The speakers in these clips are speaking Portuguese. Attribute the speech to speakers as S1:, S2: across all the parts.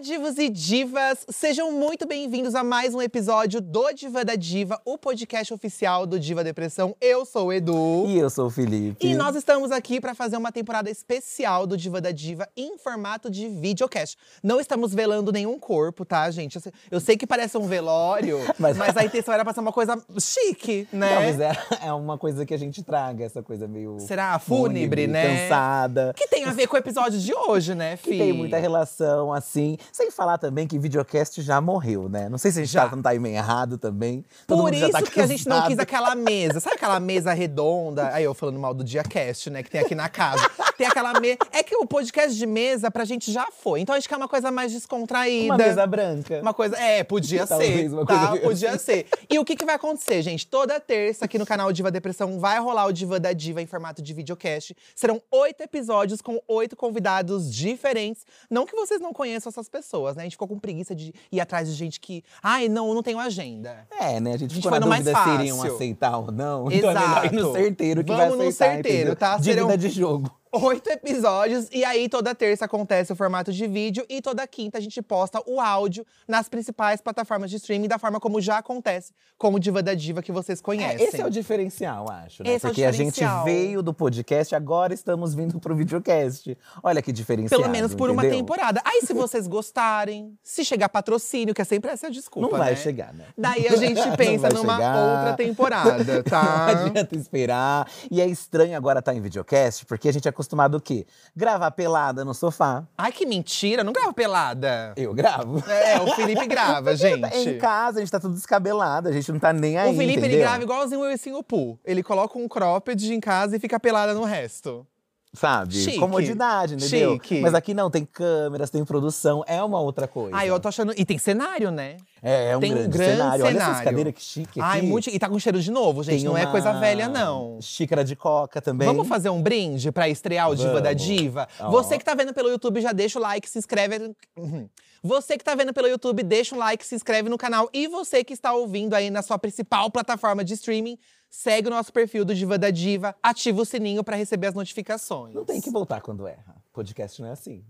S1: divos e divas, sejam muito bem-vindos a mais um episódio do Diva da Diva, o podcast oficial do Diva Depressão. Eu sou o Edu.
S2: E eu sou o Felipe.
S1: E nós estamos aqui para fazer uma temporada especial do Diva da Diva em formato de videocast. Não estamos velando nenhum corpo, tá, gente? Eu sei, eu sei que parece um velório, mas...
S2: Mas-
S1: a intenção era pra ser uma coisa chique, né?
S2: Não, mas é, é uma coisa que a gente traga, essa coisa meio.
S1: Será? Fúnebre, né?
S2: Cansada.
S1: Que tem a ver com o episódio de hoje, né,
S2: Que
S1: filho?
S2: tem muita relação, assim. Sem falar também que videocast já morreu, né? Não sei se a gente
S1: Já.
S2: tá no timing errado também. Todo
S1: Por
S2: mundo
S1: isso
S2: já tá
S1: que a gente não
S2: cansado.
S1: quis aquela mesa. Sabe aquela mesa redonda? Aí eu falando mal do DiaCast, né? Que tem aqui na casa. Tem aquela mesa. É que o podcast de mesa pra gente já foi. Então a gente quer uma coisa mais descontraída.
S2: Uma mesa branca.
S1: Uma coisa. É, podia
S2: Talvez
S1: ser.
S2: uma
S1: tá?
S2: coisa que-
S1: Podia ser. E o que, que vai acontecer, gente? Toda terça aqui no canal Diva Depressão vai rolar o Diva da Diva em formato de videocast. Serão oito episódios com oito convidados diferentes. Não que vocês não conheçam essas pessoas, né? A gente ficou com preguiça de ir atrás de gente que. Ai, não, eu não tenho agenda.
S2: É, né? A gente ficou
S1: foi
S2: na
S1: no mais
S2: dúvida se iriam
S1: fácil.
S2: aceitar ou não. Então é melhor ir
S1: Exato.
S2: no certeiro que
S1: Vamos no
S2: vai aceitar,
S1: certeiro,
S2: entendeu?
S1: tá?
S2: Dívida
S1: Serão-
S2: de jogo.
S1: Oito episódios, e aí toda terça acontece o formato de vídeo e toda quinta a gente posta o áudio nas principais plataformas de streaming, da forma como já acontece com o Diva da Diva que vocês
S2: É,
S1: conhecem.
S2: esse é o diferencial, acho, né?
S1: Esse é o
S2: Porque a gente
S1: diferencial.
S2: veio do podcast, agora estamos vindo pro videocast. Olha que diferencial.
S1: Pelo menos por uma temporada. Aí, se vocês gostarem, se chegar patrocínio, que é sempre essa a desculpa.
S2: Não vai
S1: né?
S2: chegar, né?
S1: Daí a gente
S2: Não
S1: pensa
S2: vai
S1: numa
S2: chegar.
S1: outra temporada,
S2: Não
S1: tá?
S2: adianta esperar. E é estranho agora estar em videocast, porque a gente é acostumado o quê? Gravar pelada no sofá.
S1: Ai, que mentira, não grava pelada.
S2: Eu gravo.
S1: É, o Felipe grava,
S2: Em
S1: gente.
S2: casa, a gente tá tudo descabelado, a gente não tá nem aí.
S1: o Felipe, ele
S2: entendeu?
S1: grava igualzinho o Ursinho Poo. Ele coloca um cropped em casa e fica pelada no resto.
S2: Sabe?
S1: Chique.
S2: Comodidade, entendeu?
S1: Chique.
S2: Mas aqui não, tem câmeras, tem produção, é uma outra coisa.
S1: Ai, eu tô achando… E tem cenário, né?
S2: É, é um,
S1: Tem um
S2: grande,
S1: grande
S2: cenário. Olha essas
S1: cenário.
S2: cadeiras que chique.
S1: Ai,
S2: aqui.
S1: muito… E tá com cheiro de novo, gente.
S2: Tem
S1: não é
S2: uma
S1: coisa velha, não.
S2: Xícara de coca também.
S1: Vamos fazer um brinde pra estrear o Diva da
S2: Vamos.
S1: Diva?
S2: Ó.
S1: Você que tá vendo pelo YouTube, já deixa o like, se inscreve. Uhum. Você que tá vendo pelo YouTube, deixa um like, se inscreve no canal. E você que está ouvindo aí na sua principal plataforma de streaming, segue o nosso perfil do Diva da Diva, ativa o sininho pra receber as notificações.
S2: Não tem que voltar quando erra. Podcast não é assim.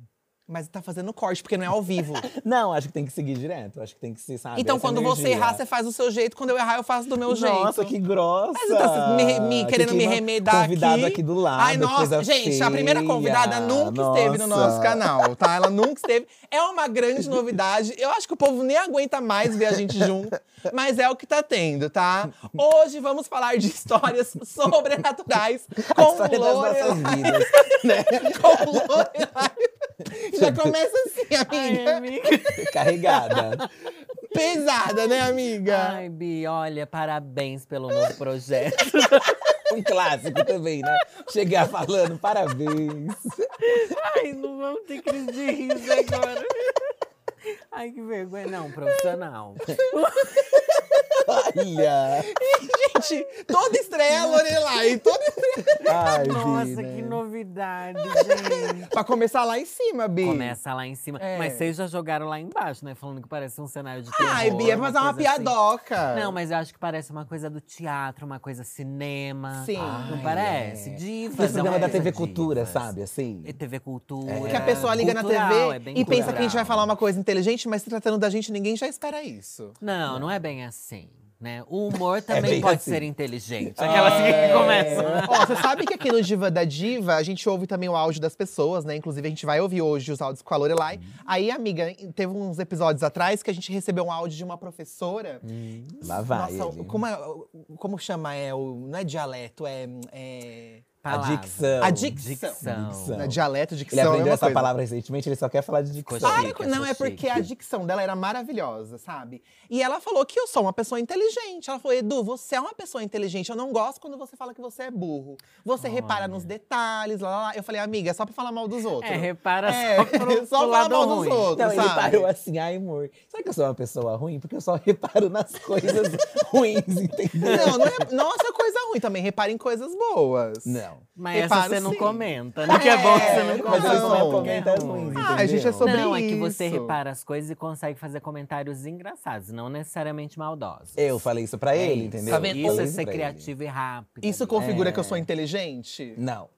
S1: Mas tá fazendo corte, porque não é ao vivo.
S2: Não, acho que tem que seguir direto. Acho que tem que Ah, ser, sabe?
S1: então,
S2: essa
S1: quando você
S2: energia.
S1: errar, você faz do seu jeito. Quando eu errar, eu faço do meu jeito.
S2: Nossa, que grossa!
S1: Mas você tá me- me-
S2: Que
S1: querendo me
S2: clima
S1: remedar
S2: convidado
S1: aqui.
S2: aqui. do lado,
S1: Ai,
S2: que
S1: nossa,
S2: coisa
S1: gente, a primeira
S2: feia.
S1: convidada nunca esteve no nosso
S2: Nossa.
S1: canal, tá? Ela nunca esteve. É uma grande novidade. Eu acho que o povo nem aguenta mais ver a gente junto, mas é o que tá tendo, tá? Hoje vamos falar de histórias sobrenaturais
S2: A
S1: com
S2: história das nossas né?
S1: Lorelai.
S2: vidas.
S1: Com Lorelai. Já começa assim,
S3: Ai,
S1: amiga.
S3: amiga.
S2: Carregada.
S1: Pesada, né, amiga?
S3: Ai, Bi, olha, parabéns pelo novo projeto.
S2: Um clássico também, né? Chegar falando parabéns.
S3: Ai, não vamos ter crise de riso agora. Ai, que vergonha. Não, profissional.
S2: Olha!
S1: Gente, toda estreia é Lorelai. Toda estreia.
S2: Ai,
S3: Nossa,
S2: Vina.
S1: né?
S3: que novidade, gente.
S1: Pra começar lá em cima, Bi.
S3: Começa lá em cima.
S1: É.
S3: Mas vocês já jogaram lá embaixo, né? Falando que parece um cenário de terror.
S1: Ai, Bi, é pra fazer uma
S3: coisa assim.
S1: piadoca.
S3: Não, mas eu acho que parece uma coisa do teatro, uma coisa cinema.
S1: Sim.
S3: Não
S2: Ai,
S3: parece?
S2: é.
S3: Divas.
S2: Esse programa
S3: é uma
S2: da TV
S3: coisa
S2: Cultura,
S3: divas.
S2: sabe? Assim.
S3: É TV Cultura.
S1: Que a pessoa liga na
S3: Cultural,
S1: TV
S3: é bem
S1: e pensa que a gente vai
S3: cultural.
S1: falar uma coisa inteligente, mas se tratando da gente, ninguém já espera isso.
S3: Não, não é bem assim, né? O humor
S1: É
S3: também
S2: bem
S3: pode
S2: assim.
S3: ser inteligente. Aquela assim que começa.
S1: Ó, você sabe que aqui no Diva da Diva, a gente ouve também o áudio das pessoas, né? Inclusive, a gente vai ouvir hoje os áudios com a Lorelai.
S3: Uhum.
S1: Aí, amiga, teve uns episódios atrás que a gente recebeu um áudio de uma professora.
S3: Hum,
S2: Lá vai
S1: Nossa,
S2: ele.
S1: Como, é- como chama? É o, não é dialeto, é… é
S3: Palavra.
S2: Adicção.
S1: Adicção.
S3: Dicção.
S2: Dicção.
S1: não é dialeto, dicção,
S2: Ele
S1: é
S2: aprendeu
S1: uma
S2: essa
S1: coisa.
S2: palavra recentemente, ele só quer falar de dicção.
S3: Coisa
S1: Para
S3: chique,
S1: com- não,
S3: essa
S1: é porque a
S3: chique.
S1: dicção dela era maravilhosa, sabe? E ela falou que eu sou uma pessoa inteligente. Ela falou, Edu, você é uma pessoa inteligente. Eu não gosto quando você fala que você é burro. Você repara nos detalhes, lá, lá, lá. Eu falei, amiga, é só pra falar mal dos outros.
S3: É, repara
S1: É,
S3: só pro,
S1: só
S3: pro
S1: falar
S3: lado
S1: mal dos
S3: ruim.
S1: outros.
S2: Não, ele
S1: sabe?
S2: parou assim, ai amor, será que eu sou uma pessoa ruim? Porque eu só reparo nas coisas ruins, entendeu?
S1: Não, não é, nossa coisa ruim também. Repara em coisas boas.
S2: Não.
S3: Mas essa
S1: Reparo,
S3: você não
S1: sim.
S3: comenta, né? Que é bom que você não
S1: É,
S3: comenta.
S2: Mas ele só
S1: Não.
S2: comenta as ruins,
S1: Ah,
S2: entendeu?
S1: a gente é sobre
S3: não, é que você
S1: isso.
S3: repara as coisas e consegue fazer comentários engraçados, não necessariamente maldosos.
S2: Eu falei isso pra
S3: É
S2: ele,
S3: isso.
S2: entendeu?
S1: Tá vendo?
S2: Eu
S3: Isso
S2: falei
S3: é ser
S2: pra ele.
S3: criativo e rápido.
S1: Isso configura que eu sou inteligente?
S2: Não.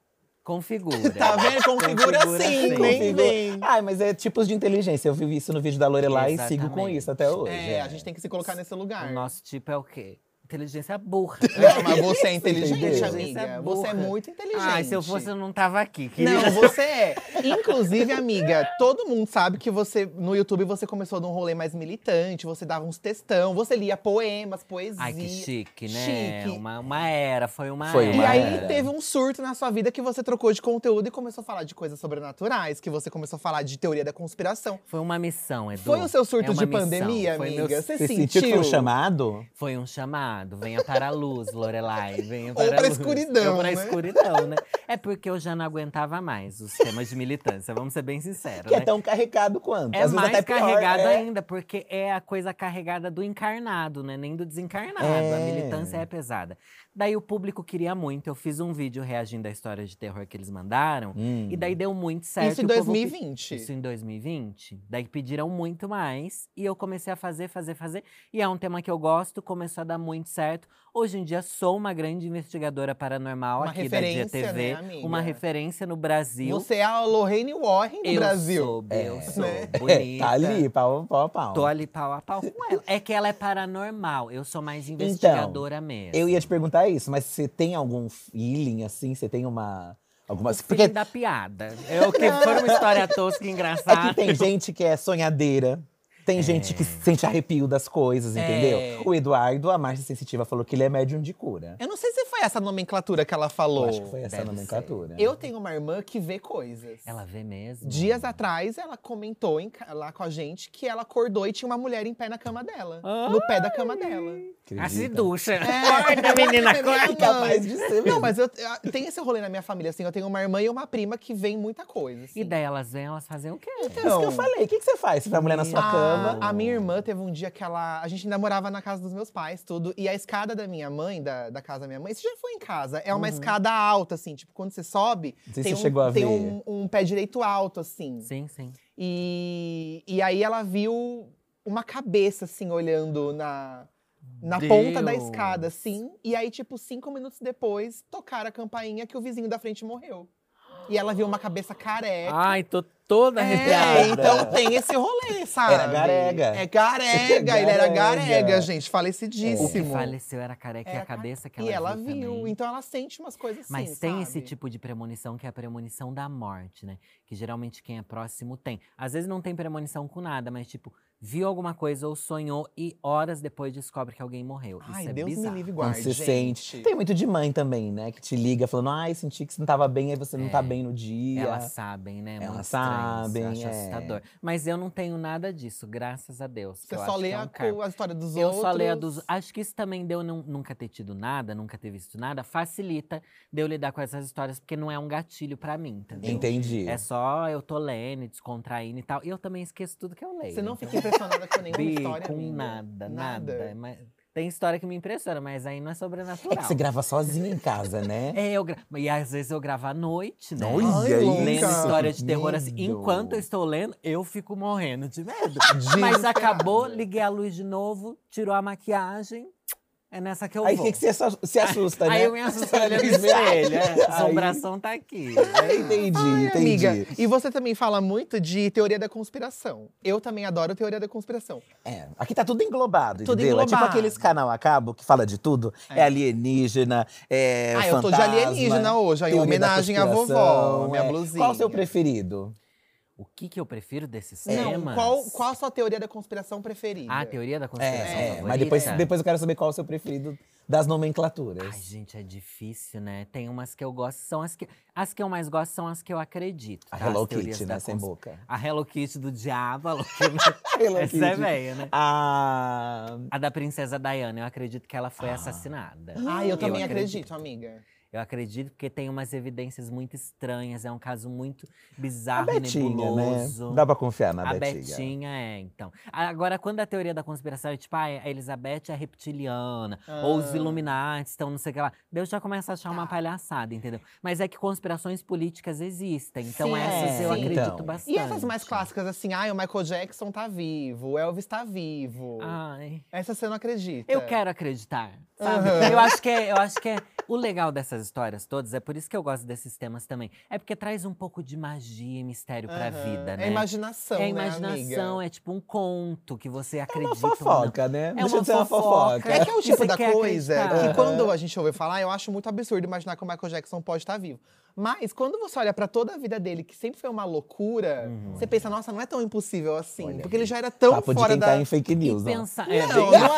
S3: Configura.
S1: Tá vendo? Configura,
S3: Configura
S1: sim,
S3: sim.
S1: nem
S2: Configura.
S1: vem.
S2: Ai, mas é tipos de inteligência. Eu vi isso no vídeo da Lorelai e
S3: Exatamente.
S2: sigo com isso até hoje.
S1: É, a gente tem que se colocar nesse
S3: O
S1: lugar.
S3: nosso tipo é o quê? Inteligência burra.
S1: Não, mas você é inteligente,
S2: Inteligência
S1: amiga. Você é
S3: burra.
S1: muito inteligente.
S3: Ai, se eu fosse, eu não tava aqui. Queria...
S1: Não, você é. Inclusive, amiga, todo mundo sabe que você, no YouTube, você começou num rolê mais militante, você dava uns textão, você lia poemas, poesia.
S3: Ai, que chique, né?
S1: Chique.
S3: Uma, uma era, foi uma
S2: Foi
S3: era.
S1: E
S2: uma
S1: aí
S2: era.
S1: teve um surto na sua vida que você trocou de conteúdo e começou a falar de coisas sobrenaturais, que você começou a falar de teoria da conspiração.
S3: Foi uma missão, Edu.
S2: um
S1: Foi o seu surto
S3: É uma
S1: de
S3: missão.
S1: pandemia,
S3: Foi
S1: amiga?
S3: meu-
S1: Você,
S2: Você
S1: sentiu?
S2: sentiu que foi um chamado?
S3: Foi um chamado. Venha para a luz, Lorelai. Venha
S1: Ou
S3: para
S1: pra
S3: a luz.
S1: escuridão,
S3: Ou pra
S1: né?
S3: escuridão, né? É porque eu já não aguentava mais os temas de militância, vamos ser bem sinceros,
S2: Que é
S3: né?
S2: tão carregado quanto.
S3: É
S2: Às vezes
S3: mais
S2: até pior,
S3: carregado
S2: é.
S3: ainda, porque é a coisa carregada do encarnado, né? Nem do desencarnado. A
S2: É.
S3: militância é pesada. Daí o público queria muito. Eu fiz um vídeo reagindo à história de terror que eles mandaram.
S2: Hum.
S3: E daí deu muito certo.
S1: Isso em
S3: o povo pe-
S1: 2020.
S3: Isso em 2020. Daí pediram muito mais. E eu comecei a fazer, fazer, fazer. E é um tema que eu gosto, começou a dar muito certo. Hoje em dia sou uma grande investigadora paranormal
S1: Uma
S3: aqui da Dia
S1: referência,
S3: TV.
S1: né, amiga?
S3: uma referência no Brasil.
S1: Você é a Lorraine Warren do
S3: eu
S1: Brasil.
S3: Sou, eu sou
S1: né?
S2: É,
S3: bonita.
S2: tá ali, pau, pau, pau.
S3: Tô ali pau a pau com ela. É que ela é paranormal. Eu sou mais
S1: Então,
S3: investigadora mesmo.
S2: Eu ia te perguntar isso, mas você tem algum feeling, assim? Você tem uma… Algumas,
S3: Porque...
S2: porque
S3: da piada. É o que for uma história tosca e
S2: é
S3: engraçada.
S2: que tem gente que é sonhadeira. Tem gente que sente arrepio das coisas, entendeu?
S1: É.
S2: O Eduardo, a Marcia Sensitiva, falou que ele é médium de cura.
S1: Eu não sei se foi essa nomenclatura que ela
S2: Eu
S1: falou.
S2: acho que foi essa a
S3: deve
S2: nomenclatura.
S1: Eu tenho uma irmã que vê coisas.
S3: Ela vê mesmo.
S1: Dias atrás, ela comentou em ca- lá com a gente que ela acordou e tinha uma mulher em pé na cama dela. No pé da cama dela.
S3: A se
S2: Acredita?
S3: ducha.
S1: É. Acorda, menina, acorda.
S2: Capaz de ser
S1: Não,
S2: mesmo.
S1: mas eu, eu- tem esse rolê na minha família, assim. Eu tenho uma irmã e uma prima que vem muita coisa. assim.
S3: E daí elas vêm, elas fazem o quê?
S1: Então.
S2: Por isso que eu falei, o que, que você faz? Você vai mulher na sua
S1: a,
S2: cama?
S1: Ah, A minha irmã teve um dia que ela. A gente ainda morava na casa dos meus pais, tudo. E a escada da minha mãe, da, da casa da minha mãe, você já foi em casa. É uma escada alta, assim. Tipo, quando você sobe,
S2: Uhum. Não sei se
S1: tem,
S2: você
S1: um,
S2: chegou a
S1: tem
S2: ver.
S1: um- um pé direito alto, assim.
S3: Sim, sim.
S1: E, e aí ela viu uma cabeça, assim, olhando na, na
S3: Deus.
S1: ponta da escada, assim. E aí, tipo, cinco minutos depois, tocaram a campainha que o vizinho da frente morreu. E ela viu uma cabeça careca.
S3: Ai, tô toda Ah, arrepiada.
S1: É, então tem esse rolê, sabe?
S2: Era garega.
S1: É garega, ele era
S2: Garega.
S1: garega, gente,
S3: O que
S1: falecidíssimo.
S3: faleceu era careca e
S1: Era
S3: a cabeça que ela
S1: e ela
S3: viu.
S1: viu,
S3: também.
S1: então ela sente umas coisas assim.
S3: Mas tem esse
S1: sabe?
S3: tipo de premonição que é a premonição da morte, né? Que geralmente quem é próximo tem. Às vezes não tem premonição com nada, mas tipo, viu alguma coisa ou sonhou e horas depois descobre que alguém morreu.
S1: Ai,
S3: Isso é
S1: Deus
S3: bizarro.
S1: me livre e
S2: Quando
S1: guarde.
S2: você sente.
S1: gente.
S2: Tem muito de mãe também, né? Que te liga falando, ai, senti que você não tava bem, aí você não tá
S3: É.
S2: bem no dia.
S3: Elas sabem, né?
S2: Elas
S3: Muito estranho isso, eu
S2: sabem,
S3: acho
S2: é.
S3: assustador. Mas eu não tenho nada disso, graças a Deus. que
S1: Você
S3: eu
S1: só
S3: acho
S1: lê
S3: que é um
S1: a,
S3: karma.
S1: co- a história dos
S3: Eu
S1: outros.
S3: só leio a dos. Acho que isso também deu não, nunca ter tido nada, nunca ter visto nada, facilita de eu lidar com essas histórias, porque não é um gatilho pra mim, entendeu?
S2: Entendi.
S3: É só eu tô lendo, descontraindo e tal. E eu também esqueço tudo que eu leio.
S1: Você não
S3: então,
S1: fica impressionada com nenhuma
S3: Bi,
S1: história,
S3: com
S1: amiga?
S3: nada, nada. Mas tem história que me impressiona, mas aí não é sobrenatural.
S2: É
S1: né?
S2: que você grava sozinha em casa, né?
S3: É, eu gra... E às vezes eu gravo à noite, né?
S2: Olha
S1: Ai, isso,
S3: lendo
S1: que
S3: história de terror assim.
S2: medo.
S3: Enquanto eu estou lendo, eu fico morrendo de medo.
S1: Desesperada.
S3: Mas acabou, liguei a luz de novo, tirou a maquiagem. É nessa que eu
S2: Aí o
S3: vou.
S2: que, que você assu- se assusta, né?
S3: Aí eu me assusto olhando no
S2: Aí você-
S3: espelho. é. A
S2: Aí-
S3: assombração tá aqui.
S2: Entendi,
S1: Ai,
S2: entendi.
S1: amiga, e você também fala muito de teoria da conspiração. Eu também adoro teoria da conspiração.
S2: É, aqui tá tudo englobado,
S1: Tudo
S2: entendeu? É tipo
S1: englobado.
S2: aqueles canal a cabo que fala de tudo. É,
S1: É.
S2: alienígena, é
S1: ah, eu tô de
S2: fantasma,
S1: alienígena hoje, aí
S2: teoria da
S1: homenagem à vovó,
S2: conspiração,
S1: minha
S2: é.
S1: blusinha.
S2: Qual o seu preferido?
S3: O que, que eu prefiro desses
S1: Não,
S3: temas?
S1: qual, qual a sua teoria da conspiração preferida?
S3: É, Ah, a teoria da conspiração
S2: É, é,
S3: favorita?
S2: mas depois, depois eu quero saber qual o seu preferido das nomenclaturas.
S3: Ai, gente, é difícil, né? Tem umas que eu gosto, são as que… As que eu mais gosto são as que eu acredito.
S2: a
S3: tá?
S2: Hello
S3: As teorias
S2: Kitty,
S3: da
S2: né? Sem
S3: consp-
S2: boca.
S3: A Hello Kitty do diabo, a Hello Kitty.
S2: A Hello
S3: Essa é velha, né?
S2: A.
S3: A da princesa Diana, eu acredito que ela foi assassinada.
S1: Ah, eu também acredito, amiga.
S3: Eu acredito porque tem umas evidências muito estranhas, é um caso muito
S2: A
S3: bizarro,
S2: Betinha, né?
S3: Ah, nebuloso.
S2: Dá pra confiar na
S3: a
S2: Betinha.
S3: Betinha. é, então. Agora, quando a teoria da conspiração é tipo, ah, a Elizabeth é reptiliana, ou os
S1: Ah.
S3: Illuminati estão não sei o que lá, Deus já começa a achar uma
S1: Tá.
S3: palhaçada, entendeu? Mas é que conspirações políticas existem, então
S1: Sim,
S3: essas eu
S1: sim.
S3: acredito
S2: Então.
S3: bastante.
S1: E essas mais clássicas, assim, ah, o Michael Jackson tá vivo, o Elvis tá vivo.
S3: Ai.
S1: Essa você não acredita.
S3: Eu Ah. quero acreditar. sabe?
S1: É. Aham.
S3: Eu acho que é, eu acho que é, O legal dessas histórias todas, é por isso que eu gosto desses temas também. É porque traz um pouco de magia e mistério pra
S1: Aham.
S3: vida, né?
S1: É imaginação,
S3: É
S1: né,
S3: imaginação,
S1: amiga?
S3: é tipo um conto que você acredita.
S2: Uma
S3: ou não.
S2: fofoca, né?
S3: É uma
S2: de ser uma
S3: fofoca.
S1: É que é o tipo
S3: Você
S1: da
S3: quer
S1: coisa
S3: acreditar.
S1: que quando a gente ouve falar, eu acho muito absurdo imaginar que o Michael Jackson pode estar vivo. Mas quando você olha pra toda a vida dele, que sempre foi uma loucura,
S3: Uhum.
S1: você pensa, nossa, não é tão impossível assim.
S2: Olha
S1: porque
S2: aí.
S1: ele já era tão
S2: Papo de
S1: fora
S2: quem tá
S1: da.
S2: em fake
S3: Então, E
S2: news, não.
S3: pensar. é,
S1: Não,
S3: bem-
S1: não, é- não,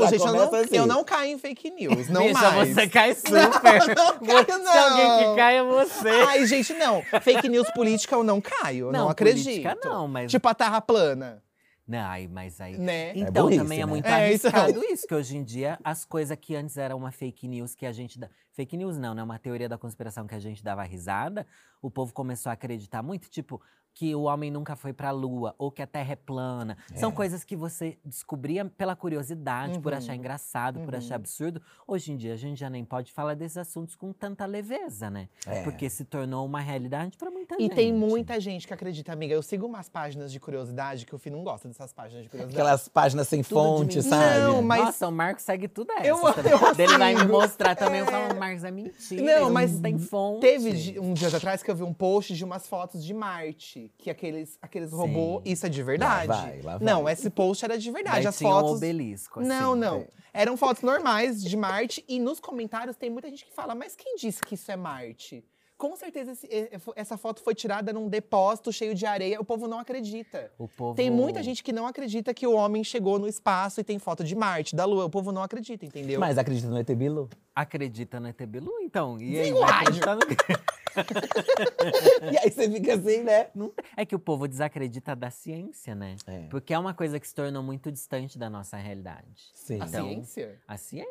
S2: Já
S1: gente, eu não,
S2: começa assim.
S1: eu não caio em fake news. Não
S3: Bicha,
S1: mais.
S3: você cai super.
S1: Não caio,
S3: Se alguém
S1: não.
S3: que cai é você.
S1: Ai, gente, não. Fake news política eu não caio. eu Não, acredito.
S3: política não, mas.
S1: Tipo a Terra plana,
S3: Não, ai, mas aí.
S1: né?
S3: Então
S2: burrice,
S3: também é
S2: né?
S3: muito
S1: É, isso é-
S3: arriscado isso, que hoje em dia as coisas que antes era uma fake news que a gente. dá- Fake news não, né? Uma teoria da conspiração que a gente dava risada, o povo começou a acreditar muito, tipo, que o homem nunca foi pra lua ou que a terra é plana. São coisas que você descobria pela curiosidade, por
S1: Uhum.
S3: achar engraçado, por
S1: Uhum.
S3: achar absurdo. Hoje em dia a gente já nem pode falar desses assuntos com tanta leveza, né?
S2: É.
S3: Porque se tornou uma realidade pra muita
S1: E
S3: gente.
S1: tem muita gente que acredita, amiga. Eu sigo umas páginas de curiosidade que o Fih não gosta dessas páginas de curiosidade.
S2: Aquelas páginas sem
S3: Tudo de
S2: fonte,
S3: mentira.
S2: sabe?
S1: Não, mas-
S3: Nossa, o Marcos segue tudo essa.
S1: Eu-
S3: também.
S1: eu
S3: Ele vai me
S1: sigo.
S3: mostrar também. Eu
S1: É.
S3: falo, Marcos, é mentira.
S1: Não,
S3: Não,
S1: mas
S3: mas tem fonte.
S1: Teve di- uns dias atrás que eu vi um post de umas fotos de Marte, que aqueles, aqueles robôs, isso é de verdade.
S2: vai, lá vai.
S1: Não, esse post era de verdade.
S3: Daí
S1: As
S3: tinha um
S1: fotos.
S3: obelisco, assim.
S1: Não, não. Eram fotos normais de Marte e nos comentários tem muita gente que fala, mas quem disse que isso é Marte? Com certeza esse- e- e- essa foto foi tirada num depósito cheio de areia. O povo não acredita.
S3: O povo...
S1: Tem muita gente que não acredita que o homem chegou no espaço e tem foto de Marte, da Lua. O povo não acredita, entendeu?
S2: Mas acredita no ET Bilu?
S3: Acredita no ET Bilu, então. E aí,
S1: Desliga o
S3: vai
S1: rádio.
S3: acreditar no-
S2: e aí você fica assim, né?
S3: Não- É que o povo desacredita da ciência, né?
S2: É.
S3: Porque é uma coisa que se tornou muito distante da nossa realidade.
S2: Sim.
S1: A
S3: Então,
S1: ciência?
S3: A ciência.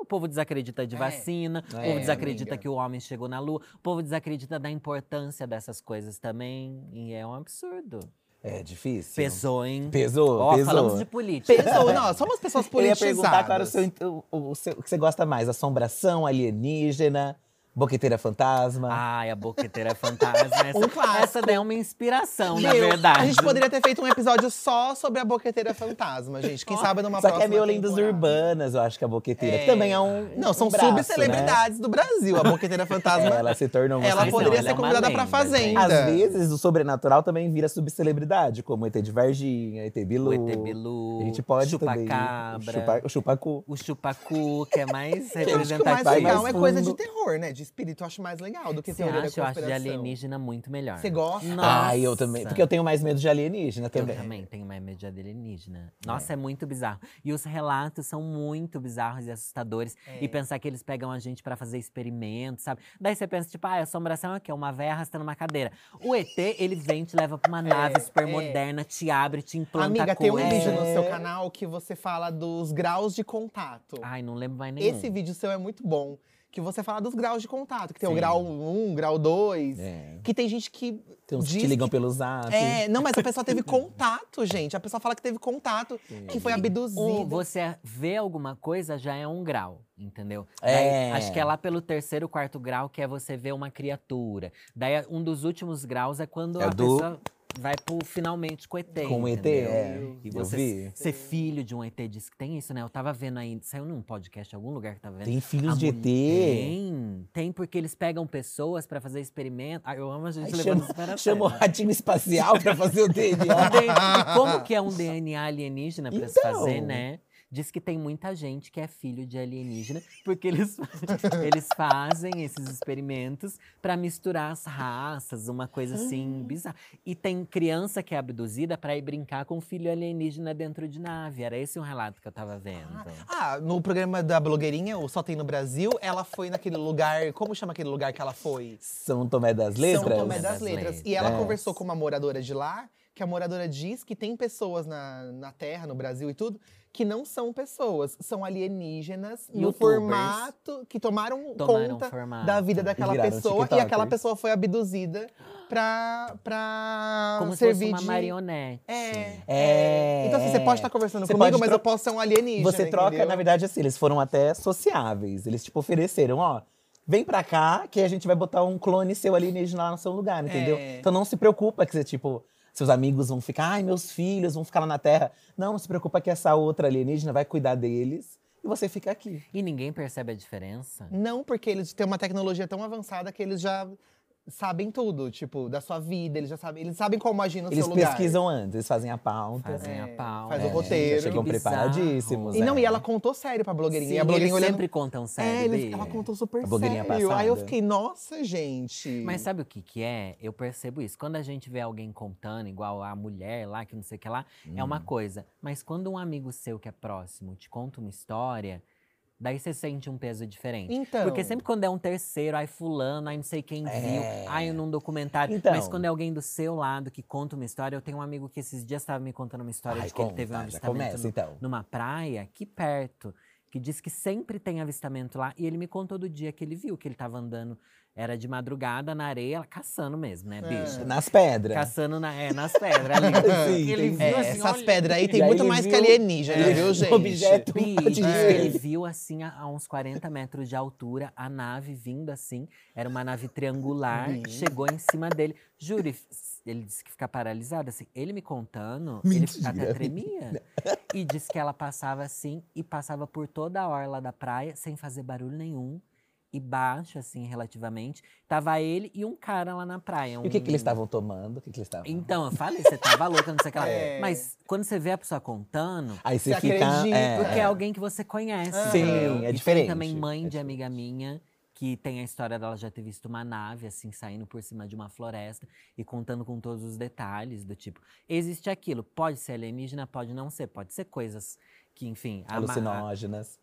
S3: O povo desacredita de
S1: É.
S3: vacina, o
S2: É,
S3: povo desacredita
S1: amiga.
S3: que o homem chegou na lua, o povo desacredita da importância dessas coisas também. E é um absurdo.
S2: É difícil.
S3: Pesou, hein?
S2: Pesou,
S3: Ó,
S2: pesou.
S3: falamos de política.
S1: Pensou, nós somos pessoas
S2: Eu ia
S1: politizadas.
S2: perguntar qual era o, seu, int- o, o seu- o que você gosta mais: assombração, alienígena, boqueteira fantasma.
S3: Ai, a boqueteira é fantasma. Essa,
S1: Um clássico.
S3: essa daí é uma
S2: então,
S3: inspiração, na
S1: Meu,
S3: verdade.
S1: A gente poderia ter feito um episódio só sobre a boqueteira fantasma, gente. Quem sabe numa
S2: Só que
S1: próxima
S2: é meio lendas
S1: temporada.
S2: urbanas, eu acho que a boqueteira.
S1: É.
S2: que Também é um.
S1: Não,
S2: um
S1: são
S2: braço,
S1: subcelebridades do Brasil. A boqueteira
S2: Né?
S1: fantasma.
S2: Ela se tornou uma
S1: Ela
S3: Mas não,
S1: poderia
S3: É. ela
S1: ser
S3: é uma
S1: convidada pra
S3: lenda,
S1: fazenda.
S3: gente.
S2: Às vezes o sobrenatural também vira subcelebridade, como ET de Varginha, ET Bilu.
S3: O ET Bilu,
S2: A gente pode
S3: Chupacabra.
S2: também. O chupa- O chupacu.
S3: O chupacu, que é mais
S1: Eu acho que o mais
S3: representativo.
S2: vai
S1: legal é
S2: mais
S1: coisa de
S2: fundo.
S1: terror, né? De espírito, eu acho mais legal do que
S3: Você
S1: teoria
S3: acha?
S1: da
S3: Eu acho de
S1: conspiração.
S3: alienígena muito melhor.
S1: Você gosta?
S3: Nossa.
S2: Ah, eu também. Porque eu tenho mais medo de alienígena
S3: Eu
S2: também.
S3: também tenho mais medo de alienígena. Nossa, é. muito bizarro. E os relatos são muito bizarros e assustadores.
S1: É.
S3: E pensar que eles pegam a gente pra fazer experimentos, sabe? Daí você pensa, tipo, ah, a assombração é o quê? Uma véia arrastando uma cadeira. O ET, ele vem, te leva pra uma nave super moderna, te abre, te implanta
S1: É, Amiga, tem
S3: coisa.
S1: um vídeo no
S2: É.
S1: seu canal que você fala dos graus de contato.
S3: Ai, não lembro mais nenhum.
S1: Esse vídeo seu é muito bom. Que você fala dos graus de contato, que tem o
S3: Sim.
S1: grau 1, grau 2.
S2: É.
S1: Que tem gente que
S2: Tem uns que te
S1: Diz
S2: ligam pelo
S3: Ah,
S2: zap.
S1: É, não, mas a pessoa teve contato, gente. A pessoa fala que teve contato, que foi abduzida.
S3: Um, você vê alguma coisa, já é um grau, entendeu?
S2: É.
S3: Daí, acho que é lá pelo terceiro, quarto grau que é você ver uma criatura. Daí, um dos últimos graus é quando
S2: É
S3: a
S2: do-
S3: pessoa vai pro finalmente com o ET.
S2: Com o ET,
S3: entendeu?
S2: é.
S3: E
S2: Eu
S3: você
S2: vi.
S3: ser filho de um ET diz que tem isso, né? Eu tava vendo aí, saiu num podcast, algum lugar que tava vendo.
S2: Tem
S3: A
S2: filhos de
S3: mu-
S2: ET.
S3: Tem, tem porque eles pegam pessoas pra fazer experimento. Ai, eu amo a gente
S2: Aí
S3: levando
S2: chama,
S3: isso para a
S2: chama o
S3: sério.
S2: ratinho espacial pra fazer o DNA.
S3: Tem- e como que é um DNA alienígena pra se fazer,
S2: Então.
S3: né? Diz que tem muita gente que é filho de alienígena, porque eles, eles fazem esses experimentos pra misturar as raças, uma coisa assim bizarra. E tem criança que é abduzida pra ir brincar com um filho alienígena dentro de nave. Era esse um relato que eu tava vendo.
S1: Ah, no programa da blogueirinha, o Só Tem no Brasil, ela foi naquele lugar. Como chama aquele lugar que ela foi?
S2: São Tomé das
S1: São
S2: Letras?
S1: Tomé das
S3: Das
S1: Letras.
S3: Letras.
S1: E ela
S2: É.
S1: conversou com uma moradora de lá, que a moradora diz que tem pessoas na, na Terra, no Brasil e tudo, que não são pessoas, são alienígenas no
S3: Youtubers.
S1: formato que tomaram,
S3: Tomaram
S1: conta
S3: formato.
S1: da vida daquela
S2: Viraram
S1: pessoa e
S2: TikTokers.
S1: aquela pessoa foi abduzida pra, pra
S3: Como se fosse
S1: servir
S3: uma
S1: de…
S3: marionete.
S1: É,
S2: É,
S1: Então assim, você pode estar conversando
S2: Você
S1: comigo,
S2: pode
S1: mas
S2: tro-
S1: eu posso ser um alienígena,
S2: Você troca,
S1: entendeu?
S2: na verdade, assim, eles foram até sociáveis. Eles, tipo, ofereceram, ó, vem pra cá que a gente vai botar um clone seu alienígena lá no seu lugar, entendeu?
S1: É.
S2: Então não se preocupa que você, tipo, seus amigos vão ficar, ai, meus filhos vão ficar lá na Terra. Não, não se preocupa que essa outra alienígena vai cuidar deles. E você fica aqui.
S3: E ninguém percebe a diferença?
S1: Não, porque eles têm uma tecnologia tão avançada que eles já sabem tudo, tipo, da sua vida, eles já sabem, eles sabem como agir no
S2: Eles
S1: seu lugar.
S2: pesquisam antes, eles fazem a pauta.
S3: Fazem
S1: É,
S3: a pau.
S1: faz o
S3: né?
S1: roteiro.
S2: Chegam
S3: Que bizarro.
S2: preparadíssimos.
S1: E não,
S2: é.
S1: e ela contou sério pra blogueirinha.
S3: Sim,
S1: e a blogueirinha
S3: eles
S1: olhando.
S3: sempre contam
S1: É,
S3: sério.
S1: eles-
S3: Bi.
S1: ela contou super
S2: A blogueirinha
S1: sério. Aí eu
S2: passada.
S1: fiquei, nossa, gente.
S3: Mas sabe o que que é? Eu percebo isso. Quando a gente vê alguém contando, igual a mulher lá, que não sei o que lá, é
S1: Hum.
S3: uma coisa. Mas quando um amigo seu que é próximo te conta uma história, daí você sente um peso diferente.
S1: Então.
S3: Porque sempre quando é um terceiro, ai fulano, ai não sei quem
S2: É.
S3: viu, ai num documentário.
S2: Então.
S3: Mas quando é alguém do seu lado que conta uma história, eu tenho um amigo que esses dias estava me contando uma história
S2: Ai,
S3: de que ele teve um
S2: conta, já
S3: avistamento
S2: começa,
S3: no-
S2: então.
S3: numa praia aqui perto. Que diz que sempre tem avistamento lá. E ele me contou do dia que ele viu, que ele tava andando. Era de madrugada na areia, caçando mesmo, né,
S1: É.
S3: bicho?
S2: Nas pedras.
S3: Caçando na, é, nas pedras ali.
S2: Sim,
S3: ele
S2: tem-
S3: viu
S1: É,
S3: assim,
S1: essas
S3: olha,
S1: pedras aí tem
S2: E aí
S1: muito
S2: ele
S1: mais que
S2: viu-
S1: alienígena,
S2: É.
S1: viu, gente?
S2: Objeto.
S3: Bicho,
S1: É.
S3: ele viu assim a, a uns 40 metros de altura a nave vindo assim. Era uma nave triangular,
S1: Bicho.
S3: chegou em cima dele. Júri, ele disse que fica paralisado assim. Ele me contando,
S2: Mentira.
S3: ele até tremia. E disse que ela passava assim e passava por toda a orla da praia sem fazer barulho nenhum. E baixo, assim, relativamente. Tava ele e um cara lá na praia.
S2: E o que, que
S3: um-
S2: eles estavam tomando? O que, que eles estavam.
S3: Então, eu falei, você tava louca, não sei o que lá.
S1: É.
S3: Mas quando você vê a pessoa contando,
S2: Aí você
S1: Você
S2: fica.
S1: acredita.
S3: porque é
S2: É,
S3: alguém que você conhece.
S1: Sim,
S3: entendeu?
S2: é
S3: E tem
S2: diferente,
S3: também mãe
S2: é
S3: de amiga minha que tem a história dela já ter visto uma nave assim saindo por cima de uma floresta e contando com todos os detalhes do tipo, existe aquilo, pode ser alienígena, pode não ser, pode ser coisas que, enfim, ama-
S2: alucinógenas.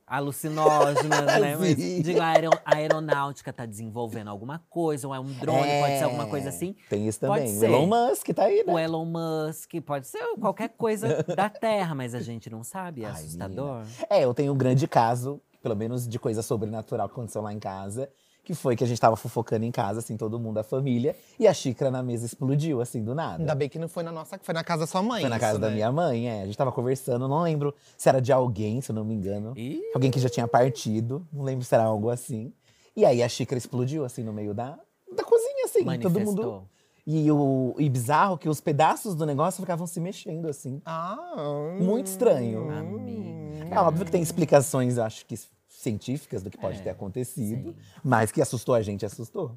S3: alucinógenas, né? Mas,
S2: Sim.
S3: digo, a, aero- a aeronáutica tá desenvolvendo alguma coisa, ou é um drone, pode ser alguma
S2: É,
S3: coisa assim.
S2: Tem isso
S3: Pode
S2: também. O
S3: ser.
S2: Elon Musk tá aí, né?
S3: O Elon Musk, pode ser qualquer coisa da Terra, mas a gente não sabe, é
S2: Ai,
S3: assustador.
S2: É, eu tenho um grande caso, pelo menos de coisa sobrenatural que aconteceu lá em casa, que foi que a gente tava fofocando em casa, assim, todo mundo, a família, e a xícara na mesa explodiu, assim, do nada.
S1: Ainda bem que não foi na nossa, foi na casa da sua mãe.
S2: foi na
S1: isso,
S2: casa da
S1: né?
S2: minha mãe, é. A gente tava conversando, não lembro se era de alguém, se eu não me engano.
S3: Ih,
S2: Alguém que já tinha partido, não lembro se era algo assim. E aí a xícara explodiu, assim, no meio da, da cozinha, assim, todo mundo.
S3: manifestou.
S2: E, o, e bizarro que os pedaços do negócio ficavam se mexendo, assim.
S1: Ah,
S2: Muito estranho.
S3: Amiga.
S2: É óbvio que tem explicações, eu acho que científicas do que pode
S3: É,
S2: ter acontecido,
S3: sim.
S2: mas que assustou a gente, assustou.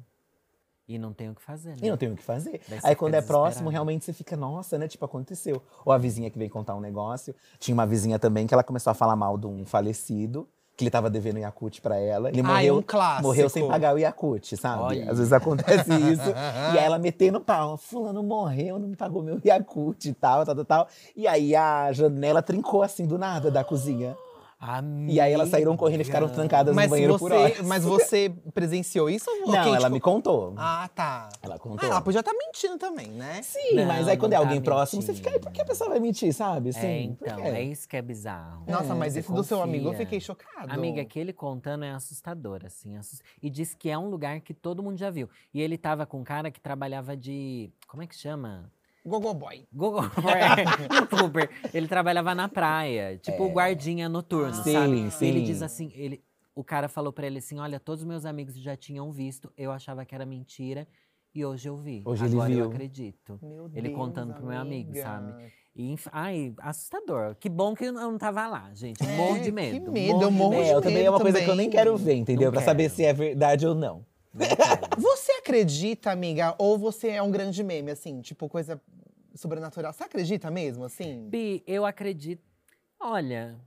S3: E não tem o que fazer, né?
S2: E não tem o que fazer.
S3: Daí você
S2: Aí
S3: fica
S2: quando é próximo,
S3: desesperado.
S2: realmente você fica, nossa, né? Tipo, aconteceu. Ou a vizinha que veio contar um negócio. Tinha uma vizinha também que ela começou a falar mal de um falecido, que ele tava devendo Yakut pra ela. Ele
S1: Ai,
S2: morreu,
S1: um clássico.
S2: morreu sem pagar o Yakut, sabe?
S3: Olha.
S2: Às vezes acontece
S1: Ah,
S2: isso. e aí ela metendo pau, fulano morreu, não me pagou meu Yakut e tal, tal, tal, tal. E aí a janela trincou assim do nada da cozinha.
S3: Amiga.
S2: E aí elas saíram correndo e ficaram trancadas
S1: Mas
S2: no banheiro por
S1: você,
S2: horas.
S1: mas você presenciou isso? Ou
S2: Não,
S1: quem,
S2: ela
S1: tipo-
S2: me contou.
S1: Ah, tá.
S2: Ela
S1: Ah,
S2: contou.
S1: ela podia estar mentindo também, né?
S2: Sim,
S3: Não,
S2: mas aí quando é
S3: não tá
S2: alguém próximo, você fica aí,
S3: mentindo.
S2: por que a pessoa vai mentir, sabe? assim, Sim,
S3: É,
S2: por
S3: então,
S2: quê?
S3: é isso que é bizarro.
S1: Nossa, mas
S3: Você
S1: esse do seu amigo eu
S3: confia.
S1: fiquei chocado.
S3: Amiga, aquele contando é assustador, assim. assus- E diz que é um lugar que todo mundo já viu. E ele tava com um cara que trabalhava de. Como é que chama?
S1: Gogoboy.
S3: Google é, Youtuber. Ele trabalhava na praia, tipo o guardinha noturno,
S2: É. Sim,
S3: sabe? E ele
S2: sim.
S3: diz assim, ele, o cara falou pra ele assim, olha, todos os meus amigos já tinham visto, eu achava que era mentira e hoje eu vi.
S2: Hoje ele
S3: Agora eu
S2: viu.
S3: acredito.
S1: Meu Deus.
S3: Ele contando pro meu amigo,
S1: amiga.
S3: sabe? E, enf- ai, assustador. Que bom que eu não tava lá, gente.
S1: É,
S3: Morro de
S1: que
S3: medo.
S1: medo, um eu
S3: morro de
S1: morro
S3: medo.
S2: É, eu também é uma coisa que eu nem quero ver, entendeu?
S3: Não
S2: Pra
S3: quero.
S2: saber se é verdade ou não.
S1: Você acredita, amiga, ou você é um grande meme, assim, tipo coisa sobrenatural? Você acredita mesmo, assim?
S3: Bi, eu acredito. Olha,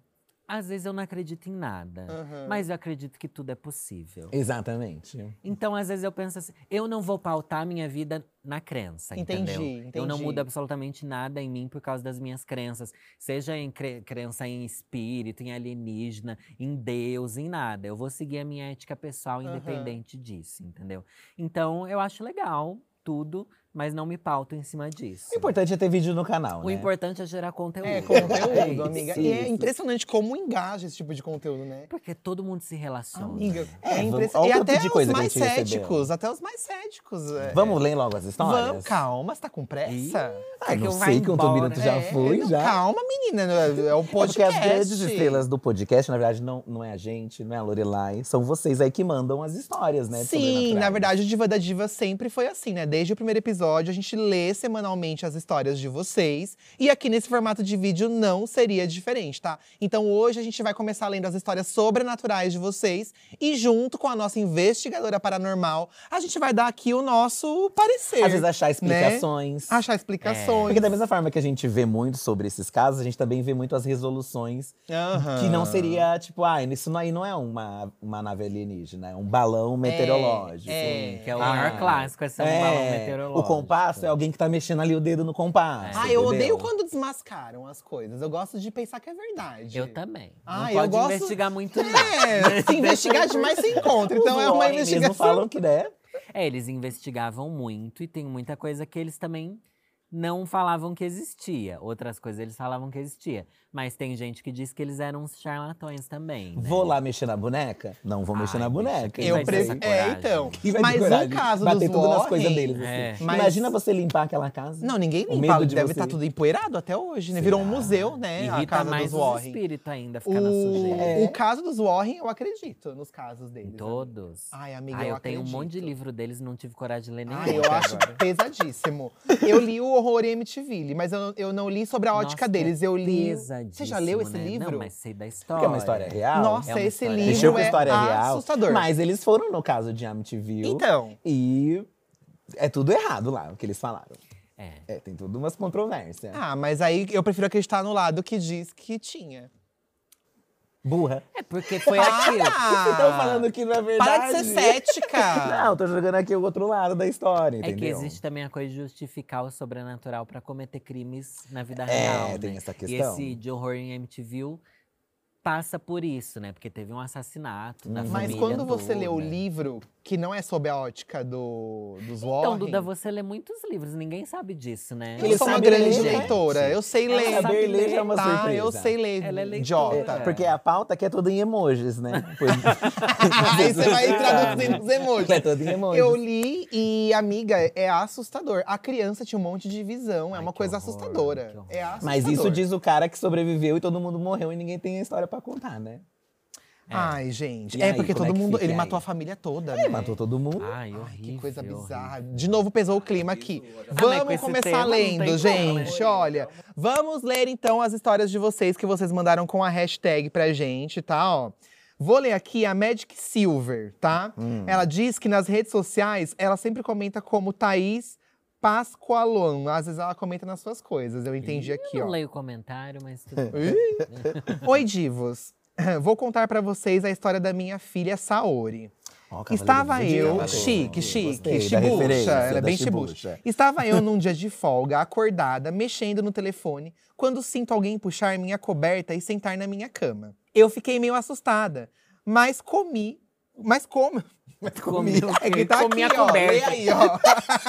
S3: às vezes eu não acredito em nada,
S1: Aham.
S3: mas eu acredito que tudo é possível.
S2: Exatamente.
S3: Então, às vezes eu penso assim, eu não vou pautar minha vida na crença,
S1: Entendi,
S3: entendeu? Eu não
S1: entendi.
S3: mudo absolutamente nada em mim por causa das minhas crenças. Seja em cre- crença em espírito, em alienígena, em Deus, em nada. Eu vou seguir a minha ética pessoal
S1: Aham.
S3: independente disso, entendeu? Então, eu acho legal tudo, mas não me pauto em cima disso.
S2: O importante é ter vídeo no canal,
S3: O
S2: né?
S3: importante é gerar conteúdo.
S1: É,
S3: É
S1: conteúdo,
S3: isso.
S1: amiga. E é impressionante como engaja esse tipo de conteúdo, né?
S3: Porque todo mundo se relaciona.
S1: Amiga,
S2: É,
S1: é,
S2: vamos-
S1: impressionante.
S2: olha
S1: E
S2: o tanto
S1: até
S2: de
S1: os
S2: coisa que a
S1: mais
S2: gente recebeu.
S1: céticos, até os mais céticos. é.
S2: Vamos ler logo as histórias?
S1: Vamos, calma, você tá com pressa?
S2: Ah,
S3: É que
S2: não
S3: eu
S2: sei
S3: vá
S2: que o Tombino tu
S3: embora. né?
S2: já
S1: É,
S2: foi,
S1: não,
S2: já.
S1: Calma, menina, é é o
S2: É porque as
S1: podcast.
S2: grandes estrelas do podcast, na verdade, não, não é a gente, não é a Lorelai. São vocês aí que mandam as histórias, né?
S1: Sim, na
S2: sobrenaturais.
S1: verdade, o Diva da Diva sempre foi assim, né? Desde o primeiro episódio, a gente lê semanalmente as histórias de vocês. E aqui nesse formato de vídeo não seria diferente, tá? Então hoje a gente vai começar lendo as histórias sobrenaturais de vocês. E junto com a nossa investigadora paranormal, a gente vai dar aqui o nosso parecer.
S2: Às vezes achar
S3: né?
S2: explicações.
S1: Achar explicações.
S2: Porque da mesma forma que a gente vê muito sobre esses casos, a gente também vê muito as resoluções
S1: Aham.
S2: É. que não seria, tipo, ah, isso não- aí não é uma, uma nave alienígena, é um balão meteorológico.
S1: é.
S3: Que é o
S2: Ah,
S3: maior clássico, essa
S2: É,
S3: é. um balão meteorológico.
S2: o compasso é alguém que tá mexendo ali o dedo no compasso.
S1: Ah, eu
S2: entendeu?
S1: odeio quando desmascaram as coisas. Eu gosto de pensar que é verdade.
S3: Eu também.
S1: Ah,
S3: não
S1: eu
S3: pode
S1: gosto-
S3: investigar muito, não.
S1: É, se investigar demais se encontra. Então
S2: Os
S1: é uma
S2: homens mesmo
S1: investigação.
S2: falam que, né?
S3: É, eles investigavam muito e tem muita coisa que eles também não falavam que existia. Outras coisas eles falavam que existia. Mas tem gente que diz que eles eram uns charlatões também. né?
S2: Vou lá mexer na boneca? Não vou mexer
S3: Ai,
S2: na
S3: bicha,
S2: boneca.
S3: quem
S2: Não
S1: Eu
S2: sei.
S3: vai ter
S1: preciso.
S3: essa
S1: É,
S3: coragem?
S1: então.
S2: Quem vai ter
S1: Mas
S2: coragem
S1: no
S2: de
S1: caso
S2: Bater
S1: dos
S2: tudo nas coisas
S1: Warren,
S2: deles, assim.
S3: é.
S1: Mas-
S2: Imagina você limpar aquela casa.
S1: Não, ninguém
S2: O
S1: limpa.
S2: medo de
S1: Deve
S2: você-
S1: estar tudo empoeirado até hoje, né? Virou um
S2: Será?
S1: museu, né? a
S3: Irrita
S1: casa
S3: tá mais
S1: dos
S3: os
S1: Warren.
S3: espíritos ainda ficar na
S1: O,
S3: sujeira.
S2: É.
S1: o caso dos Warren, eu acredito nos casos
S3: Em
S1: deles.
S3: todos.
S1: Ai, amiga,
S3: Ah,
S1: eu
S3: eu, tenho um monte de
S1: acredito.
S3: livro deles, não tive coragem de ler nenhum.
S1: Ah, eu
S3: até
S1: acho
S3: agora.
S1: pesadíssimo. Eu li o Horror MTV, mas eu, não- eu não li sobre é a ótica
S3: Nossa, é
S1: deles. Eu li.
S3: Pesadíssimo,
S1: Você já leu esse
S3: né?
S1: livro?
S3: Não, mas sei da história.
S2: Porque é uma história real.
S1: Nossa,
S3: é uma
S1: esse
S3: história.
S1: livro
S2: Mexeu com
S1: é
S2: história real.
S1: assustador.
S2: Mas eles foram no caso de Amityville.
S1: Então,
S2: E é tudo errado lá, o que eles falaram.
S3: É.
S2: É, tem tudo umas controvérsias.
S1: ah, mas aí eu prefiro acreditar no lado que diz que tinha.
S2: Burra.
S3: É porque foi
S1: Para!
S3: aquilo.
S1: Ah,
S2: Vocês estão falando que não é verdade.
S1: Para de ser cética!
S2: Não, tô jogando aqui o outro lado da história,
S3: É que
S2: entendeu?
S3: existe também a coisa de justificar o sobrenatural pra cometer crimes na vida
S2: É,
S3: real.
S2: tem
S3: né?
S2: essa
S3: E
S2: questão.
S3: esse de horror em MTV passa por isso, né? Porque teve um assassinato na
S2: Uhum.
S3: família.
S1: Mas quando você lê o
S3: toda.
S1: livro que não é sob a ótica do, dos Warren.
S3: Então, Duda, você lê muitos livros, ninguém sabe disso, né?
S1: Eu
S2: Ele
S1: sou uma
S2: sabe
S1: grande
S2: ler, né?
S1: leitora. Eu sei
S3: Ela
S1: ler.
S3: sabe
S2: Saber ler já é uma
S1: tá,
S2: surpresa.
S1: eu sei ler.
S3: Ela é leitora.
S1: idiota.
S2: É, porque a pauta aqui é toda em emojis, né? Pois-
S1: Aí você vai traduzindo os
S2: É
S1: emojis.
S2: toda em emojis.
S1: Eu li e, amiga, é assustador. A criança tinha um monte de visão. É
S3: Ai,
S1: uma
S3: que
S1: coisa
S3: horror,
S1: assustadora.
S3: que horror.
S1: É assustador.
S2: Mas isso diz o cara que sobreviveu e todo mundo morreu e ninguém tem a história pra contar, né?
S3: É.
S1: Ai, gente.
S2: E
S1: é
S2: aí,
S1: porque
S2: como
S1: todo
S2: é que
S1: mundo.
S2: fica
S1: Ele
S2: aí?
S1: matou a família toda.
S2: Ele
S1: né?
S2: matou todo mundo.
S1: Ai,
S3: Ai, horrível.
S1: que coisa
S3: horrível.
S1: bizarra. De novo pesou o clima aqui.
S3: Ah, mas com
S1: Vamos
S3: esse
S1: começar
S3: tema não tem
S1: lendo,
S3: como,
S1: gente.
S3: né?
S1: Olha, vamos ler então as histórias de vocês que vocês mandaram com a hashtag pra gente, tá? Ó. Vou ler aqui a Magic Silver, tá?
S2: Hum.
S1: Ela diz que nas redes sociais ela sempre comenta como Thaís Pascoalon. Às vezes ela comenta nas suas coisas. Eu entendi aqui,
S3: Eu
S1: ó.
S3: não leio o comentário, mas tudo bem.
S1: Oi, divos. Vou contar pra vocês a história da minha filha Saori.
S2: Ó, Cavaleiro
S1: Estava
S2: do Zodíaco.
S1: eu,
S2: Gostei,
S1: chique,
S2: gostei
S1: chique, chibucha,
S2: da referência,
S1: ela é
S2: da
S1: bem
S2: chibucha.
S1: chibucha. Estava eu num dia de folga, acordada, mexendo no telefone, quando sinto alguém puxar minha coberta e sentar na minha cama. Eu fiquei meio assustada, mas comi, mas como? Mas
S3: comi o
S1: é
S3: quê?
S1: que tá
S3: um Comi a
S1: aqui, ó, lê
S3: coberta.
S1: aí, ó.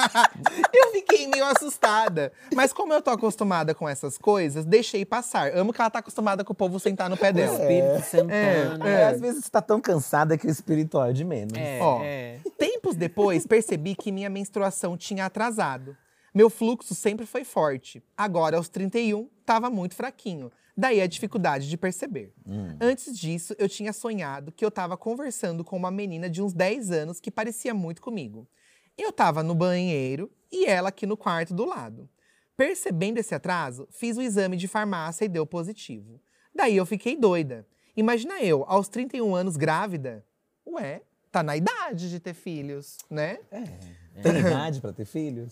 S1: eu fiquei meio assustada, mas como eu tô acostumada com essas coisas, deixei passar. Amo que ela tá acostumada com o povo sentar no pé
S3: O
S1: dela.
S3: espírito
S1: né?
S3: sentando.
S2: É, às vezes você tá tão cansada que o espírito ó, é de menos.
S3: É,
S1: Ó.
S3: é.
S1: Tempos depois, percebi que minha menstruação tinha atrasado. Meu fluxo sempre foi forte. Agora, aos 31, estava muito fraquinho. Daí a dificuldade de perceber. Antes disso, eu tinha sonhado que eu estava conversando com uma menina de uns 10 anos que parecia muito comigo. Eu estava no banheiro e ela aqui no quarto do lado. Percebendo esse atraso, fiz o exame de farmácia e deu positivo. Daí eu fiquei doida. Imagina eu, aos 31 anos grávida. Ué, tá na idade de ter filhos, né?
S2: Tem idade pra ter filhos?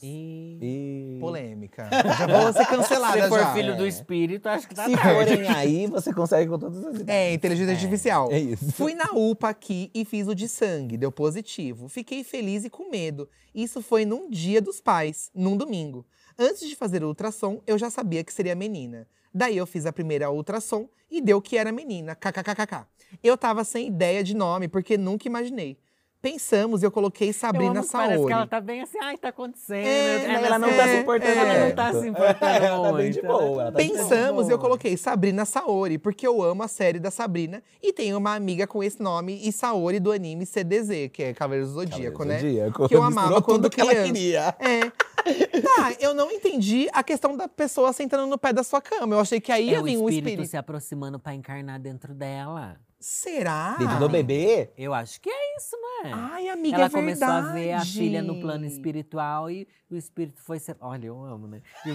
S2: E...
S3: E...
S1: Polêmica. Já vou ser cancelada
S3: Se for
S1: já.
S3: filho do espírito, acho que tá
S2: Se
S3: tarde.
S2: forem aí, você consegue com todas as idades.
S1: É, inteligência artificial.
S2: É isso.
S1: Fui na UPA aqui e fiz o de sangue, deu positivo. Fiquei feliz e com medo. Isso foi num dia dos pais, num domingo. Antes de fazer o ultrassom, eu já sabia que seria menina. Daí eu fiz a primeira ultrassom e deu que era menina, kkkk. Eu tava sem ideia de nome, porque nunca imaginei. Pensamos, eu coloquei
S3: Eu
S1: Sabrina
S3: amo que parece que ela
S1: Saori.
S3: tá bem assim, ai, tá acontecendo.
S1: É,
S3: né?
S2: Ela não
S3: Mas
S2: tá
S3: é,
S2: se importando
S3: Ela não
S2: muito.
S3: tá se importando
S2: Ela tá bem de
S3: muito, ela
S2: boa. Ela tá de boa.
S1: Pensamos, eu coloquei Sabrina Saori, porque eu amo a série da Sabrina e tenho uma amiga com esse nome e Saori do anime CDZ, que é Cavaleiros do Zodíaco,
S2: Cavaleiro
S1: né?
S2: Zodíaco.
S1: Que eu
S2: Misturou
S1: amava quando
S2: tudo que ela
S1: criança.
S2: queria.
S1: É. Tá, eu não entendi a questão da pessoa sentando no pé da sua cama. Eu achei que aí
S3: É
S1: ia
S3: o
S1: vir um
S3: espírito,
S1: espírito.
S3: se aproximando pra encarnar dentro dela.
S1: Será?
S2: Dentro do bebê,
S3: Eu acho que é isso, não é?
S1: Ai, amiga,
S3: Ela
S1: é
S3: começou a ver a
S1: verdade.
S3: filha no plano espiritual e o espírito foi se. Olha, eu amo, né? E o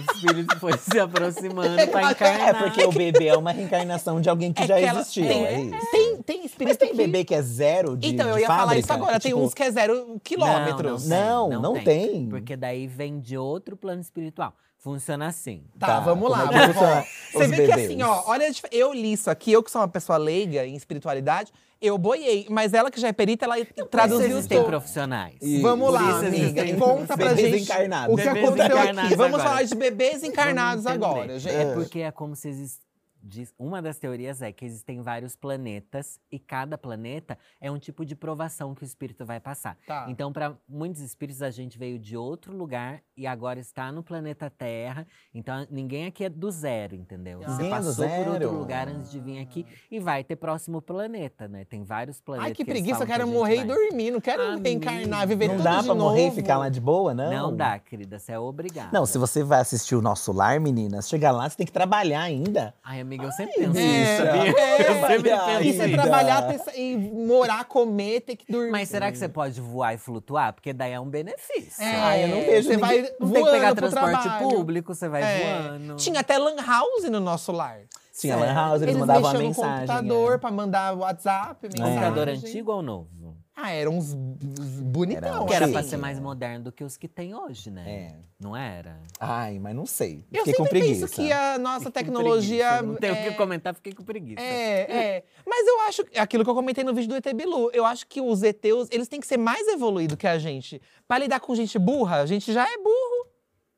S3: espírito foi se aproximando pra
S2: É
S3: encarnar.
S2: porque o bebê é uma reencarnação de alguém que
S1: É
S2: já
S1: que ela-
S2: existiu.
S1: tem-
S2: é isso.
S1: Tem, tem
S2: Mas
S1: espírito
S2: tem
S1: que-
S2: bebê que é zero de
S1: Então,
S2: de
S1: eu ia falar isso
S2: fábrica,
S1: agora.
S2: que,
S1: tem
S2: tipo,
S1: uns que é zero quilômetros.
S2: Não,
S3: Não,
S2: não,
S3: não tem.
S2: tem.
S3: Porque daí vem de outro plano espiritual. Funciona assim.
S1: Tá,
S2: Tá,
S1: vamos lá.
S2: como é que
S1: vamos lá.
S2: funciona
S1: Você
S2: os
S1: vê que
S2: bebês?
S1: assim, ó, olha, a dif- eu li isso aqui, eu que sou uma pessoa leiga em espiritualidade, eu boiei, mas ela que já é perita, ela traduziu
S3: Então, Vocês têm
S1: tudo.
S3: profissionais.
S2: E-
S1: Vamos
S3: Por
S1: lá,
S3: isso
S1: amiga.
S3: existem
S1: Conta pra
S2: bebês
S1: gente
S2: encarnados.
S1: o que
S3: Bebês
S1: aconteceu aqui.
S3: encarnados
S1: Vamos
S3: agora.
S1: falar de bebês encarnados
S3: Vamos entender.
S1: agora, gente.
S3: É porque é como se exist... diz- Uma das teorias é que existem vários planetas e cada planeta é um tipo de provação que o espírito vai passar.
S1: Tá.
S3: Então, para muitos espíritos, a gente veio de outro lugar e agora está no planeta Terra. Então, ninguém aqui é do zero, entendeu?
S1: Ninguém
S3: Você
S2: é do
S3: passou por outro
S2: zero.
S3: lugar antes de vir aqui e vai ter próximo planeta, né? Tem vários planetas.
S1: Ah. Ai, que
S3: eles
S1: preguiça, eu
S3: falam que a
S1: quero
S3: gente
S1: morrer
S3: vai.
S1: e dormir. Não quero
S3: Amiga.
S1: reencarnar, viver
S2: Não
S1: é tudo
S2: dá
S1: de
S2: pra morrer
S1: novo.
S2: e ficar lá de boa, não?
S3: Não dá, querida, você é obrigada.
S2: Não, se você vai assistir o nosso lar, meninas, chegar lá, você tem que trabalhar ainda.
S3: Ai, amiga, eu sempre penso
S1: é,
S3: nisso, sabia?
S1: é.
S3: Eu sempre penso
S1: E você
S2: Ainda.
S3: nisso.
S1: é trabalhar, ter sa- e morar, comer, ter que dormir.
S3: Mas será que você pode voar e flutuar? Porque daí é um benefício.
S1: É,
S2: Ah, eu não vejo
S1: Você
S2: ninguém-
S1: vai
S3: Não
S1: voando
S3: tem que pegar
S1: pro
S3: transporte
S1: trabalho.
S3: público, você vai
S1: É.
S3: voando.
S1: Tinha até lan house no nosso lar.
S2: Tinha Lan House, eles,
S1: Eles
S2: mandavam uma
S1: mexiam
S2: mensagem.
S1: no
S2: é.
S1: computador pra mandar WhatsApp,
S3: É.
S1: mensagem.
S3: Um computador antigo ou novo?
S1: Ah, era uns uns bonitão.
S2: Era
S3: Que era
S2: Sim.
S3: pra ser mais moderno do que os que tem hoje, né?
S2: É.
S3: Não era?
S2: Ai, mas não sei.
S3: um
S1: Eu
S2: Fiquei com
S1: sempre
S2: preguiça.
S1: penso que a nossa
S3: Fiquei com
S1: tecnologia.
S3: preguiça, Não tenho o
S1: é-
S3: que comentar, fiquei com preguiça.
S1: É, é. Mas eu acho, é aquilo que eu comentei no vídeo do ET Bilu, eu acho que os ETs, eles têm que ser mais evoluídos que a gente. Pra lidar com gente burra, a gente já é burro.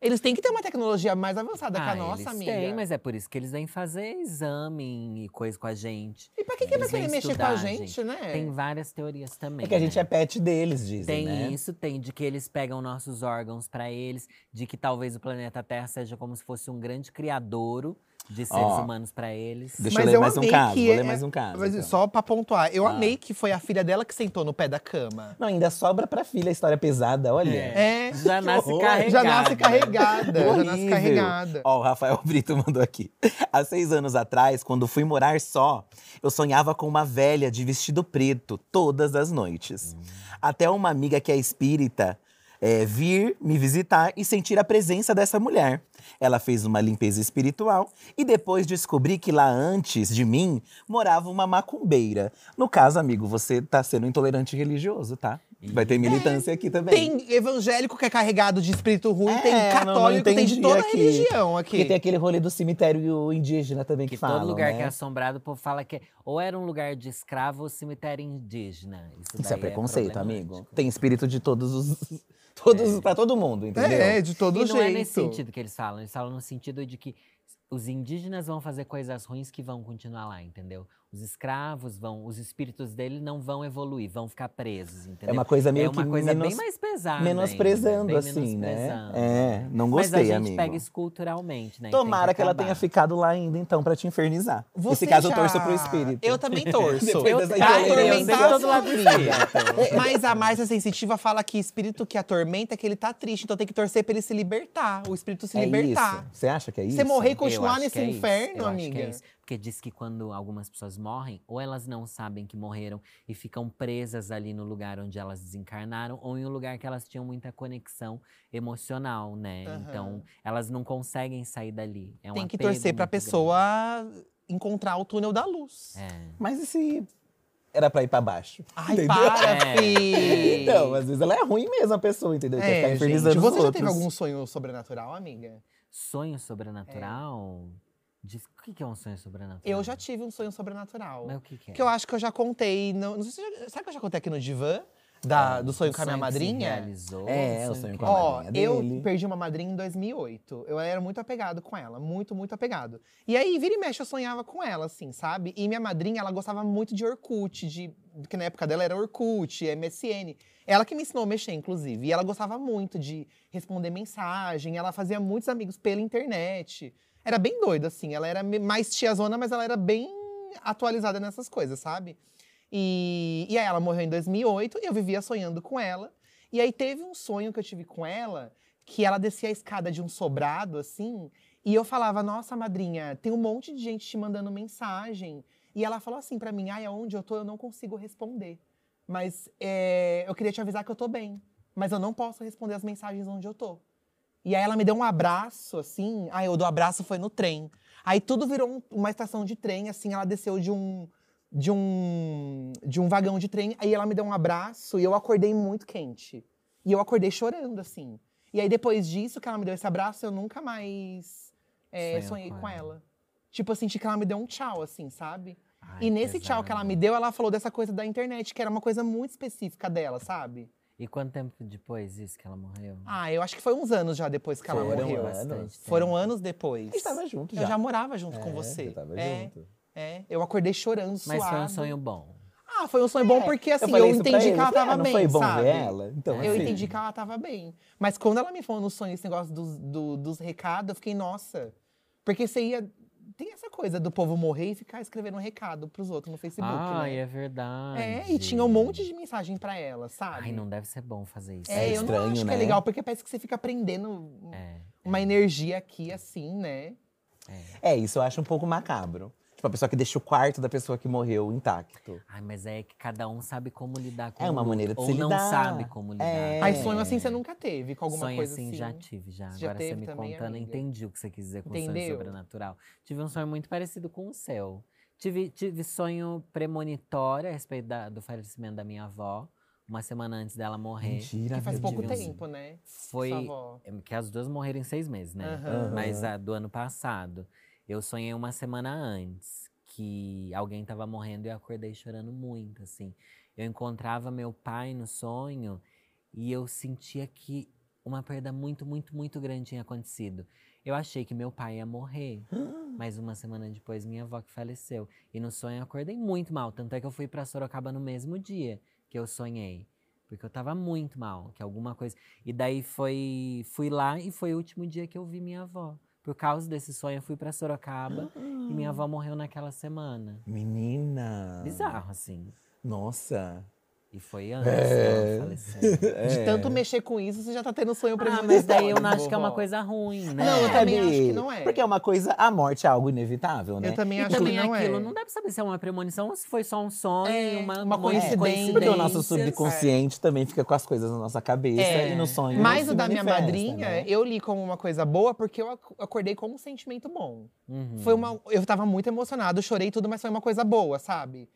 S1: Eles têm que ter uma tecnologia mais avançada que
S3: Ah,
S1: a nossa,
S3: eles
S1: amiga.
S3: têm, mas é por isso que eles vêm fazer exame e coisa com a gente.
S1: E pra que, que eles
S3: Eles vêm
S1: querem mexer com
S3: estudar,
S1: a gente, né?
S3: Tem várias teorias também.
S2: É que a gente
S3: né?
S2: é pet deles, dizem,
S3: Tem
S2: né?
S3: isso, tem de que eles pegam nossos órgãos pra eles, de que talvez o planeta Terra seja como se fosse um grande criadouro de seres
S2: Ó.
S3: humanos pra eles.
S2: Deixa
S1: Mas
S2: eu ler
S1: eu
S2: mais um
S1: amei
S2: caso.
S1: que
S2: Vou
S1: é-
S2: ler mais um caso.
S1: Mas
S2: então.
S1: só pra pontuar, eu
S2: Ah.
S1: amei que foi a filha dela que sentou no pé da cama.
S2: Não, ainda sobra pra filha a história pesada, olha.
S3: É.
S1: É.
S3: Já nasce
S2: horror.
S3: carregado. né?
S1: Já nasce carregada. já nasce
S2: né? Horrível.
S1: carregada.
S2: Ó, o Rafael Brito mandou aqui. Há seis anos atrás, quando fui morar só, eu sonhava com uma velha de vestido preto todas as noites. Até uma amiga que é espírita é, vir me visitar e sentir a presença dessa mulher. Ela fez uma limpeza espiritual e depois descobri que lá antes de mim morava uma macumbeira. No caso, amigo, você tá sendo intolerante religioso, tá? Vai ter militância aqui também.
S1: Tem evangélico que é carregado de espírito ruim,
S2: É,
S1: tem
S2: não- não
S1: católico, tem de
S2: entendi
S1: toda
S2: aqui.
S1: religião
S2: Porque
S1: aqui.
S2: tem aquele rolê do cemitério indígena também que,
S3: Que
S2: falam,
S3: todo lugar
S2: né?
S3: que é assombrado, o povo fala que é- ou era um lugar de escravo ou cemitério indígena. Isso,
S2: Isso é
S3: daí
S2: preconceito,
S3: problemático.
S2: amigo. Tem espírito de todos os. Todos, Pra todo mundo, entendeu?
S1: É, é, de todo
S3: E não
S1: jeito.
S3: é nesse sentido que eles falam. Eles falam no sentido de que os indígenas vão fazer coisas ruins que vão continuar lá, entendeu? Os escravos vão, os espíritos dele não vão evoluir, vão ficar presos, entendeu?
S2: É uma coisa meio
S3: é uma
S2: que
S3: coisa
S2: menos,
S3: bem mais pesada.
S2: menosprezando,
S3: ainda, bem
S2: assim,
S3: menosprezando.
S2: né? É, não gostei,
S3: Mas a gente
S2: amigo.
S3: pega isso culturalmente, né? E tem
S2: Tomara que, ela tenha
S3: acabar.
S2: ficado lá ainda, então, pra te infernizar. Nesse caso, eu torço pro espírito.
S1: Eu também torço.
S2: Depois
S1: eu
S2: dessa
S1: pra
S2: intolerância.
S1: atormentar
S2: Eu
S1: a
S2: tô do
S1: sua
S2: lado do
S1: vida. Mas a Márcia Sensitiva fala que espírito que atormenta é que ele tá triste. Então tem que torcer pra ele se libertar. O espírito se
S2: é
S1: libertar.
S2: isso. Você acha que é isso?
S1: Você morrer e
S3: Eu
S1: continuar
S3: acho
S1: nesse
S3: que é isso,
S1: inferno,
S3: eu acho que é
S1: amiga.
S3: isso. Porque diz que quando algumas pessoas morrem, ou elas não sabem que morreram e ficam presas ali no lugar onde elas desencarnaram, ou em um lugar que elas tinham muita conexão emocional, né?
S1: Aham.
S3: Então, elas não conseguem sair dali. É um
S1: tem que
S3: apego
S1: torcer pra
S3: muito grande.
S1: pessoa encontrar o túnel da luz.
S3: É.
S2: Mas e se era pra ir pra baixo?
S1: Ai,
S2: Entendeu?
S1: para,
S3: É.
S1: fi!
S2: Então, às vezes ela é ruim mesmo, a pessoa, entendeu? Quer ficar
S1: É,
S2: infernizando
S1: gente,
S2: os
S1: você já teve
S2: outros.
S1: algum sonho sobrenatural, amiga?
S3: Sonho sobrenatural? Diz, o que que é um sonho sobrenatural?
S1: Eu já tive um sonho sobrenatural.
S3: Mas o que, que é?
S1: Que eu acho que eu já contei. Não, não sei se eu já, sabe que eu já contei aqui no divã? Da, Ah, do sonho
S3: Um
S1: com a minha
S3: sonho que se
S1: madrinha?
S3: realizou,
S2: É,
S3: um
S2: o sonho
S3: que-
S2: com a madrinha.
S1: Ó, eu
S2: dele.
S1: perdi uma madrinha em 2008. Eu era muito apegado com ela, muito, muito apegado. E aí, vira e mexe, eu sonhava com ela, assim, sabe? E minha madrinha, ela gostava muito de Orkut, de, que na época dela era Orkut, MSN. Ela que me ensinou a mexer, inclusive. E ela gostava muito de responder mensagem, ela fazia muitos amigos pela internet. Era bem doida, assim. Ela era me- mais tiazona, mas ela era bem atualizada nessas coisas, sabe? E, e aí ela morreu em 2008, eu vivia sonhando com ela. E aí teve um sonho que eu tive com ela, que ela descia a escada de um sobrado, assim, e eu falava, nossa, madrinha, tem um monte de gente te mandando mensagem. E ela falou assim pra mim, ai, aonde eu tô, eu não consigo responder. Mas é, eu queria te avisar que eu tô bem. Mas eu não posso responder as mensagens onde eu tô. E aí ela me deu um abraço, assim. Aí eu do abraço foi no trem. Aí tudo virou um- uma estação de trem, assim. Ela desceu de um, de um, de um vagão de trem. Aí ela me deu um abraço e eu acordei muito quente. E eu acordei chorando, assim. E aí depois disso que ela me deu esse abraço, eu nunca mais é,
S3: Sonhou
S1: sonhei
S3: com
S1: com
S3: ela.
S1: ela. Tipo, eu senti que ela me deu um tchau, assim, sabe?
S3: Ai,
S1: E nesse tchau que ela
S3: pesado.
S1: me deu, ela falou dessa coisa da internet, que era uma coisa muito específica dela, sabe?
S3: E quanto tempo depois isso que ela morreu?
S1: Ah, eu acho que foi uns anos já depois que ela
S2: Foram
S1: morreu.
S2: anos.
S1: Foram anos depois.
S2: A gente tava junto já.
S1: Eu já morava junto
S2: É,
S1: com você.
S2: já tava
S1: é,
S2: junto.
S1: é. eu acordei chorando,
S3: Mas
S1: suado.
S3: foi um sonho bom.
S1: Ah, foi um
S2: É
S1: sonho bom porque assim, eu,
S2: falei isso pra
S1: entendi
S2: ele,
S1: que ela
S2: falei, ah,
S1: tava
S2: não
S1: bem,
S2: foi bom
S1: sabe?
S2: ver ela? Então,
S1: Eu
S2: assim,
S1: entendi que ela tava bem. Mas quando ela me falou no sonho esse negócio dos, do- dos recados, eu fiquei, nossa. Porque você ia. Tem essa coisa do povo morrer e ficar escrevendo um recado pros outros no Facebook,
S3: Ai,
S1: né?
S3: é verdade.
S1: É, e tinha um monte de mensagem pra ela, sabe?
S3: Ai, não deve ser bom fazer isso.
S1: É,
S2: É
S1: eu não
S2: estranho,
S1: acho que é
S2: né?
S1: legal, porque parece que você fica prendendo
S3: É,
S1: uma energia aqui, assim, né?
S3: é.
S2: É, isso eu acho um pouco macabro. Tipo, a pessoa que deixa o quarto da pessoa que morreu intacto.
S3: Ai, mas é que cada um sabe como lidar com
S2: É
S3: o
S2: uma
S3: luto,
S2: maneira de
S3: Ou
S2: se
S3: não
S2: lidar.
S3: sabe como lidar.
S2: É.
S1: Aí sonho assim você nunca teve, com alguma
S3: sonho
S1: coisa
S3: assim,
S1: assim.
S3: já tive, já.
S1: Você já
S3: Agora você
S1: teve
S3: me
S1: também,
S3: contando,
S1: amiga?
S3: entendi o que você quis dizer com
S1: Entendeu?
S3: sonho sobrenatural. Tive um sonho muito parecido com o seu. Tive, tive sonho premonitório a respeito da- do falecimento da minha avó, uma semana antes dela morrer.
S2: Mentira,
S1: É, que faz
S2: eu
S1: pouco
S2: tive um-
S1: tempo, né?
S3: assim. Foi.
S1: Sua avó.
S3: É Que as duas morreram em seis meses, né?
S1: Aham.
S3: Mas a do ano passado. Eu sonhei uma semana antes que alguém tava morrendo e eu acordei chorando muito, assim. Eu encontrava meu pai no sonho e eu sentia que uma perda muito, muito, muito grande tinha acontecido. Eu achei que meu pai ia morrer, mas uma semana depois minha avó que faleceu. E no sonho eu acordei muito mal, tanto é que eu fui pra Sorocaba no mesmo dia que eu sonhei. Porque eu tava muito mal, que alguma coisa. E daí foi, fui lá e foi o último dia que eu vi minha avó. Por causa desse sonho, eu fui pra Sorocaba e minha avó morreu naquela semana.
S2: Menina.
S3: Bizarro, assim.
S2: Nossa.
S3: E foi antes né,
S1: É.
S3: dela falecer.
S2: É.
S1: De tanto mexer com isso, você já tá tendo sonho
S3: Ah,
S1: premonitório.
S3: mas daí eu não acho que é uma
S1: vovó.
S3: coisa ruim, né?
S1: Não, eu
S2: É,
S1: também
S2: Bi,
S1: acho que não é.
S2: Porque é uma coisa, a morte é algo inevitável, né?
S1: Eu também
S3: E
S1: acho
S3: também
S1: que não
S3: aquilo,
S1: é.
S3: não dá pra saber se é uma premonição ou se foi só um sonho,
S1: É,
S3: uma,
S1: uma
S3: monte de
S1: coincidência.
S2: Porque o nosso
S3: coincidências.
S2: subconsciente também fica com as coisas na nossa cabeça
S1: É.
S2: e no sonho.
S1: Mas
S2: se
S1: o da minha
S2: manifesta,
S1: madrinha, é.
S2: né?
S1: eu li como uma coisa boa, porque eu ac- acordei com um sentimento bom.
S3: Uhum.
S1: Foi uma, eu tava muito emocionado, chorei tudo, mas foi uma coisa boa, sabe?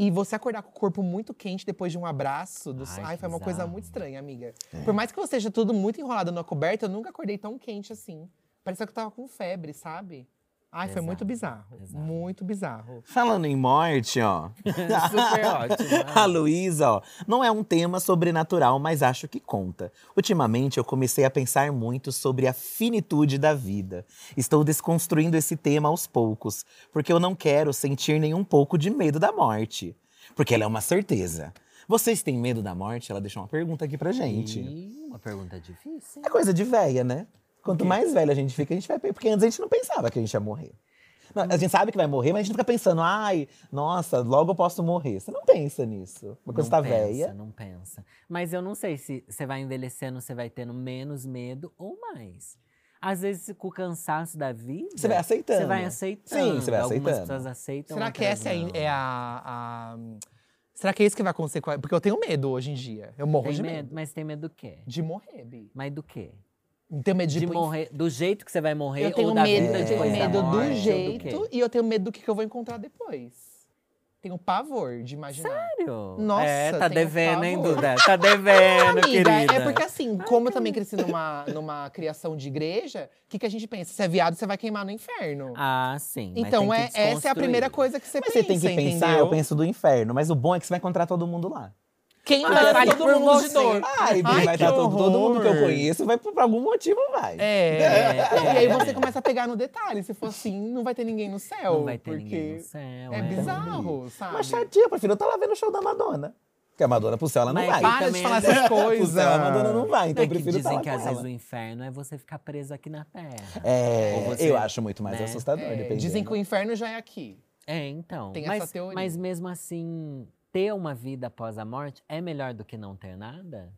S1: E você acordar com o corpo muito quente depois de um abraço, do, ai,
S3: Ai, que
S1: foi uma coisa
S3: bizarro. É.
S1: muito estranha, amiga. Por mais que eu esteja tudo muito enrolado na coberta, eu nunca acordei tão quente assim. Parecia que eu tava com febre, sabe? Ai, foi muito
S3: Pesado,
S1: bizarro,
S3: pesado.
S1: muito bizarro.
S2: Falando em morte, ó.
S3: Super ótimo.
S2: A Luísa, ó, não é um tema sobrenatural, mas acho que conta. Ultimamente eu comecei a pensar muito sobre a finitude da vida. Estou desconstruindo esse tema aos poucos, porque eu não quero sentir nenhum pouco de medo da morte. Porque ela é uma certeza. Vocês têm medo da morte? Ela deixou uma pergunta aqui pra gente.
S3: E uma pergunta difícil.
S2: É coisa de velha, né? Quanto mais velha a gente fica, a gente vai. pe- Porque antes a gente não pensava que a gente ia morrer. Não, a gente sabe que vai morrer, mas a gente não fica pensando, ai, nossa, logo eu posso morrer. Você não pensa nisso. Porque quando você tá
S3: pensa,
S2: velha.
S3: Não pensa. Mas eu não sei se você vai envelhecendo, você vai tendo menos medo ou mais. Às vezes, com o cansaço da vida.
S2: Você vai aceitando.
S3: É. Você vai aceitando.
S2: Sim, você vai
S3: Algumas
S2: aceitando.
S3: pessoas aceitam.
S1: Será que
S3: outras
S1: essa é,
S3: não.
S1: a- é a, a- Será que é isso que vai acontecer com a... Porque eu tenho medo hoje em dia. Eu morro
S3: Tem
S1: de
S3: medo,
S1: medo.
S3: Mas tem medo do quê?
S1: De morrer, Bi.
S3: Mas do quê?
S1: Tenho medo
S3: De,
S1: de, ir pro inferno.
S3: morrer. Do jeito que você vai morrer
S1: Eu tenho
S3: ou da
S1: medo,
S3: vida
S1: eu
S3: de
S1: tenho
S3: coisa
S1: medo do
S3: morte,
S1: jeito
S3: ou do quê?
S1: e eu tenho medo do que, que eu vou encontrar depois. Tenho pavor de imaginar.
S3: Sério?
S1: Nossa,
S3: É, tá
S1: tenho
S3: devendo, hein,
S1: pavor.
S3: Duda? Tá devendo,
S1: Amiga,
S3: querida.
S1: é porque assim, como eu também cresci numa, numa criação de igreja, o que, que a gente pensa? Se é viado, você vai queimar no inferno.
S3: Ah, sim. mas
S1: então,
S3: tem que
S1: é, essa é a primeira
S3: desconstruir.
S1: coisa que você
S2: Mas
S1: pensa.
S2: você tem que pensar,
S1: entendeu?
S2: eu penso do inferno. Mas o bom é que você vai encontrar todo mundo lá.
S1: Quem
S3: Ah,
S1: mata
S3: fale
S1: todo
S3: por
S1: mundo de
S3: você.
S1: dor.
S2: Ai,
S1: um Ai,
S2: vai
S1: que
S2: estar todo, todo mundo que eu
S1: horror.
S2: conheço, vai por, por algum motivo, vai.
S1: É.
S3: É,
S1: E aí
S3: é.
S1: você começa a pegar no detalhe. Se for assim, não vai ter ninguém no céu.
S3: Não vai ter
S1: porque
S3: ninguém no céu.
S1: É
S3: né?
S1: bizarro, sabe?
S2: Mas chatinha, eu prefiro eu estar lá vendo o show da Madonna. Porque a Madonna pro céu ela não
S3: Mas
S2: vai.
S3: para
S1: Para de
S3: também
S1: falar
S3: é-
S1: essas
S2: Pro
S1: coisas.
S2: céu a Madonna não vai, então
S3: é
S2: eu
S3: que
S2: prefiro estar
S3: dizem
S2: lá
S3: que
S2: com
S3: às vezes
S2: ela.
S3: o inferno é você ficar preso aqui na Terra.
S2: É,
S3: Ou você,
S2: eu acho muito mais
S3: né?
S2: assustador,
S1: É,
S2: dependendo.
S1: dizem que o inferno já é aqui.
S3: É, então.
S1: Tem essa
S3: mas,
S1: teoria.
S3: mas mesmo assim, ter uma vida após a morte é melhor do que não ter nada?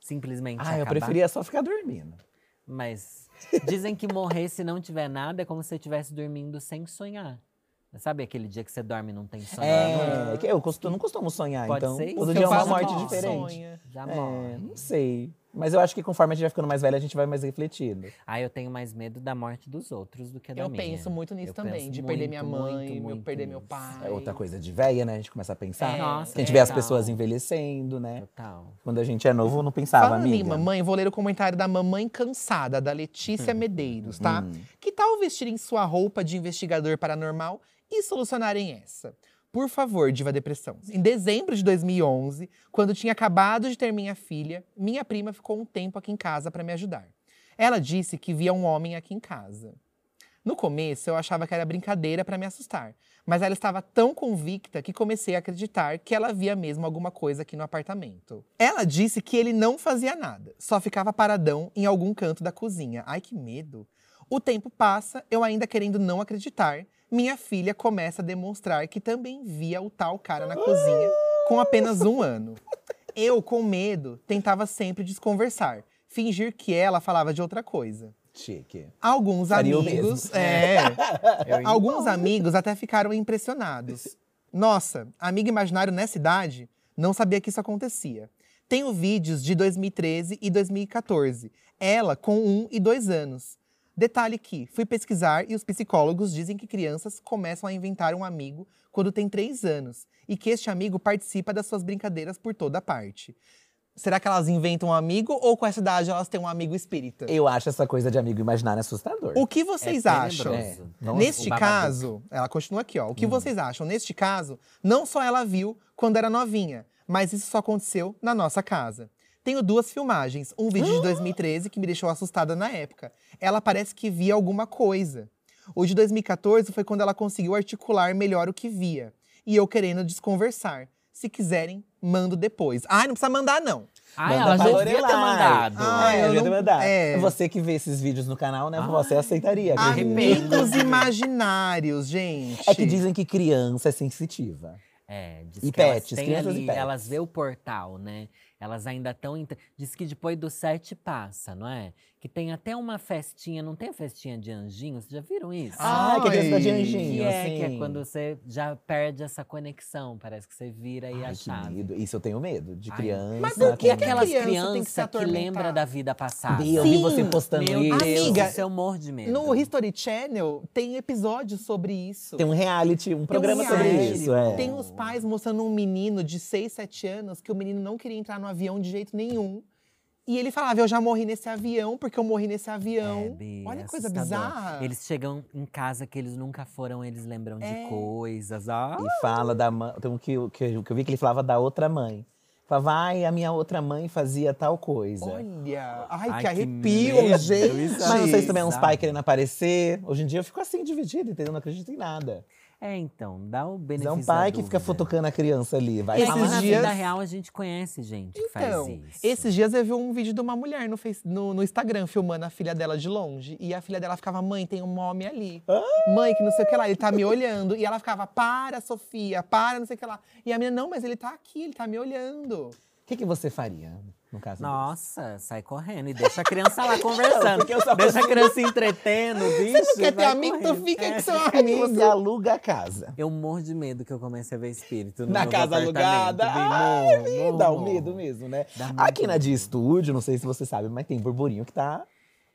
S3: Simplesmente
S2: Ah, eu
S3: acabar?
S2: preferia só ficar dormindo.
S3: Mas dizem que morrer se não tiver nada é como se você estivesse dormindo sem sonhar. Sabe aquele dia que você dorme e não tem sono?
S2: É, que eu costumo, não costumo sonhar,
S3: Pode
S2: então.
S3: ser isso.
S2: Todo
S3: Eu
S2: dia é uma
S3: faço
S2: morte
S3: mal.
S2: diferente.
S1: Sonha.
S3: Já
S2: É,
S3: morre.
S2: não sei. Mas eu acho que conforme a gente vai ficando mais velha, a gente vai mais refletindo. É
S3: Aí eu tenho mais medo da morte dos outros do que da
S1: Eu
S3: minha.
S1: penso muito nisso
S3: Eu
S1: também,
S3: penso
S1: de perder
S3: muito,
S1: minha
S3: muito,
S1: mãe, meu-
S3: muito
S1: perder meu
S3: nisso.
S1: pai.
S2: É outra coisa de véia, né? A gente começa a pensar.
S1: É,
S3: Nossa,
S2: a gente vê as
S3: total,
S2: pessoas envelhecendo, né?
S3: Total.
S2: Quando a gente é novo, não pensava,
S1: Falando em
S2: amiga.
S1: mamãe, vou ler o comentário da mamãe cansada, da Letícia
S2: Hum.
S1: Medeiros, tá? Que tal vestirem sua roupa de investigador paranormal e solucionarem essa? Por favor, Diva Depressão. Em dezembro de 2011, quando tinha acabado de ter minha filha, minha prima ficou um tempo aqui em casa para me ajudar. Ela disse que via um homem aqui em casa. No começo, eu achava que era brincadeira para me assustar, mas ela estava tão convicta que comecei a acreditar que ela via mesmo alguma coisa aqui no apartamento. Ela disse que ele não fazia nada, só ficava paradão em algum canto da cozinha. Ai, que medo! O tempo passa, eu ainda querendo não acreditar, minha filha começa a demonstrar que também via o tal cara na cozinha com apenas um ano. Eu, com medo, tentava sempre desconversar, fingir que ela falava de outra coisa.
S2: Chique.
S1: Alguns
S2: Faria o
S1: amigos.
S2: mesmo.
S1: É.
S2: Então,
S1: Alguns amigos até ficaram impressionados. Nossa, amigo imaginário nessa idade não sabia que isso acontecia. Tenho vídeos de 2013 e 2014. Ela com um e dois anos. Detalhe que fui pesquisar e os psicólogos dizem que crianças começam a inventar um amigo quando tem três anos e que este amigo participa das suas brincadeiras por toda parte. Será que elas inventam um amigo ou com essa idade elas têm um amigo espírita?
S2: Eu acho essa coisa de amigo imaginário assustador. É.
S1: O que vocês acham?
S3: tenebroso.
S2: Vamos-
S1: Neste
S2: o babado. Hum.
S1: caso, ela continua aqui, ó. O que vocês acham? Neste caso, não só ela viu quando era novinha, mas isso só aconteceu na nossa casa. Tenho duas filmagens. Um vídeo
S2: Ah!
S1: de 2013 que me deixou assustada na época. Ela parece que via alguma coisa. O de 2014 foi quando ela conseguiu articular melhor o que via. E eu querendo desconversar. Se quiserem, mando depois. Ai, não precisa mandar, não.
S3: Ah,
S2: Manda
S3: ela já
S2: pra
S3: devia ter
S2: Lorelai.
S3: mandado.
S1: Ah,
S2: é,
S1: eu
S2: eu ia
S1: não-
S2: mandar.
S1: é.
S2: Você que vê esses vídeos no canal, né?
S3: Ah.
S2: Você aceitaria. acredito.
S1: Amigos imaginários, gente.
S2: É que dizem que criança é sensitiva.
S3: É, diz
S2: E
S3: que elas
S2: pets,
S3: têm
S2: crianças e
S3: ali,
S2: pets.
S3: elas vê o portal, né? Elas ainda estão. Diz que depois do sete passa, não é? Que tem até uma festinha, não tem a festinha de anjinho? Vocês já viram isso?
S2: Ah, que criança de
S1: Ai.
S2: anjinho,
S3: que é, que é
S2: assim.
S3: quando você já perde essa conexão, parece que você vira aí
S2: Ai,
S3: a
S2: que
S3: chave.
S2: medo. Isso eu tenho medo, de
S3: é Ai.
S2: criança.
S1: Mas por que
S2: com-
S1: que a criança
S3: aquelas
S1: tem que
S3: crianças
S1: se
S3: que,
S1: atormentar?
S3: lembra da vida passada.
S2: Bia, eu vi
S1: Sim.
S2: você postando
S3: assim? Meu
S2: isso.
S3: Deus,
S1: Amiga,
S3: isso eu morro de medo.
S1: No History Channel tem episódios sobre isso.
S2: Tem um reality, um programa sobre
S1: reality.
S2: isso. É.
S1: Tem os pais mostrando um menino de 6, 7 anos que o menino não queria entrar no avião de jeito nenhum. E ele falava: Eu já morri nesse avião, porque eu morri nesse
S3: É,
S1: avião.
S3: Bia,
S1: Olha
S3: é
S1: que coisa
S3: assustador.
S1: bizarra.
S3: Eles chegam em casa que eles nunca foram, eles lembram
S1: É.
S3: de coisas. Ah,
S2: E fala da mãe. Tem um que, que, que eu vi que ele falava da outra mãe. Falava, ai, a minha outra mãe fazia tal coisa.
S1: Olha! Ai,
S3: Ai,
S1: que
S3: que
S1: arrepio,
S3: medo,
S1: gente!
S3: isso
S2: Mas não sei se também é uns
S3: Sabe?
S2: pais querendo aparecer. Hoje em dia eu fico assim, dividido, entendeu? Não acredito em nada.
S3: É, então, dá o
S2: Mas
S3: benefício.
S2: é um pai
S3: da
S2: que fica
S3: dúvida.
S2: futucando a criança ali. Vai
S1: Esses
S3: Ah,
S2: falar.
S3: mas na
S1: dias-
S3: vida real a gente conhece gente que faz
S1: Então,
S3: isso.
S1: esses dias eu vi um vídeo de uma mulher no, Face- no- no Instagram filmando a filha dela de longe. E a filha dela ficava, mãe, tem um homem ali.
S3: Ah!
S1: Mãe, que não sei o que lá, ele tá me olhando. E ela ficava, para, Sofia, para, não sei o que lá. E a menina, não, mas ele tá aqui, ele tá me olhando.
S2: O que, que você faria no caso
S3: Nossa, sai correndo e deixa a criança lá conversando.
S2: porque eu só
S3: deixa a criança entretendo, bicho.
S1: Você quer ter
S3: vai
S1: amigo, tu
S3: correndo.
S1: fica
S3: É.
S1: com seu
S2: desse? É que
S1: amigo.
S2: você aluga a casa.
S3: Eu morro de medo que eu comece a ver espírito no
S2: Na
S3: meu
S2: casa
S3: apartamento,
S2: alugada.
S3: Bi,
S2: Ai,
S3: morro,
S2: me
S3: morro,
S2: dá um
S3: morro.
S2: medo mesmo, né?
S3: Dá muito
S2: Aqui na
S3: medo.
S2: de estúdio, não sei se você sabe, mas tem burburinho que tá.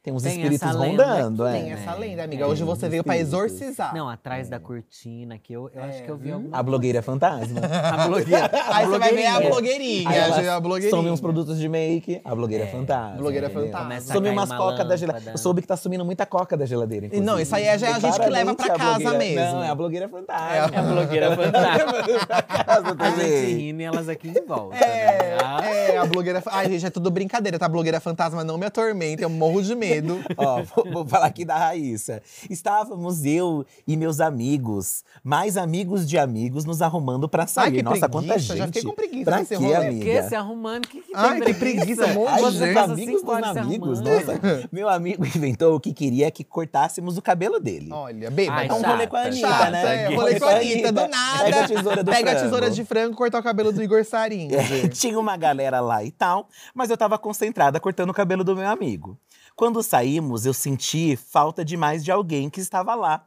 S2: Tem uns
S3: Tem
S2: espíritos
S3: essa lenda
S2: rondando,
S3: que
S2: é.
S1: Tem essa lenda, amiga.
S3: é,
S1: Hoje
S2: é,
S1: você
S2: dos
S1: veio pra
S2: espíritos.
S1: exorcizar.
S3: Não, atrás
S2: É.
S3: da cortina, que eu, eu acho que eu vi alguma
S2: A blogueira é fantasma.
S3: A blogueira.
S1: Aí você vai ver a
S3: blogueirinha.
S1: blogueirinha.
S2: Aí ela
S1: gente, a blogueirinha.
S2: Some uns produtos de make, a blogueira
S3: É,
S2: fantasma.
S1: blogueira
S2: entendeu?
S1: fantasma.
S3: Começa a
S2: Some
S3: cair
S2: umas
S3: uma
S2: coca da geladeira.
S3: lâmpada.
S2: Eu soube que tá sumindo muita coca da geladeira,
S1: E
S2: inclusive.
S1: não, isso aí é já é a gente que leva pra
S2: Claramente, a
S1: casa
S2: blogueira-
S1: mesmo.
S2: Não, é a blogueira fantasma.
S1: É a
S3: blogueira fantástica.
S2: pra casa, tá,
S3: A gente
S2: gente?
S3: rindo e elas aqui de volta.
S1: É,
S3: né? Ah,
S1: é, a blogueira. Ai, gente, é tudo brincadeira, tá? A blogueira fantasma não me atormenta, eu morro de medo.
S2: Ó, vou, vou falar aqui da Raíssa. Estávamos eu e meus amigos, mais amigos de amigos, nos arrumando pra sair.
S1: que
S2: Nossa, quanta
S1: preguiça,
S2: gente.
S1: já fiquei com preguiça
S2: pra
S1: desse
S2: quê,
S1: rolê.
S3: O
S2: amiga?
S3: que se arrumando? Que que tem
S1: Ai, que preguiça, um monte de
S2: Ai,
S1: Você
S2: gente,
S1: passa
S3: assim
S2: amigos dos amigos,
S3: nossa.
S2: nossa. Meu amigo inventou que queria que cortássemos o cabelo dele.
S1: Olha, então bêbada.
S3: Ai,
S2: É um rolê com a
S3: chata,
S2: Anitta,
S3: chata,
S2: né?
S1: é,
S2: Um
S1: rolê com a Anitta, do nada.
S2: Pega a tesoura do
S1: Pega a
S2: frango.
S1: tesoura de frango, cortar o cabelo do Igor Sarinho.
S2: É, tinha uma galera lá e tal, mas eu tava concentrada cortando o cabelo do meu amigo. Quando saímos, eu senti falta demais de alguém que estava lá.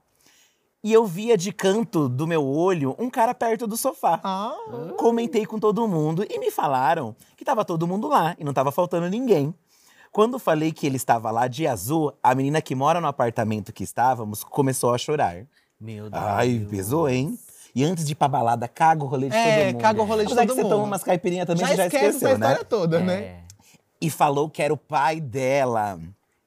S2: E eu via de canto do meu olho um cara perto do sofá.
S1: Ah.
S2: Comentei com todo mundo e me falaram que tava todo mundo lá e não tava faltando ninguém. Quando falei que ele estava lá de azul, a menina que mora no apartamento que estávamos começou a chorar.
S3: Meu Deus.
S2: Ai, pesou, hein? E antes de ir pra balada, caga o rolê de todo
S1: É,
S2: mundo.
S1: caga o rolê de
S2: Apesar
S1: todo
S2: que você
S1: mundo.
S2: toma umas caipirinhas também,
S1: já,
S2: você já
S1: esquece
S2: esqueceu,
S1: essa história
S2: né?
S1: toda, né?
S3: É.
S2: E falou que era o pai dela.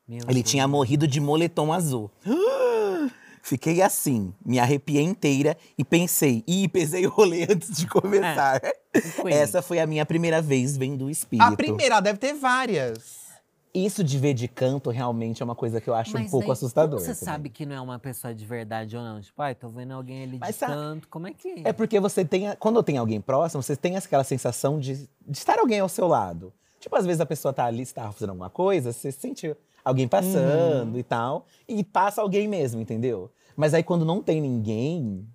S3: Meu
S2: Ele
S3: Deus.
S2: tinha morrido de moletom azul. Fiquei assim, me arrepiei inteira e pensei, ih, pesei o rolê antes de começar.
S3: Queen.
S2: Essa foi a minha primeira vez vendo o espírito.
S1: É, A primeira, ela deve ter várias.
S2: Isso de ver de canto realmente é uma coisa que eu acho um
S3: Mas
S2: pouco
S3: daí,
S2: assustador.
S3: como Você
S2: também.
S3: sabe que não é uma pessoa de verdade ou não? Tipo, ai, tô vendo alguém ali
S2: Mas
S3: de
S2: sabe-
S3: canto. Como é que
S2: É porque você tem. a- Quando tem alguém próximo, você tem aquela sensação de, de estar alguém ao seu lado. Tipo, às vezes a pessoa tá ali, está fazendo alguma coisa, você sente alguém passando
S3: Uhum.
S2: e tal. E passa alguém mesmo, entendeu? Mas aí quando não tem ninguém,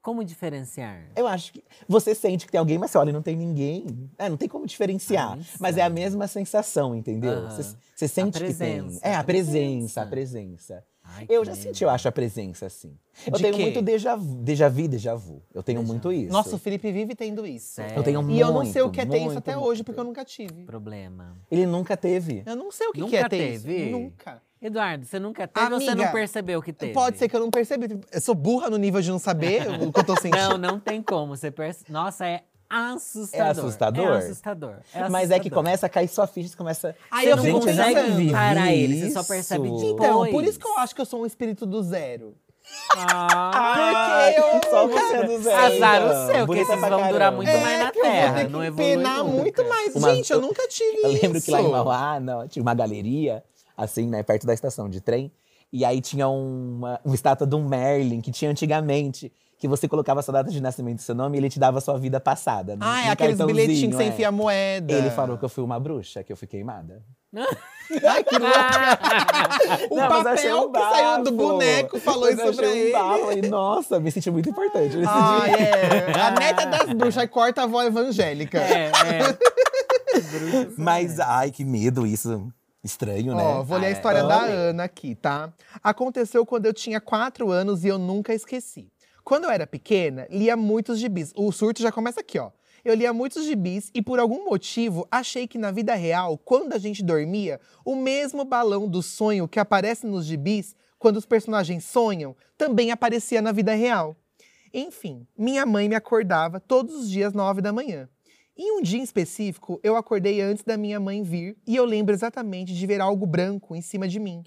S3: Como diferenciar?
S2: eu acho que. Você sente que tem alguém, mas você olha e não tem ninguém. É, não tem como diferenciar.
S3: Ah, não
S2: mas
S3: sei.
S2: é a mesma sensação, entendeu?
S3: Aham.
S2: Você você sente que tem.
S3: presença,
S2: É, a
S3: a
S2: presença, a presença. Eu já senti, eu acho, a presença, assim. Eu
S1: De
S2: tenho
S1: quê?
S2: muito déjà vu, déjà vu, déjà vu. Eu tenho
S3: Déjà
S2: muito
S3: vu.
S2: isso.
S1: Nossa, o Felipe vive tendo isso.
S3: Sério?
S2: eu tenho muito,
S1: E eu não sei o que é ter isso
S2: muito,
S1: até
S2: muito.
S1: hoje, porque eu nunca tive.
S3: Problema.
S2: Ele nunca teve.
S1: Eu não sei o que, que
S3: Nunca
S1: é ter
S3: teve?
S1: isso. Nunca.
S3: Eduardo, você nunca teve ou você
S1: Amiga,
S3: não percebeu que teve?
S1: Pode ser que eu não percebi. Eu sou burra no nível de não saber o que eu tô sentindo.
S3: Não, não tem como. Você perce... Nossa, é assustador.
S2: É assustador?
S3: É assustador. É
S2: Mas é que
S3: assustador.
S2: começa a cair sua ficha, você começa.
S1: Aí
S3: Você
S1: eu
S3: não
S1: fico
S3: consegue
S1: pensando.
S2: viver
S3: parar ele, você só percebe
S2: isso.
S3: de
S1: Então, por
S3: Pois.
S1: isso que eu acho que eu sou um espírito do zero.
S3: Ah,
S2: Ah,
S1: porque eu-
S2: Só você é do zero.
S3: azar
S2: então.
S3: o seu, que
S2: Bonita
S3: esses
S2: pra
S3: vão durar
S2: caramba.
S3: muito
S1: É,
S3: mais na
S1: que eu vou ter
S3: Terra.
S1: que
S3: não evolui
S1: penar
S3: nunca.
S1: muito mais.
S2: Uma-
S1: Gente, eu nunca tive
S2: Eu lembro que lá em
S1: isso.
S2: Mauá, não, tinha uma galeria, assim, né, perto da estação de trem. E aí tinha uma, uma estátua de um Merlin que tinha antigamente. Que você colocava a sua data de nascimento e seu nome e ele te dava a sua vida passada. num-
S1: Ah, é
S2: num
S1: aqueles
S2: um cartãozinho,
S1: bilhetinhos que você
S2: é.
S1: enfia moeda.
S2: Ele falou que eu fui uma bruxa, que eu fui queimada.
S1: Ai, que
S3: Ah,
S1: O
S2: Não, mas eu achei
S1: papel
S2: um
S1: que saiu do
S2: bafo.
S1: boneco falou
S2: Mas eu
S1: isso pra
S2: achei um
S1: ele.
S2: bafo. Eu falei, nossa, me senti muito importante nesse
S1: Ah,
S2: dia.
S1: é. A neta das bruxas aí corta a avó evangélica.
S3: É, é.
S2: Mas, ai, que medo isso. Estranho, né?
S1: Ó, vou ler a
S3: Ah, é.
S1: história da
S2: Olha.
S1: Ana aqui, tá? Aconteceu quando eu tinha 4 anos e eu nunca esqueci. Quando eu era pequena, lia muitos gibis. O surto já começa aqui, ó. Eu lia muitos gibis e, por algum motivo, achei que na vida real, quando a gente dormia, o mesmo balão do sonho que aparece nos gibis, quando os personagens sonham, também aparecia na vida real. Enfim, minha mãe me acordava todos os dias 9 da manhã. Em um dia em específico, eu acordei antes da minha mãe vir e eu lembro exatamente de ver algo branco em cima de mim.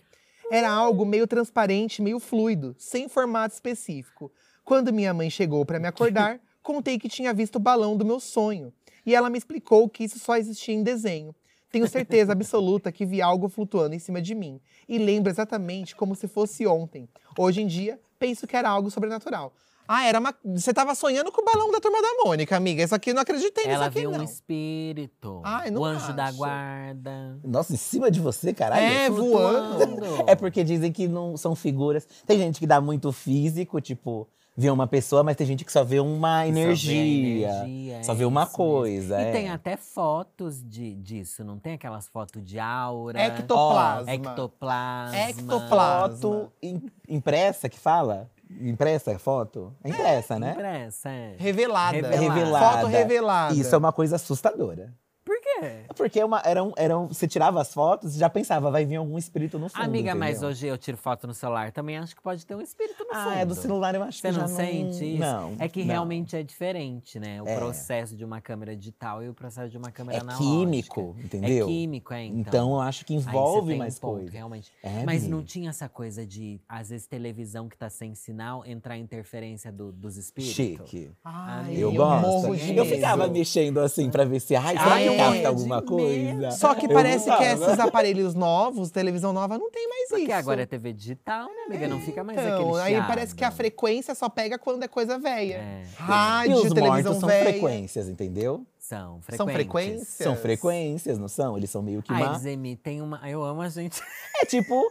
S1: Era algo meio transparente, meio fluido, sem formato específico. Quando minha mãe chegou para me acordar, contei que tinha visto o balão do meu sonho e ela me explicou que isso só existia em desenho. Tenho certeza absoluta que vi algo flutuando em cima de mim e lembro exatamente como se fosse ontem. Hoje em dia, penso que era algo sobrenatural. Ah, era uma. Você tava sonhando com o balão da turma da Mônica, amiga. Isso aqui eu não acreditei nisso
S3: Ela
S1: aqui,
S3: viu
S1: não.
S3: um espírito.
S1: Ai, não
S3: o anjo da
S1: acho.
S3: guarda.
S2: Nossa, em cima de você, caralho.
S1: É, voando.
S2: É porque dizem que não são figuras. Tem gente que dá muito físico, tipo, vê uma pessoa, mas tem gente que só vê uma energia.
S3: Só vê, a energia,
S2: Só
S3: é
S2: vê uma
S3: isso mesmo.
S2: coisa.
S3: E
S2: é.
S3: tem até fotos de, disso, não tem aquelas fotos de aura?
S1: Ectoplasma.
S3: Ectoplasma.
S1: Ectoplasma.
S2: foto im- impressa que fala? Impressa fogo? É impressa, né?
S3: Impressa, é.
S1: Revelada.
S2: É
S3: Revelada.
S2: Revelada.
S1: Foto revelada.
S2: Isso é uma coisa assustadora.
S3: Por quê?
S2: Porque é uma, era um- era um- você tirava as fotos e já pensava, vai vir algum espírito no fundo.
S3: Amiga, mas
S2: entendeu?
S3: hoje eu tiro foto no celular, também acho que pode ter um espírito no fundo.
S2: Ah, é do celular, eu acho
S3: Você
S2: que já
S3: não sente isso?
S2: Não.
S3: É que
S2: não.
S3: realmente é diferente, né? O
S2: É.
S3: processo de uma câmera digital e o processo de uma câmera
S2: É
S3: analógica.
S2: químico, entendeu?
S3: É químico, é, então.
S2: Então, eu acho que
S3: Aí você
S2: envolve
S3: tem um
S2: mais
S3: ponto,
S2: coisa.
S3: Realmente.
S2: É,
S3: Mas não
S2: menino.
S3: tinha essa coisa de, às vezes, televisão que tá sem sinal, entrar interferência do- dos espíritos?
S2: Chique.
S1: Ai,
S2: Eu,
S1: eu,
S2: gosto.
S1: morro de
S2: eu
S1: medo.
S2: ficava mexendo assim pra ver se, ai, será
S1: Ai, eu
S2: que capta
S1: morria
S2: alguma
S3: de
S2: coisa?
S3: medo.
S1: Só que
S2: Eu
S1: parece que
S2: gostava.
S1: esses aparelhos novos, televisão nova, não tem mais
S3: Porque
S1: isso.
S3: agora é TV digital, né, amiga? Não fica mais
S1: então,
S3: aquele
S1: aí
S3: chiado. né?
S1: parece que a frequência só pega quando é coisa velha.
S3: É.
S2: E os
S1: Rádio, televisão
S2: mortos são
S1: velha.
S2: frequências, entendeu?
S3: São frequentes.
S1: São frequências?
S2: São frequências, não são? Eles são meio que
S3: Ai,
S2: uma.
S3: eles emitem uma… Eu amo a gente.
S2: É tipo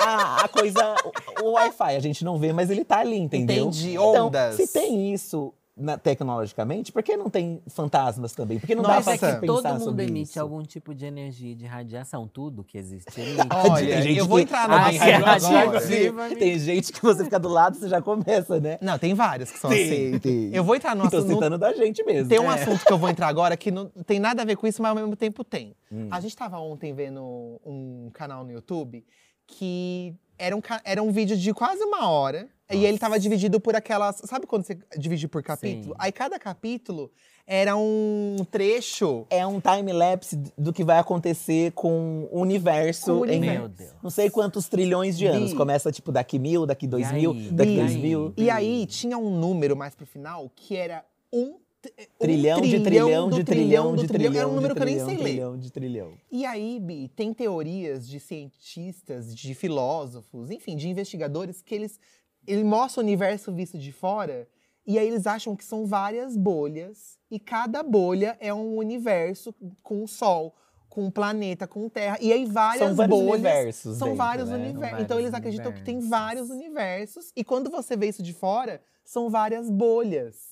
S2: a, a coisa. o, o Wi-Fi, a gente não vê, mas ele tá ali, entendeu?
S1: Entendi,
S2: Então,
S1: ondas.
S2: se tem isso na- tecnologicamente, por que não tem fantasmas também? Por que não
S1: Nossa.
S2: dá
S1: Mas
S2: pra
S1: é
S3: que
S1: que
S2: pensar
S3: todo mundo
S2: sobre
S3: emite
S2: isso?
S3: algum tipo de energia de radiação, tudo que existe ali.
S2: Tem
S1: Olha,
S2: gente
S1: eu vou
S2: que-
S1: entrar
S3: Ah,
S1: na
S3: é
S1: agora.
S3: radioativa, amiga.
S2: Tem gente que você fica do lado, você já começa, né?
S1: Não, tem várias que são assim.
S2: Sim, Então, sim.
S1: Eu vou entrar no
S2: E tô
S1: assunto.
S2: citando da gente mesmo.
S1: Tem um
S2: É.
S1: assunto que eu vou entrar agora que não tem nada a ver com isso, mas ao mesmo tempo tem.
S2: Hum.
S1: A gente tava ontem vendo um canal no YouTube que era um, ca- era um vídeo de quase uma hora. E ele tava dividido por aquelas. Sabe quando você divide por capítulo?
S3: Sim.
S1: Aí cada capítulo era um trecho.
S2: É um time-lapse do que vai acontecer com o universo,
S1: Com o
S2: em
S1: universo.
S3: Meu Deus.
S2: não sei quantos trilhões de anos.
S1: Bi.
S2: Começa, tipo, daqui mil, daqui dois
S3: E
S2: mil,
S3: aí?
S2: daqui
S1: Bi.
S2: dois mil.
S1: E aí tinha um número mais pro final que era um. t- um
S2: Trilhão, de trilhão,
S1: do
S2: de trilhão,
S1: do
S2: de trilhão.
S1: Era um
S2: de
S1: número que eu nem
S2: trilhão,
S1: sei ler.
S2: Trilhão, de trilhão.
S1: E aí, Bi, tem teorias de cientistas, de filósofos, enfim, de investigadores que eles, ele mostra o universo visto de fora e aí eles acham que são várias bolhas e cada bolha é um universo com o sol, com o planeta, com terra e aí várias
S2: São vários
S1: bolhas
S2: universos.
S1: são
S2: dentro,
S1: vários
S2: né?
S1: universos.
S3: vários
S1: então eles acreditam que tem
S3: universos.
S1: vários universos e quando você vê isso de fora, são várias bolhas.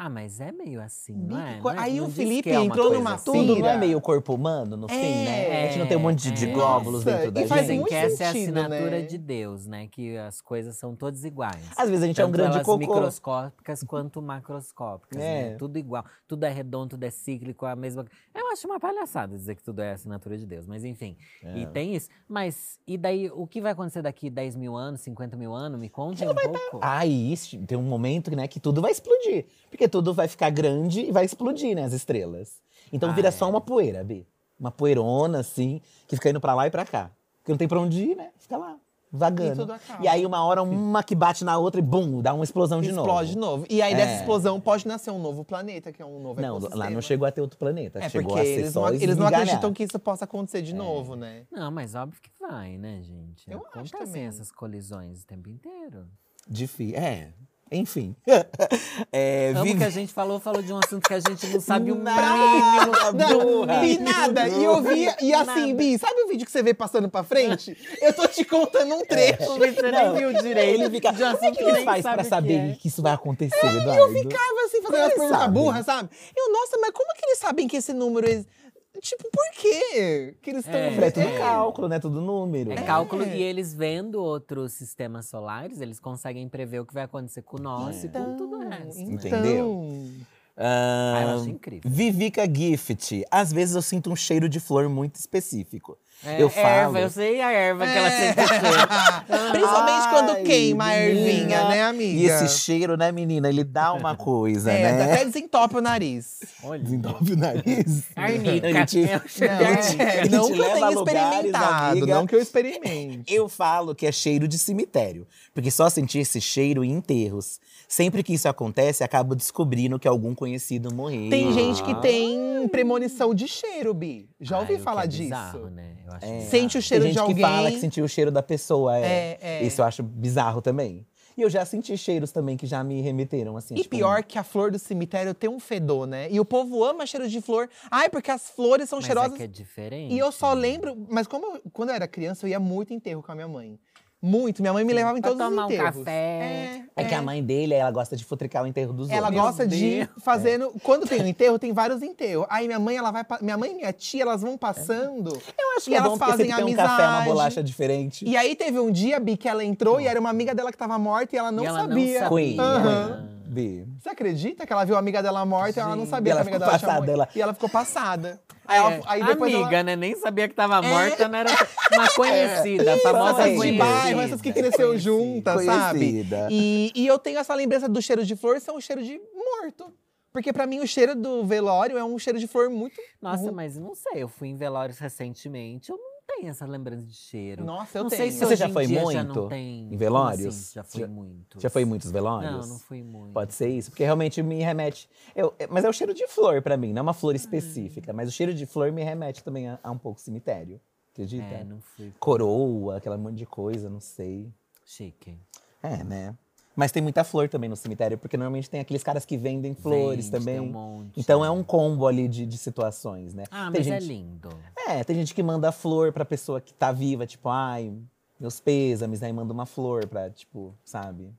S3: Ah, mas é meio assim,
S1: Bi,
S3: não
S1: que
S3: é?
S1: co-
S3: Não é-
S1: aí
S3: não
S1: o
S3: diz
S1: Felipe
S3: que é uma
S1: entrou
S3: coisa
S1: numa né?
S3: assim.
S2: Tudo não
S1: Pira.
S2: é meio corpo humano, no fim, né? A gente não tem um monte de
S3: É.
S2: glóbulos
S1: Nossa,
S2: dentro da
S1: e faz um
S2: gente.
S3: Dizem
S1: muito
S3: que essa é a
S1: sentido,
S3: assinatura
S1: né?
S3: de Deus, né? Que as coisas são todas iguais.
S2: Às vezes a gente é um
S3: Tanto
S2: grande
S3: elas
S2: cocô.
S3: microscópicas quanto macroscópicas,
S2: É.
S3: né? Tudo igual. Tudo é redondo, tudo é cíclico, a mesma. Eu acho uma palhaçada dizer que tudo é assinatura de Deus, mas enfim.
S2: É.
S3: E tem isso. Mas e daí, o que vai acontecer daqui 10 mil anos, 50 mil anos? Me conte um pouco.
S2: Ah, e isso, tem um momento né, que tudo vai explodir. Porque tudo vai ficar grande e vai explodir, né? As estrelas. Então
S3: Ah,
S2: vira
S3: é.
S2: só uma poeira, Bi. Uma poeirona, assim, que fica indo pra lá e pra cá. Porque não tem pra onde ir, né? Fica
S1: E
S2: lá,
S1: tudo
S2: vagando.
S1: acaba.
S2: E, aí, uma hora, uma que bate na outra e bum, dá uma explosão de novo.
S1: Explode de novo. E aí, dessa
S2: É.
S1: explosão, pode nascer um novo planeta, que é um novo
S2: Não,
S1: ecossistema.
S2: lá não chegou a ter outro planeta.
S1: É
S2: chegou
S1: porque
S2: a ser
S1: eles,
S2: só
S1: não, eles não
S2: esmigalhar.
S1: acreditam que isso possa acontecer de novo, né?
S3: Não, mas óbvio que vai, né, gente?
S1: Eu acho
S3: Acontecem
S1: também.
S3: essas colisões o tempo inteiro.
S2: Difí- É, enfim. é,
S3: Amo
S2: vive-
S3: que a gente falou, falou de um assunto que a gente não sabe um o
S2: Nada,
S3: mínimo.
S1: Não,
S2: burra.
S1: vi nada. E eu vi, e assim,
S3: Nada.
S1: Bi, sabe o vídeo que você vê passando pra frente? Eu tô te contando um trecho.
S3: O Victor nem
S2: Não,
S3: viu direito.
S2: Ele fica.
S3: de
S2: Como é
S3: assunto
S2: que ele
S3: nem
S2: faz pra
S3: sabe o que
S2: saber
S3: é?"
S2: que, isso vai acontecer, Eduardo?
S1: ficava assim, fazendo umas
S2: Eles
S1: perguntas
S2: sabem.
S1: burras, sabe? Eu, nossa, mas como que eles sabem que esse número. ex- Tipo, por quê? Que eles estão.
S3: É.
S2: É tudo cálculo, né? Tudo número.
S3: É cálculo e eles vendo outros sistemas solares, eles conseguem prever o que vai acontecer com o nosso e
S1: Então,
S3: com tudo o resto. né?
S2: então. Ah,
S3: Ah, eu acho incrível.
S2: Vivica Gift. Às vezes eu sinto um cheiro de flor muito específico.
S3: É,
S2: eu falo. É.
S3: Erva, eu sei a erva é que ela sempre cheira.
S1: Então, é. Principalmente quando
S2: Ai,
S1: queima a ervinha,
S2: menina.
S1: né, amiga?
S2: E esse cheiro, né, menina? Ele dá uma coisa,
S1: é,
S2: né?
S1: até desentope o nariz.
S3: Olha.
S2: Desenvolve o nariz.
S3: Arnica.
S2: Ele te-
S3: É o cheiro
S1: Não,
S3: da
S2: Ele te-
S3: arnica.
S1: é,
S2: ele
S1: não
S2: te
S1: que eu
S2: leva
S1: tenha
S2: a lugares,
S1: experimentado,
S2: amiga.
S1: não que eu experimente.
S2: Eu falo que é cheiro de cemitério, porque só senti esse cheiro em enterros. Sempre que isso acontece, acabo descobrindo que algum conhecido morreu.
S1: Tem gente que tem premonição de cheiro, Bi. Já ouvi
S3: Ai, o que
S1: falar
S3: é
S1: disso.
S3: bizarro, né? Eu acho
S2: É.
S3: bizarro.
S1: Sente o
S2: Tem
S1: cheiro
S2: gente
S1: de alguém.
S2: que fala que sentiu o cheiro da pessoa. É.
S1: É, é.
S2: Isso eu acho bizarro também. E eu já senti cheiros também que já me remeteram, assim.
S1: E
S2: tipo,
S1: pior que a flor do cemitério tem um fedor, né? E o povo ama cheiro de flor. Ai, porque as flores são
S3: Mas é
S1: cheirosas.
S3: que é diferente. né?
S1: E eu só lembro, mas como eu- quando eu era criança, eu ia muito em enterro com a minha mãe. Muito, minha mãe me levava em
S3: Pra
S1: todos
S3: tomar
S1: os
S3: um
S1: enterros.
S3: café.
S2: É que a mãe dele, ela gosta de futricar o enterro dos
S1: Ela
S2: outros.
S1: gosta de fazer. no- Quando tem um enterro, tem vários enterros. Aí minha mãe, ela vai. pa- Minha mãe e minha tia, elas vão passando.
S2: Eu acho
S1: E
S2: que é
S1: elas
S2: bom porque
S1: fazem
S2: sempre tem um café, uma
S1: amizade.
S2: bolacha diferente.
S1: E aí teve um dia, Bi, que ela entrou e era uma amiga dela que tava morta e ela não
S3: E ela não
S1: sabia.
S3: sabia.
S2: Queen,
S3: Aham.
S2: Queen, Bi.
S1: Você acredita que ela viu a amiga dela morta e ela não
S3: Gente.
S1: sabia que
S2: E ela
S1: a amiga
S2: ficou
S1: dela tinha
S2: passada,
S1: morrido?
S2: ela-
S1: E ela ficou passada. Aí, ela, aí depois
S3: Amiga,
S1: ela...
S3: né? Nem sabia que tava morta, não era uma conhecida, a famosa
S1: Nossa, de
S3: conhecida.
S1: bairro, É. essas que cresceu
S3: Conhecida.
S1: juntas, sabe?
S2: Conhecida.
S1: E, e eu tenho essa lembrança do cheiro de flor ser um cheiro de morto. Porque pra mim o cheiro do velório é um cheiro de flor muito.
S3: Nossa, mas não sei, eu fui em velórios recentemente, eu não tenho essa lembrança de cheiro.
S1: Nossa, eu
S3: não
S1: tenho.
S3: sei se
S2: Você
S3: hoje
S2: já
S3: em
S2: foi
S3: dia já
S2: muito
S3: não tem.
S2: em
S3: Como
S2: velórios?
S3: assim, já fui
S2: Já-
S3: muito.
S2: Já foi em muitos velórios?
S3: Não, não fui muito.
S2: Pode ser isso, porque realmente me remete. eu- é- mas é o cheiro de flor pra mim, não é uma
S3: Hum.
S2: flor específica, mas o cheiro de flor me remete também a, a um pouco cemitério. Acredita?
S3: É, não fui.
S2: Coroa, aquela monte de coisa, não sei.
S3: Chique.
S2: É, né? Mas tem muita flor também no cemitério, porque normalmente tem aqueles caras que vendem flores
S3: Gente,
S2: também.
S3: tem um monte.
S2: Então é um combo ali de, de situações, né?
S3: Ah,
S2: tem
S3: mas é
S2: gente-
S3: lindo.
S2: É, tem gente que manda flor pra pessoa né? que tá viva, tipo, ai, meus pêsames, aí manda uma flor pra, tipo, sabe?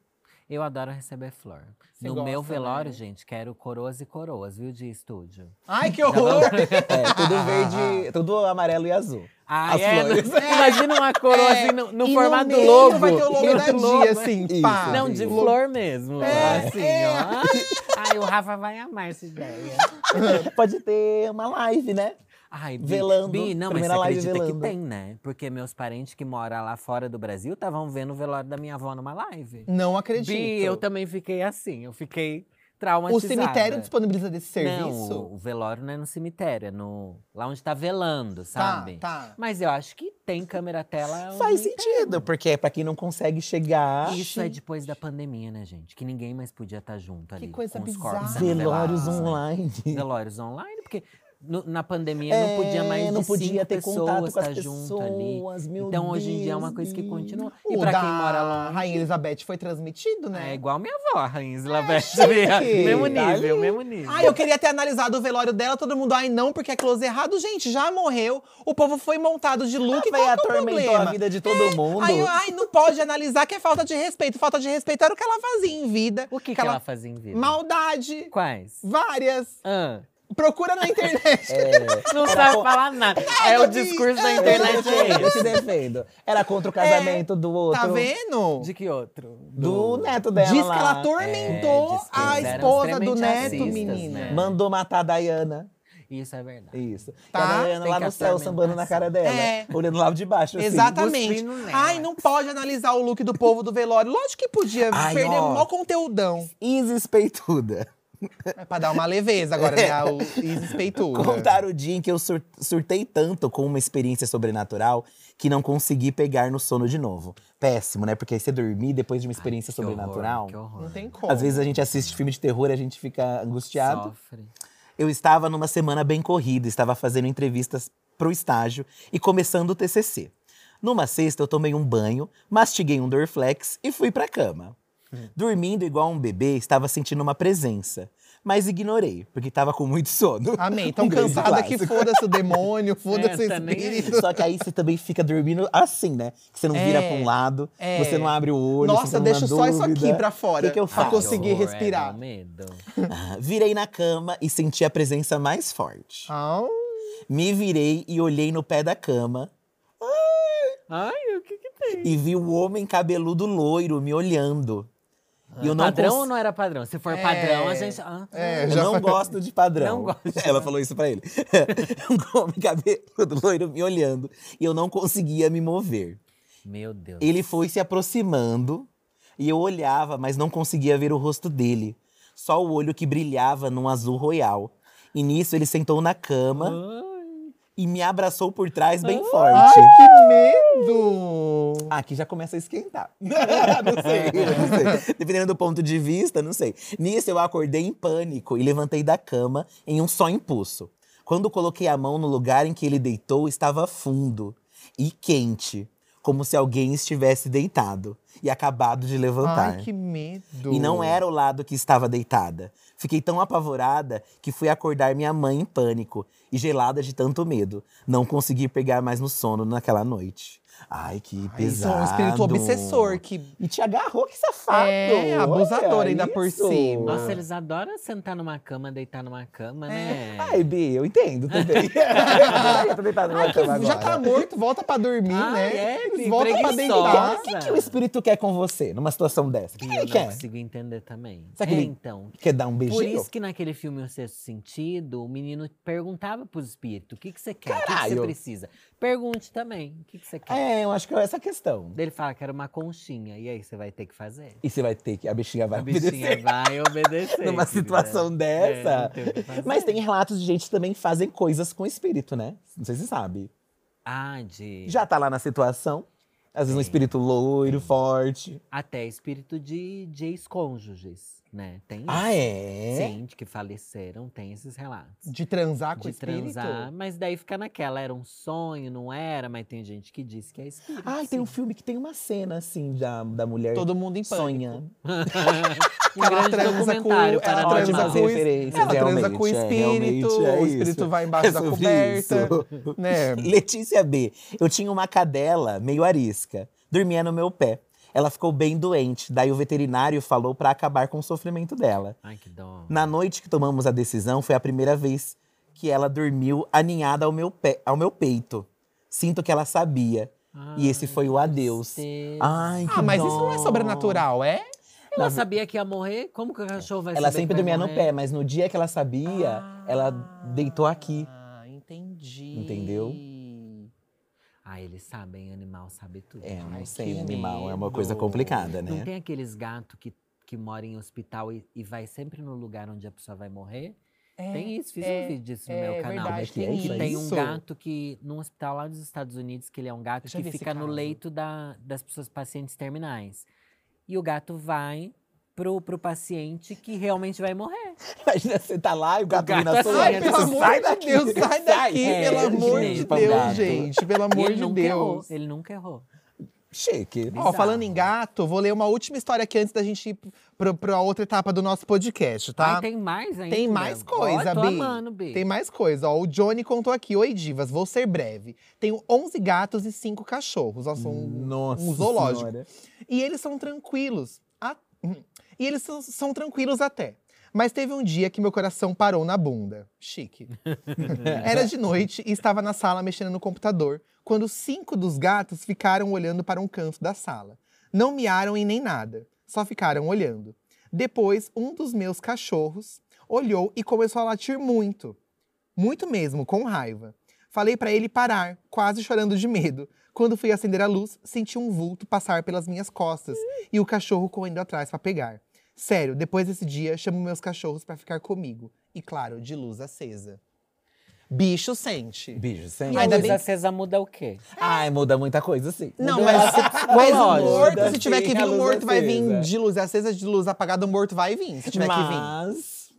S3: Eu adoro receber flor.
S1: Você
S3: no
S1: gosta,
S3: meu
S1: né?
S3: velório, gente, quero coroas e coroas, viu, de estúdio.
S1: Ai, que horror!
S2: É, tudo verde, tudo amarelo e azul.
S3: Ah,
S2: As
S3: é,
S2: flores.
S3: não- Imagina uma coroa assim no, no
S1: E
S3: formato do
S1: meio
S3: lobo.
S1: vai ter o
S3: E
S1: logo
S3: o
S1: da
S3: lobo,
S1: dia,
S3: né?
S1: assim,
S2: Isso.
S1: pá.
S3: Não, de
S1: Logo-
S3: flor mesmo.
S1: É,
S3: assim,
S1: é.
S3: ó. Ai, o Rafa vai amar essa ideia.
S2: Pode ter uma live, né?
S3: Ai, Bi,
S2: Velando,
S3: Bi, não, mas você
S2: primeira live
S3: acredita que
S2: velando.
S3: tem, né? Porque meus parentes que moram lá fora do Brasil estavam vendo o velório da minha avó numa live.
S1: Não acredito.
S3: Bi, eu também fiquei assim, eu fiquei
S1: o
S3: traumatizada.
S1: cemitério disponibiliza desse serviço?
S3: Não, o- o velório não é no cemitério, é no, lá onde tá velando,
S1: tá,
S3: sabe?
S1: tá.
S3: Mas eu acho que tem câmera tela. um
S2: Faz
S3: onde-
S2: sentido, porque é pra quem não consegue chegar.
S3: Isso é depois da pandemia, né, gente? Que ninguém mais podia estar junto ali.
S1: coisa
S3: com os
S1: bizarra.
S3: corpos sendo
S2: Velórios
S3: velados, né?
S2: online.
S3: velórios online, porque no- na pandemia
S2: É,
S3: não podia mais de
S2: não podia
S3: cinco
S2: ter
S3: pessoas
S2: contato com as
S3: tá junto ali.
S2: pessoas, meu
S3: então hoje em dia é uma
S2: Deus,
S3: coisa que
S2: Bi.
S3: continua.
S1: O
S3: E pra
S1: da
S3: quem mora longe,
S1: Rainha Elizabeth foi transmitido, né?
S3: é igual minha avó, a Rainha Elizabeth.
S1: chique.
S3: mesmo
S2: Tá
S3: nível, mesmo nível.
S1: Ai, eu queria ter analisado o velório dela, todo mundo, ai não, porque é close errado. Gente, já morreu, o povo foi montado
S3: Ah,
S1: de look,
S2: Que
S1: qual
S2: vai
S1: que é o
S2: atormentou
S1: problema?
S2: a vida de todo mundo.
S1: Ai, eu- ai, não pode analisar que é falta de respeito. Falta de respeito era o que ela fazia em vida.
S3: O que, que ela...
S1: Aquela
S3: fazia em vida?
S1: Maldade,
S3: Quais?
S1: várias.
S3: Ah,
S1: Procura na internet.
S2: É.
S3: não
S2: Era
S3: sabe
S2: con-
S3: falar nada. É o
S1: Gabi,
S3: discurso da
S1: é.
S3: internet é
S2: Eu
S3: esse.
S2: te defendo. Era contra o casamento do outro.
S1: Tá vendo?
S3: De que outro?
S2: Do neto dela.
S1: diz que ela
S2: lá.
S1: atormentou
S3: É, diz que
S1: a
S3: eles eram
S1: esposa do
S3: extremamente
S1: neto,
S3: racistas,
S1: menina.
S3: né?
S2: Mandou matar a Dayana.
S3: Isso é verdade.
S2: Isso.
S1: Tá,
S2: E a Dayana
S3: tem
S2: lá
S3: que
S2: no céu,
S3: atormentar,
S2: sambando na cara dela.
S1: É.
S2: Olhando lá de baixo. assim.
S1: Exatamente.
S3: cuspindo nela.
S1: Ai, não pode analisar o look do povo do velório. Lógico que podia
S2: Ai,
S1: perder
S2: ó.
S1: um maior conteúdão.
S2: Isis Peituda.
S1: É pra dar uma leveza agora, né? O Isis
S3: Tipo,
S1: Peitura.
S3: né?
S2: Contar o dia em que eu sur- surtei tanto com uma experiência sobrenatural que não consegui pegar no sono de novo. Péssimo, né? Porque aí você dormir depois de uma experiência
S3: Que
S2: sobrenatural.
S3: horror, que horror.
S1: Não tem como.
S2: Às vezes a gente assiste filme de terror e a gente fica angustiado.
S3: Sofre.
S2: Eu estava numa semana bem corrida, estava fazendo entrevistas pro estágio e começando o TCC. Numa sexta, eu tomei um banho, mastiguei um Dorflex e fui pra cama.
S3: Hum.
S2: Dormindo igual um bebê, estava sentindo uma presença, mas ignorei, porque estava com muito sono.
S1: Amei. Tão
S2: Um grande
S1: cansada que
S2: clássico.
S1: foda-se o demônio, foda-se
S3: É,
S1: o
S3: tá nem aí.
S1: espírito.
S2: Só que aí você também fica dormindo assim, né? Que você não
S1: É,
S2: vira pra um lado,
S1: é.
S2: você não abre o olho.
S1: Nossa,
S2: fica numa
S1: deixa só isso aqui
S2: dúvida.
S1: pra fora.
S2: Que que eu
S1: pra
S2: faço?
S1: conseguir
S3: horror, é,
S1: respirar.
S3: dá um medo.
S2: Ah, Virei na cama e senti a presença mais forte.
S1: Ah,
S2: Me virei e olhei no pé da cama
S3: Ai, o que que tem?
S2: e vi o homem cabeludo loiro me olhando.
S1: Ah.
S2: E eu não
S3: padrão
S2: cons-
S3: ou não era padrão? Se for
S1: É.
S3: padrão, a gente. Ah,
S1: É,
S2: Eu
S1: já
S2: não
S1: foi-
S2: gosto de padrão.
S3: Não gosto.
S2: Ela falou isso pra ele. um homem cabeludo loiro me olhando e eu não conseguia me mover.
S3: Meu Deus.
S2: Ele foi se aproximando e eu olhava, mas não conseguia ver o rosto dele. Só o olho que brilhava num azul royal. E nisso ele sentou na cama
S3: Ai,
S2: e me abraçou por trás bem forte.
S1: Ai, que medo!
S2: Ah, Aqui já começa a esquentar. não sei, eu não sei. Dependendo do ponto de vista, não sei. Nisso eu acordei em pânico e levantei da cama em um só impulso. Quando coloquei a mão no lugar em que ele deitou, estava fundo e quente, como se alguém estivesse deitado e acabado de levantar.
S1: Ai, que medo!
S2: E não era o lado que estava deitada. Fiquei tão apavorada que fui acordar minha mãe em pânico e gelada de tanto medo. Não consegui pegar mais no sono naquela noite. Ai, que
S1: Ai, isso é
S2: pesado.
S1: um espírito obsessor que.
S2: E te agarrou, que safado.
S1: É, abusador
S2: Olha
S1: ainda por
S2: isso.
S1: cima.
S3: Nossa, eles adoram sentar numa cama, deitar numa cama,
S2: É.
S3: né?
S2: Ai, Bi, eu entendo também. eu tô deitado numa
S1: Ai, que
S2: cama agora.
S1: já tá morto, volta pra dormir,
S3: Ai,
S1: né?
S3: é, que
S1: volta pra
S3: preguiçosa.
S1: deitar.
S2: O que, que o espírito quer com você numa situação dessa? O que,
S3: E
S2: que
S3: eu
S2: ele
S3: não
S2: quer?
S3: consigo entender também.
S2: Será que
S3: É,
S2: ele-
S3: então.
S2: Quer dar um
S3: Por
S2: beijinho?
S3: isso que naquele filme O Sexto Sentido, o menino perguntava pro espírito: o que, que você quer? O que que,
S2: Caralho.
S3: você precisa? Pergunte também: o que, que você quer?
S2: É, eu acho que é essa a questão.
S3: Daí ele fala: quero uma conchinha. E aí você vai ter que fazer.
S2: E você vai ter que. A bichinha vai
S3: a bichinha
S2: obedecer.
S3: vai obedecer.
S1: né?
S2: numa
S3: querida.
S2: situação
S3: É, não
S2: dessa.
S3: tem o que fazer.
S2: Mas tem relatos de gente que também fazem coisas com espírito, né? Não sei se você sabe.
S3: Ah, de.
S2: Já tá lá na situação. Às vezes um
S3: Sim.
S2: espírito loiro, forte.
S3: Até espírito de, de ex-cônjuges, né? Tem isso.
S2: Ah, é?
S3: Sim, de que faleceram, tem esses relatos.
S1: De transar com o
S3: de
S1: espírito?
S3: transar, mas daí fica naquela, era um sonho, não era, mas tem gente que diz que é espírito.
S2: Ai, tem um filme que tem uma cena, assim, da, da mulher
S1: Todo mundo em pânico.
S2: sonha.
S3: um
S1: Ela
S3: grande
S1: transa com-
S3: documentário
S1: ela
S3: paranormal.
S1: transa
S2: Ótimas
S1: com o-
S2: referências,
S1: Ela transa
S2: realmente,
S1: com o
S2: é,
S1: espírito,
S2: realmente, é
S1: o espírito
S2: isso.
S1: vai embaixo
S2: É
S1: da
S2: sobre
S1: coberta.
S2: isso.
S1: Né?
S2: Letícia B. Eu tinha uma cadela meio arisca. Dormia no meu pé. Ela ficou bem doente, daí o veterinário falou pra acabar com o sofrimento dela.
S3: Ai, que dó.
S2: Na noite que tomamos a decisão, foi a primeira vez que ela dormiu aninhada ao meu, pe- ao meu peito. Sinto que ela sabia. E esse foi o adeus.
S3: tristeza.
S2: Ai, que
S1: Ah, mas
S2: dó.
S1: isso não é sobrenatural, é?
S3: Ela sabia que ia morrer? Como que o cachorro vai
S2: Ela
S3: saber
S2: sempre
S3: que vai
S2: dormia no
S3: morrer?
S1: né?
S2: pé, mas no dia que ela sabia, ela deitou aqui.
S1: Ah, entendi.
S2: Entendeu?
S3: Ah, eles sabem, animal sabe tudo.
S2: É, não
S1: Ai,
S2: sei,
S1: que
S2: animal é uma
S1: medo.
S2: coisa complicada,
S3: Não
S2: né?
S3: tem aqueles gatos que, que moram em hospital e, e vai sempre no lugar onde a pessoa vai morrer?
S1: É,
S3: tem isso, fiz
S1: é,
S3: um vídeo disso
S1: é
S3: no meu canal.
S1: verdade,
S2: Como é que é
S1: tem
S3: Que tem um
S1: isso.
S3: gato que, num hospital lá dos Estados Unidos, que ele é um gato
S1: Eu já vi
S3: que
S1: esse
S3: fica no
S1: caso.
S3: leito da- das pessoas pacientes terminais. E o gato vai pro, pro paciente que realmente vai morrer.
S2: Imagina, você tá lá e o gato,
S3: gato
S2: vem na
S3: assim,
S2: sua
S1: Ai,
S3: né?
S2: orelha,
S1: pelo
S2: você
S1: amor
S2: sai
S1: de
S2: daqui.
S1: Deus, sai daqui,
S3: É,
S1: pelo amor
S3: gente,
S1: de
S2: pra um
S1: Deus,
S2: gato.
S1: gente. Pelo
S3: e
S1: amor
S3: ele
S1: de
S3: nunca errou.
S1: Deus.
S3: Ele nunca errou.
S2: Chique.
S1: Ó,
S3: Bizarro.
S1: falando em gato, vou ler uma última história aqui antes da gente ir pra, pra outra etapa do nosso podcast, tá?
S3: Ai, tem mais ainda.
S1: Tem mais coisa,
S3: Ó, tô
S1: Bi.
S3: amando, Bi.
S1: Tem mais coisa, ó. O Johnny contou aqui. Oi, divas, vou ser breve. Tenho 11 gatos e 5 cachorros. Nossa, um...
S2: Nossa
S1: um zoológico.
S2: senhora.
S1: E eles são tranquilos. A- Hum. E eles são, são tranquilos até. Mas teve um dia que meu coração parou na bunda. Chique. Era de noite e estava na sala mexendo no computador, quando cinco dos gatos ficaram olhando para um canto da sala. Não miaram e nem nada, só ficaram olhando. Depois, um dos meus cachorros olhou e começou a latir muito. Muito mesmo, com raiva. Falei para ele parar, quase chorando de medo. Quando fui acender a luz, senti um vulto passar pelas minhas costas e o cachorro correndo atrás para pegar. Sério, depois desse dia, chamo meus cachorros para ficar comigo. E claro, de luz acesa. Bicho sente.
S2: Beijo,
S1: E
S2: sempre.
S3: Ainda
S1: ainda
S3: a
S1: bem
S3: luz
S1: que-
S3: acesa muda o quê?
S2: Ai, muda muita coisa, sim.
S1: Não,
S2: Muda
S1: mas,
S2: a
S1: mas o
S2: lógica,
S1: morto, se tiver
S2: sim,
S1: que
S2: a
S1: vir, o
S2: luz
S1: morto vai vir
S2: acesa.
S1: de luz acesa, de luz apagada, o morto vai vir, se tiver
S2: Mas...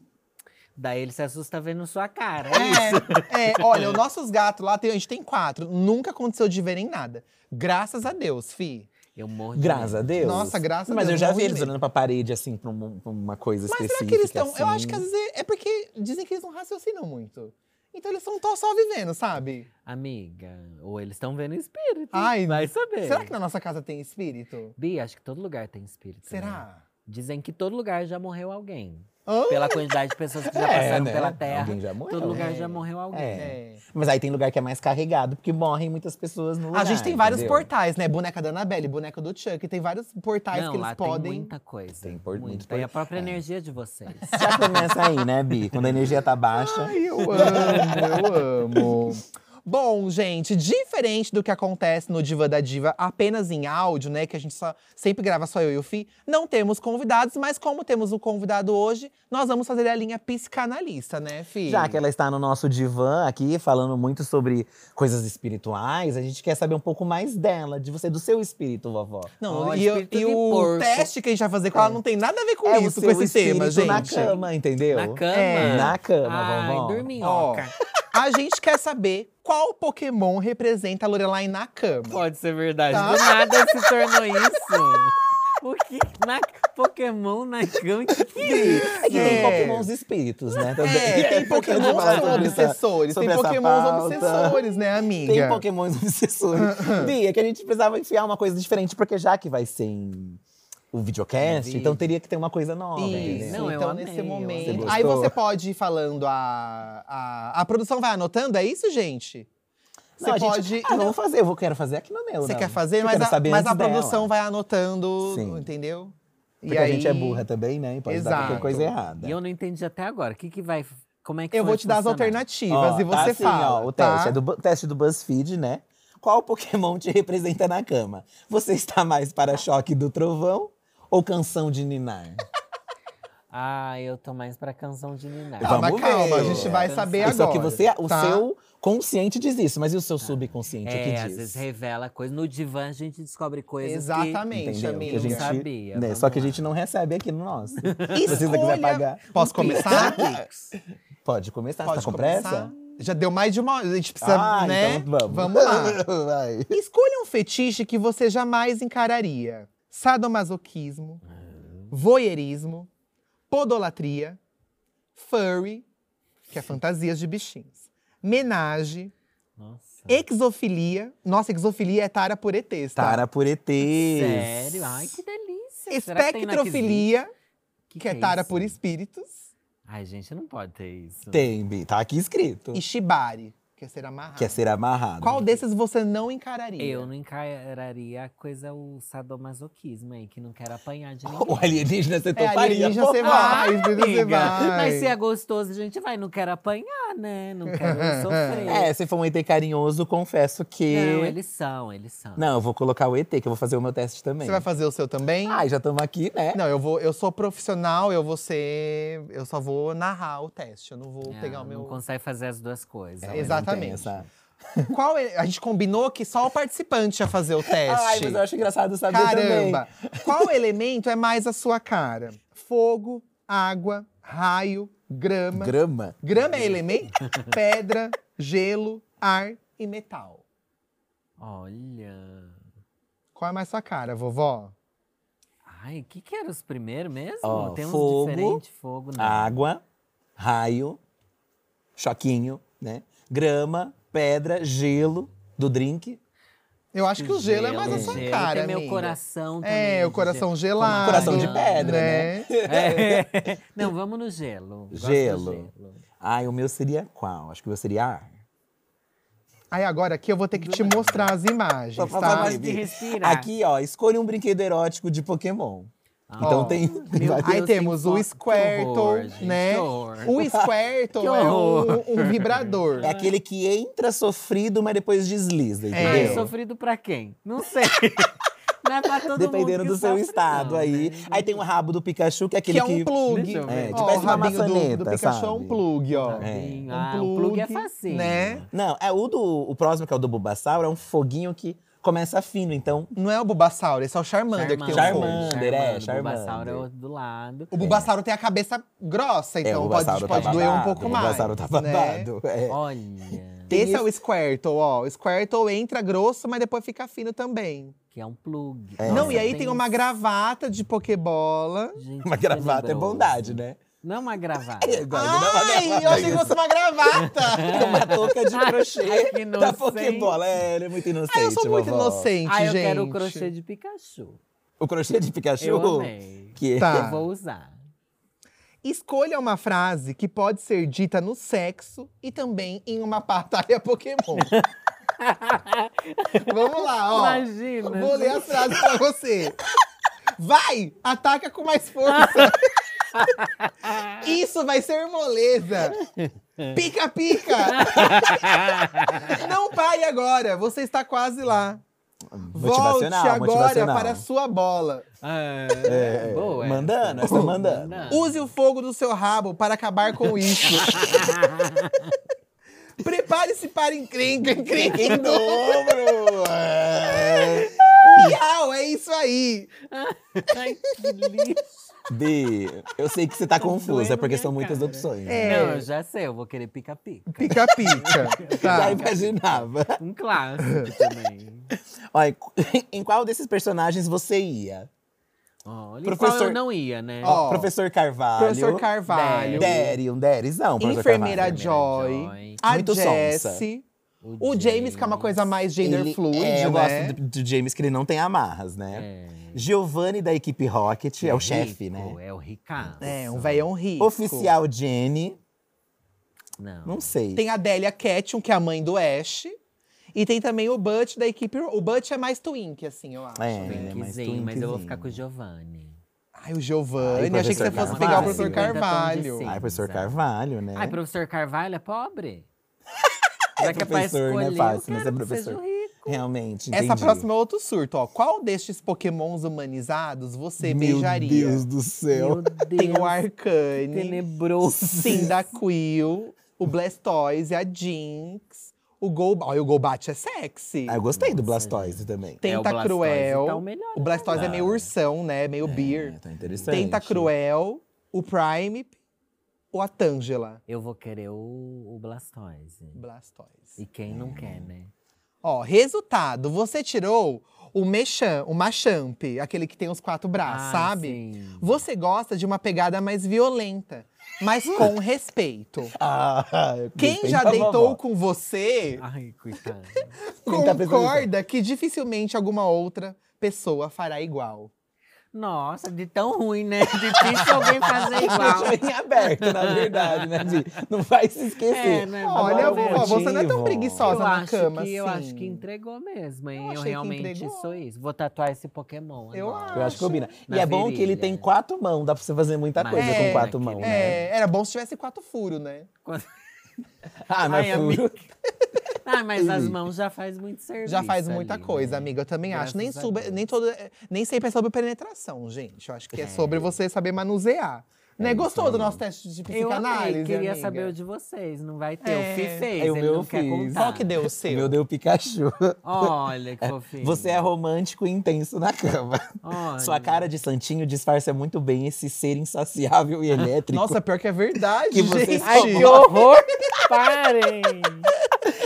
S3: Daí ele se assusta vendo sua cara.
S1: que vir. É, é, olha, os nossos gatos lá, tem- a gente tem quatro, nunca aconteceu de verem nada. Graças a Deus, fi.
S3: Eu morro de
S2: Graças a
S3: medo.
S2: Deus.
S1: Nossa, graças a
S2: Mas
S1: Deus,
S2: eu já
S1: morro
S2: vi
S1: de
S2: eles
S1: medo.
S2: olhando pra parede, assim, pra um- pra uma coisa
S1: Mas
S2: específica.
S1: será que eles estão. Eu acho que às
S2: assim.
S1: vezes é porque dizem que eles não raciocinam muito. Então eles estão só vivendo, sabe?
S3: Amiga, ou eles estão vendo espírito.
S1: Ai,
S3: vai saber.
S1: Será que na nossa casa tem espírito?
S3: Bi, acho que todo lugar tem espírito. né?
S1: Será?
S3: Dizem que todo lugar já morreu alguém.
S1: Hã?
S3: Pela quantidade de pessoas que já
S2: É,
S3: passaram
S2: né?
S3: pela Terra.
S2: Alguém já morreu.
S3: Todo lugar
S1: É.
S3: já morreu alguém.
S1: É.
S2: Mas aí tem lugar que é mais carregado, porque morrem muitas pessoas no lugar.
S1: A gente tem vários
S2: entendeu?
S1: portais, né? Boneca da Annabelle, boneca do Chuck, tem vários portais
S3: Não,
S1: que
S3: lá
S1: eles podem.
S3: tem muita coisa.
S2: Tem por- muito
S3: Tem
S2: por-
S3: a própria
S2: é.
S3: energia de vocês.
S2: Já começa aí, né, Bi? Quando a energia tá baixa.
S1: Ai, eu amo, eu amo. Bom, gente, diferente do que acontece no Diva da Diva apenas em áudio, né? Que a gente só, sempre grava só eu e o Fi, não temos convidados, mas como temos o convidado hoje, nós vamos fazer a linha psicanalista, né, Fi?
S2: Já que ela está no nosso divã aqui, falando muito sobre coisas espirituais, a gente quer saber um pouco mais dela, de você, do seu espírito, vovó.
S1: Não,
S3: Ó,
S1: e, eu-
S3: espírito
S1: e
S3: de
S1: o
S3: porco.
S1: teste que a gente vai fazer com ela não tem nada a ver com
S2: é o
S1: isso,
S2: seu
S1: com esse
S2: espírito
S1: tema, gente.
S2: Na cama, entendeu?
S3: Na cama?
S1: É,
S2: na cama,
S3: Ai,
S2: vovó.
S3: dorminhoca.
S1: A gente quer saber qual Pokémon representa a Lorelai na cama.
S3: Pode ser verdade.
S1: Tá.
S3: Do nada se tornou isso. O que? Na, Pokémon na cama? Que que é isso?
S2: É que tem
S1: É.
S2: pokémons espíritos, né? também.
S1: É, tem
S2: Porque a gente
S1: pokémons
S2: fala
S1: que são
S2: sobre essa-
S1: obsessores,
S2: sobre
S1: tem
S2: essa
S1: pokémons
S2: pauta.
S1: obsessores, né, amiga?
S2: Tem pokémons obsessores. Bi, é que a gente precisava enfiar uma coisa diferente, porque já que vai ser em o videocast,
S3: Vi.
S2: então teria que ter uma coisa nova.
S1: Isso,
S2: entendeu?
S3: Não, eu
S1: então
S3: amei,
S1: nesse
S3: eu
S2: amei.
S1: momento.
S2: Você
S1: Aí
S2: gostou?
S1: você pode ir falando a, a. A produção vai anotando, é isso, gente? Você
S2: Não, a gente-
S1: pode.
S2: Ah, não vou fazer, eu vou, quero fazer aqui no meu.
S1: Você
S2: não.
S1: quer fazer,
S2: Eu
S1: mas
S2: quero
S1: a,
S2: saber
S1: mas
S2: antes
S1: a produção
S2: dela.
S1: vai anotando,
S2: Sim.
S1: entendeu?
S2: Porque a gente é burra também, né? E pode dar
S1: Exato.
S2: qualquer coisa errada.
S3: E eu não entendi até agora. O que, que vai. Como é que
S1: É. Eu
S3: vai
S1: vou te dar as
S3: funcionar?
S1: alternativas
S2: Ó,
S1: e
S2: tá
S1: você
S2: assim,
S1: fala.
S2: ó, o
S1: tá?
S2: teste é do bu- teste do BuzzFeed, né? Qual Pokémon te representa na cama? Você está mais para choque do trovão ou canção de ninar?
S3: Ah, eu tô mais pra canção de Ninar.
S1: Calma,
S2: Vamos ver.
S1: calma, a gente vai
S3: Canção.
S1: saber
S2: Só
S1: agora.
S2: que você, é o
S1: tá?
S2: seu consciente diz isso, mas e o seu subconsciente o que
S3: É,
S2: diz?
S3: às vezes revela coisa. No divã a gente descobre coisas
S1: Exatamente,
S2: Entendeu?
S1: amiga.
S2: Que a gente,
S3: Não sabia,
S2: né,
S3: vamos
S2: Só que a
S3: lá.
S2: gente não recebe aqui no nosso.
S1: Escolha...
S2: Se você quiser pagar,
S1: Posso começar?
S2: pode começar.
S1: pode começar.
S2: você tá com Tá pressa?
S1: Já deu mais de uma hora. A gente precisa,
S2: ah,
S1: né?
S2: então vamos.
S1: Vamos lá.
S2: Vai.
S1: Escolha um fetiche que você jamais encararia: sadomasoquismo, voyeurismo, podolatria, furry, que é fantasias de bichinhos, menage,
S3: Nossa.
S1: Exofilia. Nossa, exofilia é tara por ETs, tá?
S2: Tara por ETs.
S3: Sério? Ai, que delícia. Será que tem na Kids?
S1: Espectrofilia,
S3: Que
S1: que é tara
S3: isso?
S1: por espíritos.
S3: Ai, gente, não pode ter isso.
S2: Tem, Bi. Tá aqui escrito.
S1: E shibari, que é né? ser amarrado.
S2: Quer ser amarrado.
S1: Qual desses você não encararia?
S3: Eu não encararia a coisa, o sadomasoquismo aí, que não quero apanhar de ninguém.
S2: O alienígena você
S1: É,
S2: toparia?
S1: alienígena, você vai, espírito, você
S3: Ah, Amiga,
S1: vai.
S3: Mas se é gostoso, a gente vai. Não quero apanhar, né? Não quero sofrer.
S2: É, se for um ET carinhoso, confesso que.
S3: Não, eles são, eles são.
S2: Não, eu vou colocar o ET, que eu vou fazer o meu teste também.
S1: Você vai fazer o seu também?
S2: Ai, já estamos aqui, né?
S1: Não, eu vou. Eu sou profissional, eu vou ser. Eu só vou narrar o teste. Eu não vou
S3: É,
S2: Ah,
S1: pegar o
S3: Não
S1: meu.
S3: consegue fazer as duas coisas.
S2: Não,
S1: É, exatamente.
S2: não tem essa-
S1: Qual é- A gente combinou que só o participante ia fazer o teste.
S2: Ai, mas eu acho engraçado saber também.
S1: Caramba! Qual elemento é mais a sua cara? Fogo, água, raio, grama.
S2: Grama.
S1: grama é elemento? Pedra, gelo, ar e metal.
S3: Olha.
S1: Qual é mais sua cara, vovó?
S3: Ai, o que, que era os primeiros mesmo?
S2: Ó,
S3: Tem uns
S2: fogo, Ah,
S3: diferentes fogo, não.
S2: Água, raio, choquinho, né? Grama, pedra, gelo do drink.
S1: Eu acho que o gelo, é mais a sua
S3: gelo,
S1: cara,
S3: Tem meu
S1: amiga.
S3: coração também.
S1: É, o
S3: de
S1: coração
S3: gelo.
S1: gelado.
S2: Coração de pedra,
S1: né?
S3: É. Não, vamos no gelo. Gosto do
S2: Gelo. Ai, o meu seria qual? Acho que o meu seria ar.
S1: Aí agora aqui eu vou ter que te mostrar as imagens,
S2: Só pra
S1: tá?
S2: falar
S3: de respirar.
S2: Aqui, ó, escolha um brinquedo erótico de Pokémon. Então
S1: Ó.
S2: tem. tem
S3: Meu
S2: vários-
S1: Aí
S3: Deus,
S1: temos
S3: tem
S1: o
S3: foto.
S1: Squirtle,
S3: Que horror, gente,
S1: né?
S3: que horror.
S1: O Squirtle
S3: Que
S1: é
S3: horror.
S1: um, um vibrador.
S2: É aquele que entra sofrido, mas depois desliza,
S1: É.
S2: entendeu?
S3: Ai, sofrido pra quem? Não sei. Não é pra todo
S2: Dependendo
S3: mundo que
S2: do seu
S3: sofre,
S2: estado
S3: não,
S2: aí.
S3: né?
S2: Aí tem o rabo do Pikachu, que é
S1: Que
S2: aquele
S1: é um plug.
S3: Deixa eu ver.
S2: É, tipo
S1: ó, o
S2: essa
S1: rabinho do, do
S2: maçaneta,
S1: Pikachu é um
S2: sabe?
S1: plug, ó.
S3: Tadinho.
S1: Um
S3: Ah, o plug é
S1: plug,
S3: facinho.
S1: né?
S2: Não, é o do o próximo, que é o do Bulbasaur, é um foguinho que começa fino, então.
S1: Não é o Bulbasaur, esse é o Charmander, que tem o
S2: Charmander.
S1: fogo.
S2: é,
S3: O Bulbasaur
S2: Charmander.
S3: é outro do lado.
S1: O Bulbasaur tem a cabeça grossa,
S2: é,
S1: então
S2: o
S1: pode,
S2: Bulbasaur
S1: pode
S2: tá
S1: doer um
S2: babado,
S1: pouco
S2: o
S1: mais.
S2: Bulbasaur tá
S1: né?
S2: babado. é.
S3: Olha,
S2: Tem
S1: Esse é o Squirtle, ó. O Squirtle entra grosso, mas depois fica fino também.
S3: que é um plug.
S2: É.
S1: Não,
S3: Nossa, um
S1: e aí tem uma
S3: uns-
S1: gravata de pokebola.
S3: Gente,
S2: Uma
S3: que
S2: gravata é
S3: tenebroso.
S2: bondade, né?
S3: Não é uma gravata.
S2: Agora, não é uma
S1: Ai,
S2: gravata,
S1: eu achei que
S2: é
S1: fosse uma gravata!
S2: Uma touca de
S3: Ai,
S2: crochê
S3: que
S2: da
S1: Tá
S3: inocente.
S2: Pokébola. É, ele é muito inocente,
S1: Ai, eu sou muito
S2: vovó.
S1: inocente,
S3: Ah, eu
S1: gente.
S3: quero o crochê de Pikachu.
S2: O crochê de Pikachu?
S3: Eu amei.
S2: Que é
S1: Tá.
S3: Eu vou usar.
S1: Escolha uma frase que pode ser dita no sexo e também em uma batalha Pokémon. Vamos lá, ó.
S3: Imagina.
S1: Vou ler as frases pra você. Vai! Ataca com mais força! Isso vai ser moleza! Pica, pica! Não pare agora, você está quase lá. Volte
S2: motivacional,
S1: agora
S2: motivacional.
S1: para a sua bola.
S3: Ah,
S2: É,
S3: boa.
S2: mandando, essa mandando.
S1: Use o fogo do seu rabo para acabar com isso. Prepare-se para encrenca, encrenca em dobro.
S2: Dobro! É.
S1: Miau, é isso aí.
S3: Ai, que lixo.
S2: Bi, eu sei que você tá confusa,
S3: doendo
S2: porque
S3: minha
S2: são muitas
S3: cara.
S2: opções.
S1: É.
S3: Não, eu já sei, eu vou querer pica-pica.
S1: Pica-pica.
S2: Já
S1: Tá.
S2: imaginava.
S3: Um clássico também.
S2: Olha, em qual desses personagens você ia?
S3: Olha,
S2: Professor-
S3: qual eu não ia, né?
S1: Ó,
S2: Professor Carvalho.
S1: Professor Carvalho.
S2: Dere, um Deres, não. Professor
S1: Enfermeira
S2: Carvalho.
S1: Joy.
S3: Joy.
S1: A
S2: Muito
S1: Jessie. O James, que é uma coisa mais gender
S2: Ele-
S1: fluid,
S2: é, eu
S1: né?
S2: gosto do, do James, que ele não tem amarras, né?
S3: É,
S2: Giovanni, da equipe Rocket, é o
S3: rico,
S2: chefe, né?
S3: É o Ricardo.
S1: É, um velhão rico.
S2: Oficial Jenny,
S3: Não.
S2: não sei.
S1: Tem a Delia Ketchum, que é a mãe do Ash. E tem também o Butch da equipe… O Butch é mais twink, assim, eu acho.
S2: É,
S1: né?
S2: ele é mais
S3: Twinkzinho, mas eu vou
S2: twinkzinho.
S3: ficar com o Giovanni.
S1: Ai, o
S2: Ai,
S1: Giovanni.
S2: o
S1: achei que você
S2: professor
S1: fosse pegar o professor
S2: Carvalho.
S3: 50 tons de
S1: Carvalho.
S3: cinza.
S2: Ai, professor Carvalho, né?
S3: é. Ai, professor Carvalho é pobre?
S2: É
S3: Já que é pra
S2: professor, né?
S3: escolher,
S2: Fácil,
S3: eu
S2: mas é
S3: quero que
S2: professor.
S3: seja o rico.
S2: Realmente, entendi.
S1: Essa próxima é outro surto, ó. Qual destes pokémons humanizados você
S2: Meu
S1: beijaria?
S2: Deus do céu.
S3: Meu Deus,
S1: Tem o Arcane, o
S3: tenebroso.
S1: Cyndaquil, o Blastoise, a Jinx, o Golbat. Olha, o Golbat é sexy.
S2: Ah, eu gostei do
S3: Nossa,
S2: Blastoise também.
S3: É, o Blastoise
S1: Tentacruel.
S3: tá o melhor,
S1: o Blastoise é
S2: né?
S1: meio ursão, né? Meio beer.
S2: É, tá interessante.
S1: Tentacruel, o Prime, ou a Tangela.
S3: Eu vou querer o, o Blastoise.
S1: Blastoise.
S3: E quem não quer, né?
S1: Ó, resultado. Você tirou o Mechan, o Machamp, aquele que tem os quatro braços,
S3: Ah,
S1: sabe?
S3: sim.
S1: Você gosta de uma pegada mais violenta. mas com respeito.
S2: Ah,
S1: Quem já deitou com você,
S3: Ai, coitada.
S2: Quem tá pensando
S1: concorda que dificilmente alguma outra pessoa fará igual.
S3: Nossa, de tão ruim, né? Difícil alguém fazer igual.
S2: Deixa em aberto, na verdade, né, Di? Não vai se esquecer.
S3: É, né?
S2: Agora
S1: Olha,
S2: o
S1: vovó, você não é tão
S2: motivo.
S1: preguiçosa
S3: eu
S1: na
S3: acho
S1: cama,
S3: que, Eu
S1: assim.
S3: acho que entregou mesmo, hein?
S1: Eu
S3: Eu,
S1: achei que
S3: realmente
S1: entregou.
S3: sou isso. Vou tatuar esse Pokémon.
S1: Eu
S3: agora.
S2: Eu acho que combina.
S3: Na
S2: e é bom que ele
S3: virilha.
S2: tem quatro mãos, dá pra você fazer muita
S3: Mas-
S2: coisa
S1: É,
S2: com quatro mãos, né?
S1: É, era bom se tivesse quatro furos, né?
S2: Ah, mas
S3: Ai,
S2: furo.
S3: Ah, mas as mãos já faz muito serviço.
S1: Já faz muita
S3: ali,
S1: coisa,
S3: né?
S1: amiga. Eu também acho. Nem,
S3: Graças a
S1: sobre,
S3: Deus.
S1: nem, todo, nem sempre é sobre penetração, gente. Eu acho que é, sobre você saber manusear. Né?
S2: isso
S1: Gostou do
S2: aí.
S1: nosso teste de
S3: Eu
S1: psicanálise?
S3: amei, queria
S1: amiga?
S3: saber o de vocês. Não vai ter.
S1: É.
S3: O Fih fez,
S2: É, o
S3: ele
S2: meu
S3: não quer
S2: fiz.
S3: contar.
S1: Qual que deu o seu?
S2: Meu Deus, Pikachu.
S3: Olha, que fofinho.
S2: Você é romântico e intenso na cama.
S3: Olha.
S2: Sua cara de santinho disfarça muito bem esse ser insaciável e elétrico.
S1: Nossa, pior que é verdade,
S2: Que você
S1: gente.
S3: Ai, que horror! Parem!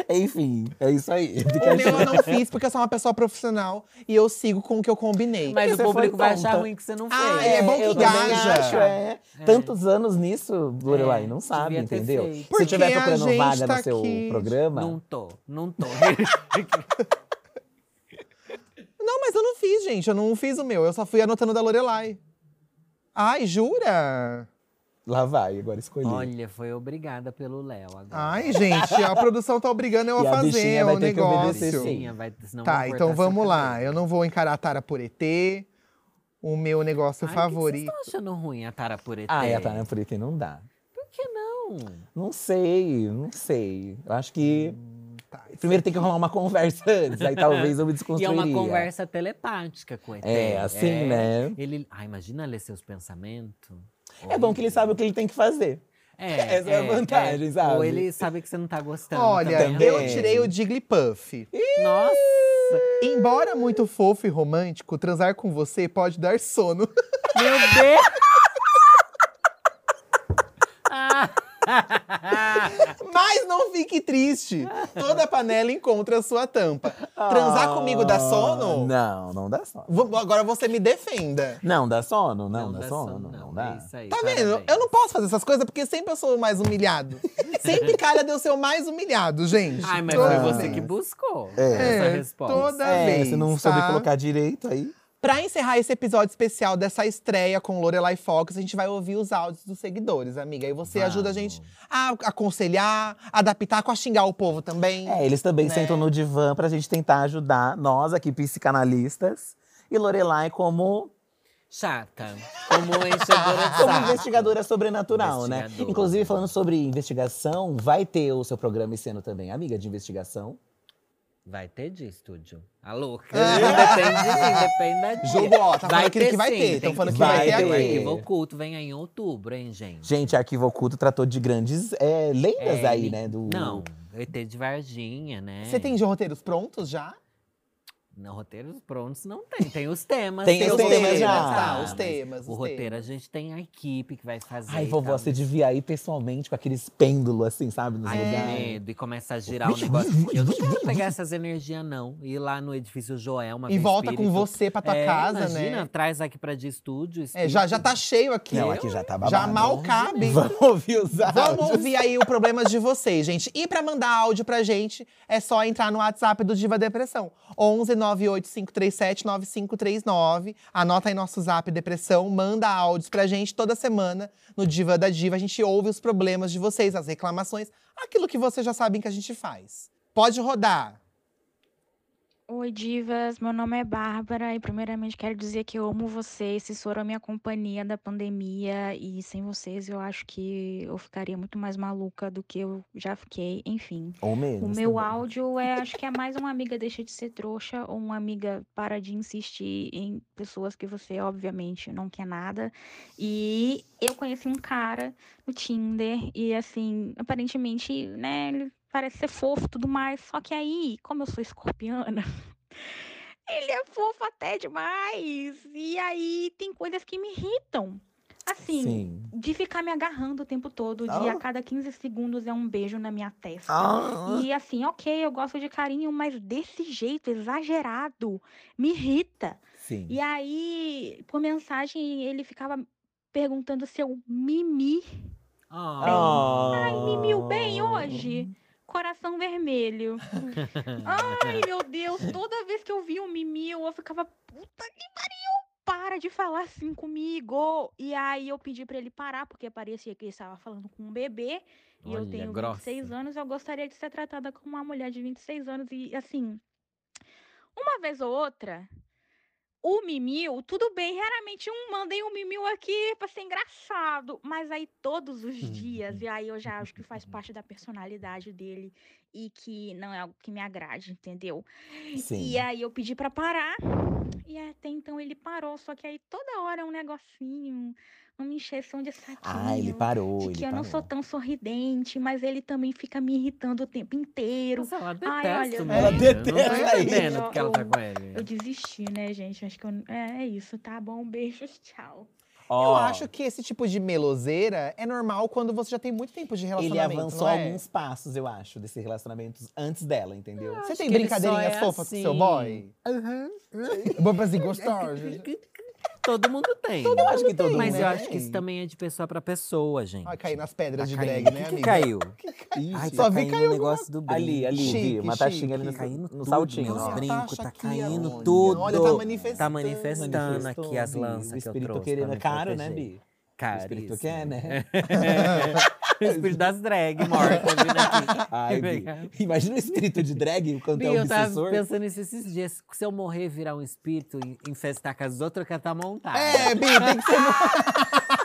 S2: Enfim, é isso aí.
S1: O meu eu não fiz porque eu sou uma pessoa profissional e eu sigo com o que eu combinei.
S3: Mas
S2: Você
S3: o
S2: foi
S3: público vai
S2: tonta.
S3: achar ruim que você não fez.
S1: Ah, é bom que
S2: eu também
S1: engaja.
S2: acho, é. Tantos anos nisso, Lorelai,
S3: É,
S2: não sabe,
S3: devia ter
S2: entendeu?
S3: feito.
S2: Se
S1: Porque
S2: tiver
S1: a
S2: procurando
S1: gente
S2: vaga
S1: tá
S2: no seu
S1: aqui-
S2: programa,
S3: Não tô, não tô.
S1: Não, mas eu não fiz, gente. Eu não fiz o meu. Eu só fui anotando da Lorelai. Ai, jura?
S2: lá vai, agora escolhi.
S3: Olha, foi obrigada pelo Léo agora.
S1: Ai, gente, a produção tá obrigando eu
S2: E
S1: a
S2: a
S1: fazer
S2: bichinha
S1: o
S2: vai ter que
S1: negócio.
S2: obedecer, sim.
S3: Sim, vai, senão
S1: Tá,
S3: vão cortar
S1: então
S3: essa
S1: vamos lá.
S3: cabeça.
S1: Eu não vou encarar a Tara por ET. É O meu negócio
S3: Ai, o
S1: favorito.
S3: Que que vocês tão achando ruim a Tara Puretê?
S2: Ah, é, tá, né? Por que não dá.
S3: Por que não?
S2: Não sei, não sei. Eu acho que
S1: Tá, isso
S2: primeiro tem que rolar uma conversa antes, aí talvez eu me
S3: E é
S2: desconstruiria.
S3: uma conversa telepática com o ET.
S2: É, assim, né?
S3: Ele, ah, imagina ler seus pensamentos.
S2: É bom que ele sabe o que ele tem que fazer.
S3: É,
S2: Essa é a vantagem, sabe?
S3: Ou ele sabe que você não tá gostando.
S1: Olha,
S3: também.
S2: também.
S1: eu tirei o Jigglypuff.
S3: Nossa!
S1: Embora muito fofo e romântico, transar com você pode dar sono.
S3: Meu Deus! Ah.
S1: Mas não fique triste. Toda panela encontra a sua tampa. Transar
S2: Ah,
S1: comigo dá sono?
S2: Não, não dá sono.
S1: V- Agora você me defenda.
S2: Não dá sono, não, dá,
S3: dá
S2: sono,
S3: sono,
S2: não,
S3: é
S2: dá.
S3: isso aí,
S1: Tá vendo?
S3: parabéns.
S1: Eu não posso fazer essas coisas porque sempre eu sou o mais humilhado. sempre calha de eu ser o mais humilhado, gente.
S3: Ai, mas
S1: Toda
S3: foi
S2: Ah.
S3: você
S1: vez.
S3: que buscou
S2: É.
S3: essa
S1: É,
S3: resposta.
S1: toda
S2: É,
S1: vez.
S2: se não souber
S1: tá?
S2: colocar direito aí.
S1: Pra encerrar esse episódio especial dessa estreia com Lorelai Fox, a gente vai ouvir os áudios dos seguidores, amiga. E você
S3: Vamos.
S1: ajuda a gente a aconselhar, a dar pitaco, a xingar o povo também.
S2: É, eles também
S1: Né?
S2: sentam no divã pra gente tentar ajudar nós aqui, psicanalistas, e Lorelai como,
S3: Chata. Como enchedora de
S2: como um
S3: saco.
S2: investigadora sobrenatural, né?
S3: Investigadora.
S2: Inclusive, falando sobre investigação, vai ter o seu programa sendo também amiga de investigação.
S3: Vai ter de estúdio. A louca.
S1: É.
S3: depende de mim, depende da dia.
S1: Jogo, ó, tá falando
S3: vai
S1: aqui que vai
S3: sim,
S1: ter. Tão
S3: tem
S1: falando
S2: que vai ter.
S3: Arquivo Oculto vem aí em outubro, hein, gente?
S2: Gente, Arquivo Oculto tratou de grandes é, lendas
S3: É,
S2: aí,
S3: ni-
S2: né? Do...
S3: Não, ET de Varginha, né?
S1: Você tem roteiros prontos já?
S3: Não, roteiros prontos não tem. Tem os temas.
S2: Tem
S3: que
S2: os
S3: eu vou
S2: temas
S3: ter,
S2: já.
S3: né,
S1: Tá,
S3: tá?
S1: os
S3: Mas
S1: temas.
S3: O
S1: os
S3: roteiro a
S1: temas.
S3: gente tem a equipe que vai fazer.
S2: Ai,
S3: e
S2: vovó,
S3: tal.
S2: se devia ir pessoalmente com aqueles pêndulos, assim, sabe? Nos
S3: Ai, que
S2: lugares.
S3: medo. E começa a girar o É, um negócio. Eu não quero pegar essas energias, não. Ir lá no edifício Joel, é uma
S1: E
S3: vez
S1: volta com
S3: espírito.
S1: você pra tua
S3: É,
S1: casa,
S3: imagina,
S1: né?
S3: traz aqui pra de estúdio.
S1: É,
S3: espírito.
S1: já, já tá cheio aqui.
S2: Não, aqui já tá babado.
S1: já mal cabe.
S2: Vamos ouvir os áudios.
S1: Vamos ouvir aí o problema de vocês, gente. E pra mandar áudio pra gente, é só entrar no WhatsApp do Diva Depressão. 11 98537 9539. Anota aí nosso Zap Depressão, manda áudios pra gente toda semana no Diva da Diva. A gente ouve os problemas de vocês, as reclamações, aquilo que vocês já sabem que a gente faz. Pode rodar.
S4: Oi, divas. Meu nome é Bárbara e primeiramente quero dizer que eu amo vocês. Vocês foram a minha companhia da pandemia e sem vocês eu acho que eu ficaria muito mais maluca do que eu já fiquei. Enfim,
S2: Ou menos.
S4: o meu
S2: também.
S4: áudio é acho que é mais uma amiga deixa de ser trouxa ou uma amiga para de insistir em pessoas que você obviamente não quer nada. E eu conheci um cara no Tinder e assim, aparentemente, né, ele parece ser fofo e tudo mais, só que aí, como eu sou escorpiana, ele é fofo até demais. E aí tem coisas que me irritam. Assim,
S2: Sim.
S4: de ficar me agarrando o tempo todo, de
S2: Ah.
S4: a cada 15 segundos é um beijo na minha testa.
S2: Ah.
S4: E assim, ok, eu gosto de carinho, mas desse jeito exagerado me irrita.
S2: Sim.
S4: E aí, por mensagem, ele ficava perguntando se eu mimi.
S2: Ah.
S4: Ai, mimiu bem hoje. Coração vermelho. Ai, meu Deus, toda vez que eu via o Mimil, eu ficava puta que pariu. Para de falar assim comigo. E aí eu pedi pra ele parar, porque parecia que ele estava falando com um bebê. E eu
S3: Olha,
S4: tenho
S3: grossa.
S4: 26 anos, eu gostaria de ser tratada como uma mulher de 26 anos. E assim, uma vez ou outra, o Mimil, tudo bem, raramente um mandem o Mimil aqui pra ser engraçado. Mas aí todos os dias, e aí eu já acho que faz parte da personalidade dele e que não é algo que me agrade, entendeu?
S2: Sim.
S4: E aí eu pedi pra parar. E até então ele parou, só que aí toda hora é um negocinho, uma encheção de saquinho.
S2: Ah, ele parou,
S4: de
S2: ele
S4: um que eu
S2: parou.
S4: não sou tão sorridente, mas ele também fica me irritando o tempo inteiro.
S3: Nossa, ela
S4: olha,
S3: detesta o
S4: Ela
S3: menino, Não
S2: detesta
S3: tô
S2: ele.
S3: entendendo porque ela tá com
S4: Eu
S2: É.
S3: ele.
S4: desisti, né, gente? Acho que eu... é, é isso, tá bom? Beijos, tchau.
S1: Eu
S2: Ó,
S1: acho que esse tipo de meloseira é normal quando você já tem muito tempo de
S2: ele
S1: relacionamento.
S2: avançou
S1: não é?
S2: alguns passos, eu acho, desses relacionamentos antes dela, entendeu?
S1: Você tem
S3: que ele só
S1: brincadeirinhas
S3: é
S1: fofas com seu
S3: assim.
S1: boy? Boy pra assim, gostosa.
S3: Todo mundo tem.
S2: Eu acho que todo mundo.
S3: Mas eu
S1: né?
S3: acho que isso também é de pessoa pra pessoa, gente.
S1: Ai, caí nas pedras
S3: Tá
S1: de
S3: caindo.
S1: drag, né,
S3: O que que
S1: amiga?
S3: caiu? Ai,
S2: Ixi,
S1: Só
S3: tá
S1: vi
S3: caindo
S1: cair
S3: o
S1: alguma-
S3: negócio do brinco. Tá
S2: ali, ali,
S1: Chique,
S2: vi, uma taxinha ali
S1: chique.
S2: no,
S3: Caindo
S2: no
S3: tudo,
S2: saltinho,
S3: Nossa,
S2: ó.
S1: Olha a
S3: brinco,
S1: taxa
S3: tá
S1: aqui,
S3: caindo
S1: olha.
S3: tudo.
S1: Olha, tá manifestando.
S3: Tá manifestando aqui as
S2: Bi,
S3: lanças
S2: O
S3: que eu
S2: espírito
S3: trouxe pra
S2: querendo é
S3: me
S2: caro, né,
S3: proteger.
S2: Bi? O espírito
S3: Caríssimo.
S2: quer, né?
S3: o espírito das drag mortas vindo aqui.
S2: Ai, Bi. Imagina o espírito de drag, o
S1: Então,
S2: quanto
S3: Bi,
S2: é
S3: eu tava
S2: obsessor.
S3: pensando nisso esses dias. Se eu morrer e virar um espírito e infestar com as outras, eu quero tá montado.
S1: É, Bi, tem que ser.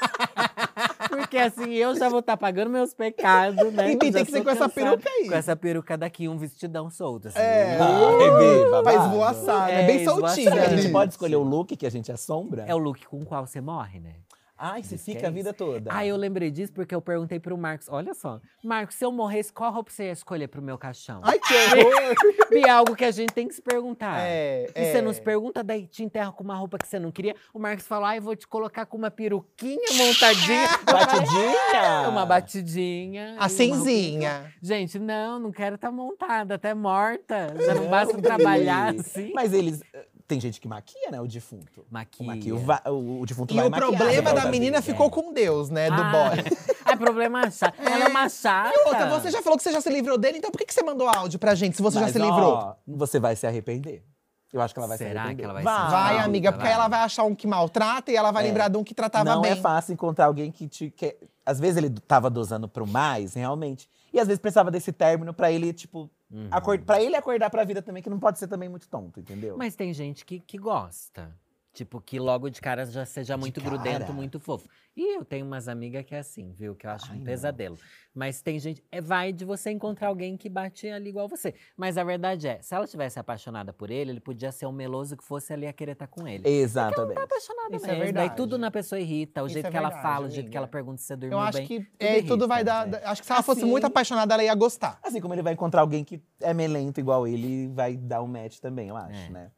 S3: Porque assim, eu já vou estar pagando meus pecados, né?
S1: E Bi,
S3: Eu já
S1: tem que ser
S3: sou
S1: com essa
S3: cansada.
S1: peruca aí.
S3: Com essa peruca daqui, um vestidão solto. Assim.
S1: É.
S2: Ai, Bi, babado.
S1: Faz voaçada. É,
S3: Tá É,
S1: bem soltinha.
S2: Será que a gente
S1: Bi.
S2: pode escolher o look que a gente assombra?
S3: É o look com o qual você morre, né?
S2: Ai, você
S3: Diz que
S2: fica
S3: é
S2: a vida toda.
S3: Ah, eu lembrei disso porque eu perguntei pro Marcos. Olha só. Marcos, se eu morresse, qual roupa você ia escolher pro meu caixão?
S1: Ai, que horror!
S3: E é algo que a gente tem que se perguntar.
S1: É,
S3: E você
S1: é.
S3: não se pergunta, daí te enterra com uma roupa que você não queria. O Marcos falou, ah, eu vou te colocar com uma peruquinha montadinha. Eu falei,
S2: Batidinha!
S3: "Ah, Uma batidinha. e uma
S1: A cenzinha.
S3: roupinha". Gente, não, não quero estar montada, até morta. Já não
S2: Não,
S3: basta
S2: Bi.
S3: trabalhar assim.
S2: Mas eles. eh, Tem gente que maquia, né? O defunto.
S3: Maquia.
S2: O, maquia, o, va- o- o defunto
S1: E
S2: vai
S1: o
S2: maquiar,
S1: problema
S2: né,
S1: da
S2: Bi?
S1: menina ficou com Deus, né? Do
S3: Ah,
S1: boy.
S3: É problema achar. Ela é uma chata.
S1: Outra, você já falou que você já se livrou dele, então por que, que você mandou áudio pra gente se você já
S2: Mas,
S1: se livrou?
S2: ó, você vai se arrepender. Eu acho que ela vai se
S3: Será
S2: arrepender.
S3: que ela vai
S1: Vai,
S3: se
S1: vai,
S3: Não,
S1: amiga,
S3: vai.
S1: porque aí ela vai achar um que maltrata e ela vai
S2: É.
S1: lembrar de um que tratava
S2: Não
S1: bem.
S2: é fácil encontrar alguém que te quer. Às vezes ele tava dosando pro mais, realmente. E às vezes precisava desse término pra ele, tipo.
S3: Uhum.
S2: Acor... pra ele acordar pra vida também, que não pode ser também muito tonto, entendeu?
S3: Mas tem gente que, que gosta. Tipo, que logo de cara já seja muito
S2: cara?
S3: grudento, muito fofo. E eu tenho umas amigas que é assim, viu? Que eu acho
S2: Ai,
S3: um
S2: não.
S3: pesadelo. Mas tem gente. É, vai de você encontrar alguém que bate ali igual você. Mas a verdade é, se ela estivesse apaixonada por ele, ele podia ser um meloso que fosse ali a querer estar com
S2: é
S3: ele.
S2: Exatamente.
S3: Apaixonada
S1: Isso é
S3: mesmo. Daí
S1: verdade.
S3: tudo na pessoa irrita, o
S1: Isso
S3: jeito
S1: é
S3: que ela
S1: verdade,
S3: fala, o jeito
S1: amiga.
S3: que ela pergunta se você dormiu
S1: Eu acho
S3: bem.
S1: que é, e tudo
S3: irrita,
S1: vai dar.
S3: né?
S1: Acho que se ela fosse
S2: Assim-
S1: muito apaixonada, ela ia gostar.
S2: Assim como ele vai encontrar alguém que é melento igual ele, vai dar um match também, eu acho,
S3: É.
S2: né?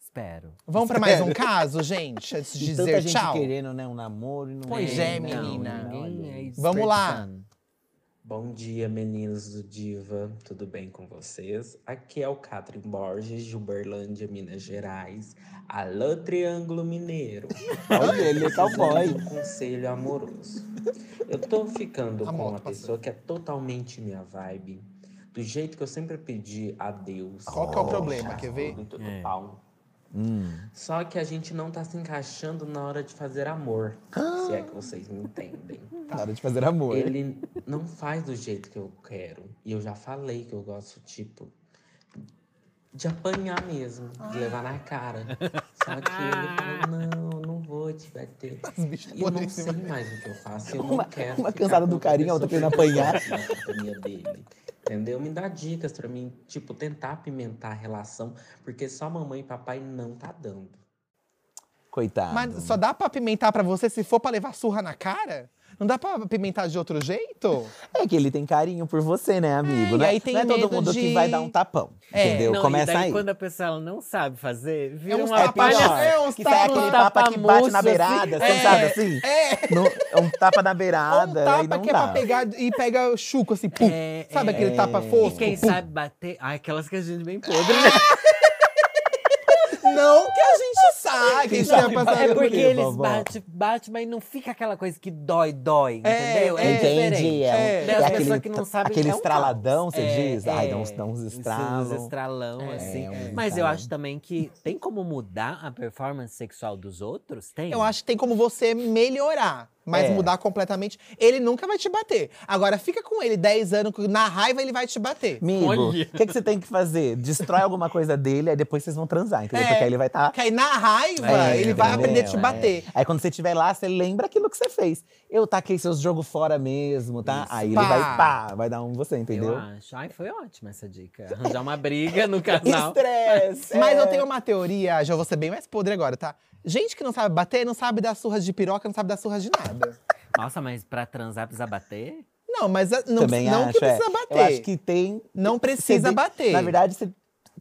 S3: Espero.
S1: Vamos pra mais um caso, gente, antes de
S2: E tanta
S1: dizer
S2: gente
S1: tchau.
S2: querendo, né, um namoro e não
S1: Pois
S2: tem,
S1: é,
S2: não,
S1: menina.
S2: não, olha.
S3: ninguém é
S1: Vamos lá.
S3: desperdiçando.
S5: Bom dia, meninos do Diva, tudo bem com vocês? Aqui é o Catherine Borges, de Uberlândia, Minas Gerais. Alô, Triângulo Mineiro!
S2: Olha, ele é cowboy.
S5: Precisando de Um conselho amoroso. Eu tô ficando
S1: A
S5: com
S1: moto
S5: uma
S1: passando.
S5: pessoa que é totalmente minha vibe, do jeito que eu sempre pedi a Deus.
S1: Qual que é o
S5: pra
S1: problema?
S5: deixar
S1: Quer ver?
S5: tudo, tudo
S3: É.
S5: pau.
S2: Hum.
S5: Só que a gente não tá se encaixando na hora de fazer amor,
S1: Ah.
S5: se é que vocês me entendem.
S2: Tá na hora de fazer amor.
S5: Ele não faz do jeito que eu quero. E eu já falei que eu gosto, tipo, de apanhar mesmo, de levar na cara. Só que ele falou: não, não vou te bater.
S1: Os bichos
S5: E eu não
S1: podres.
S5: sei mais o que eu faço. Eu
S2: Uma-
S5: não quero.
S2: uma
S5: ficar
S2: cansada
S5: com
S2: do
S5: outra
S2: carinho, a outra
S5: pessoa
S2: querendo
S5: que eu
S2: apanhar.
S5: gosto na companhia dele. Entendeu? Me dá dicas pra mim, tipo, tentar apimentar a relação, porque só mamãe e papai não tá dando.
S2: Coitado.
S1: Mas só dá pra apimentar pra você se for pra levar surra na cara? Não dá pra apimentar de outro jeito?
S2: É que ele tem carinho por você, né, amigo?
S1: É, e
S2: não, é-
S1: aí tem
S2: não é todo
S1: medo
S2: mundo
S1: de-
S2: que vai dar um tapão.
S1: É.
S2: Entendeu?
S3: Não, e
S2: Começa
S3: daí,
S2: aí.
S3: quando a pessoa ela não sabe fazer, vira um
S1: uns
S3: uma
S2: É
S1: tapas-
S3: palhaçada.
S2: pior,
S1: É uns
S2: que sai aquele
S3: tapas
S2: tapa que bate na
S3: murcho,
S2: beirada,
S3: assim.
S2: assim, sabe
S1: É.
S2: assim?
S1: É!
S2: No- é um tapa na
S1: Ou um
S2: beirada e
S1: tapa
S2: não
S1: que é
S2: dá.
S1: pra pegar e pega chuco, assim, pum.
S3: É,
S1: Sabe
S3: é,
S1: aquele tapa
S2: é.
S1: fofo?
S3: E quem
S1: Pum.
S3: é sabe bater. Ai, aquelas que a gente bem podre, né?
S1: Não que a gente né, saiba que a gente tenha passado
S3: É
S1: por
S3: porque
S1: isso.
S3: eles
S2: vovó.
S3: batem, batem, mas não fica aquela coisa que dói, dói,
S1: É,
S3: entendeu?
S1: é,
S2: Entendi.
S3: diferente.
S2: É, um-
S1: É.
S2: é
S3: Daí as
S2: aquele,
S3: pessoas que não sabem,
S2: aquele
S3: é um
S2: estraladão, você
S3: É,
S2: diz? Ai,
S3: é.
S2: dá uns, dá uns
S3: Uns- uns
S2: estralos. um
S3: estralão,
S1: É,
S3: assim.
S2: uns
S3: Mas eu
S2: estralão.
S3: acho também que tem como mudar a performance sexual dos outros? Tem?
S1: Eu acho que tem como você melhorar, mas
S2: É.
S1: mudar completamente. Ele nunca vai te bater. Agora, fica com ele 10 anos, que na raiva ele vai te bater.
S2: Amigo, o que, que você tem que fazer? Destrói alguma coisa dele, aí depois vocês vão transar, entendeu?
S1: É.
S2: Porque aí ele vai tá estar.
S1: Porque aí na raiva
S2: É,
S1: ele vai
S2: entendeu?
S1: aprender a te
S2: É.
S1: bater.
S2: Aí quando você estiver lá, você lembra aquilo que você fez. Eu taquei seus jogos fora mesmo, tá?
S3: Isso.
S2: Aí
S1: Pá.
S2: ele vai pá, vai dar um em você, entendeu?
S3: Eu acho. Ai, foi ótima essa dica. Arranjar uma briga no casal.
S2: Estresse! é.
S1: Mas eu tenho uma teoria, já vou ser bem mais podre agora, tá? Gente que não sabe bater, não sabe dar surras de piroca, não sabe dar surras de nada.
S3: Nossa, mas pra transar precisa bater?
S1: Não, mas a- não,
S2: Também
S1: não
S2: acho,
S1: que precisa
S2: é.
S1: bater.
S2: Eu acho que tem.
S1: Não
S2: você
S1: precisa
S2: tem-
S1: bater.
S2: Na verdade, você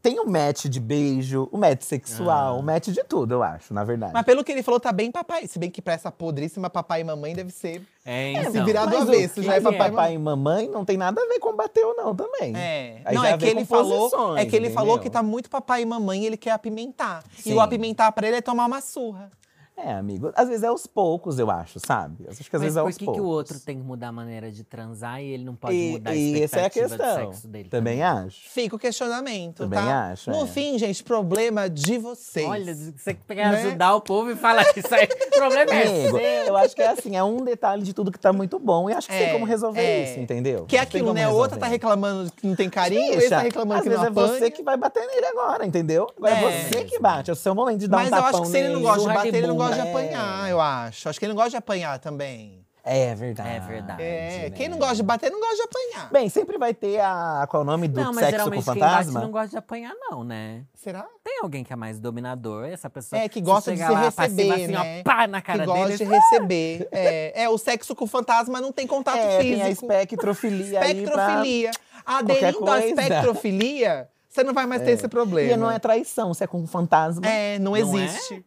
S2: tem um match de beijo, um match sexual,
S3: Ah.
S2: um match de tudo, eu acho, na verdade.
S1: Mas pelo que ele falou, tá bem papai. Se bem que pra essa podríssima papai e mamãe deve ser.
S3: É,
S1: se
S3: então.
S1: virar do
S2: Mas o-
S1: avesso, já é
S2: mas o
S1: papai e mamãe.
S2: papai e mamãe não tem nada a ver com bater ou não também.
S1: É.
S2: Aí
S1: não,
S2: já
S1: é que
S2: vem
S1: ele
S2: com
S1: falou. É
S2: posições,
S1: que ele falou
S2: entendeu?
S1: que tá muito papai e mamãe e ele quer apimentar. E
S2: Sim.
S1: o apimentar pra ele é tomar uma surra.
S2: É, amigo. Às vezes é aos poucos, eu acho, sabe? Acho que às
S3: Mas
S2: vezes é
S3: por
S2: aos
S3: que,
S2: poucos.
S3: que o outro tem que mudar a maneira de transar e ele não pode
S2: E-
S3: mudar a
S2: e essa é a
S3: expectativa
S2: questão.
S3: do sexo dele?
S2: Também acho.
S1: Fica o questionamento,
S2: Também
S1: tá?
S2: acho,
S1: No
S2: é.
S1: fim, gente, problema de vocês.
S3: Olha, você quer
S1: Né?
S3: ajudar o povo e falar que isso aí. O problema é
S2: Amigo,
S3: seu.
S2: eu acho que é assim, é um detalhe de tudo que tá muito bom. E acho que
S1: É,
S2: tem como resolver
S1: é.
S2: isso, entendeu?
S1: que é
S2: Tem
S1: aquilo,
S2: como
S1: né? A outra tá
S2: resolver.
S1: reclamando que não tem carinho, esse
S2: um Deixa.
S1: tá reclamando
S2: Às
S1: que não
S2: vezes é
S1: apanha.
S2: você que vai bater nele agora, entendeu? Agora
S1: É.
S2: é você que bate, é o seu momento de dar um
S1: Mas eu
S2: tapão
S1: acho que se ele não
S2: nele.
S1: gosta de
S3: surra de
S1: bater, ele não gosta de
S2: bunda, é.
S1: apanhar, eu acho. Acho que ele não gosta de apanhar também.
S2: É verdade.
S3: É verdade,
S1: É,
S2: né?
S1: quem não gosta de bater, não gosta de apanhar.
S2: Bem, sempre vai ter a. Qual é o nome do
S3: Não,
S2: sexo
S3: mas
S2: com
S3: geralmente quem bate
S2: fantasma?
S3: não gosta de apanhar, não, né?
S1: Será?
S3: Tem alguém que é mais dominador, essa pessoa
S1: É, que
S3: se
S1: gosta de
S3: chegar
S1: se
S3: lá, passiva,
S1: receber,
S3: assim,
S1: né?
S3: ó, pá na cara
S1: que gosta
S3: dele.
S1: de receber. é, é, o sexo com fantasma não tem contato
S2: é, tem a
S1: tá físico.
S2: espectrofilia. aí pra-
S1: espectrofilia.
S2: qualquer
S1: Aderindo à
S2: coisa.
S1: espectrofilia, você não vai mais ter esse problema.
S2: E não é traição, se é com fantasma.
S1: É, não
S3: Não
S1: existe.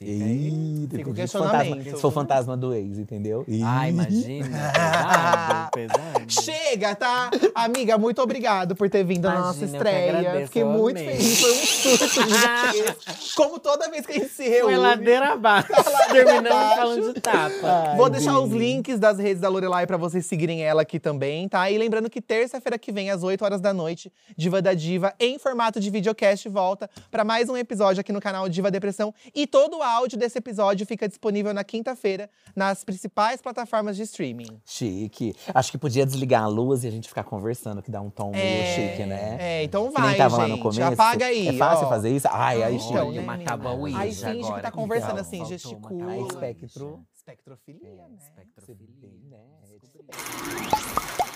S2: Ih,
S1: Fica o
S2: depende se for fantasma-
S1: questionamento. Ah,
S2: Se for fantasma do ex, entendeu? Ih.
S3: Ai, imagina. Pesado, pesado.
S1: Chega, tá? Amiga, muito obrigado por ter vindo na nossa
S3: Imagina, eu que
S1: estreia.
S3: agradeço,
S1: Fiquei
S3: eu
S1: muito
S3: amei.
S1: feliz. Foi um surto gigantesco. Como toda vez que a gente se reúne.
S3: Foi ladeira abaixo. Terminamos falando de tapa.
S2: Tá Ai,
S1: Vou deixar os
S2: Bi.
S1: links das redes da Lorelai pra vocês seguirem ela aqui também, tá? E lembrando que terça-feira que vem, às 8 horas da noite, Diva da Diva, em formato de videocast, volta pra mais um episódio aqui no canal Diva Depressão. E todo o áudio desse episódio fica disponível na quinta-feira nas principais plataformas de streaming.
S2: Chique. Acho que podia desligar a luz e a gente ficar conversando, que dá um tom meio chique, né?
S1: É, então
S2: que
S1: vai,
S2: nem tava
S1: gente.
S2: lá no começo.
S1: Apaga aí.
S2: É fácil
S1: ó.
S2: fazer isso? Ai, ai,
S1: Então,
S2: chique.
S1: né,
S3: Olha, uma tabuíja
S1: Aí finge que tá
S3: agora.
S1: conversando
S2: então,
S1: assim,
S3: Faltou uma
S1: gesticula.
S2: Aí
S3: tabuíja.
S2: espectro.
S1: Espectrofilia, É, né?
S3: Espectrofilia.
S2: Né?
S3: Descobri.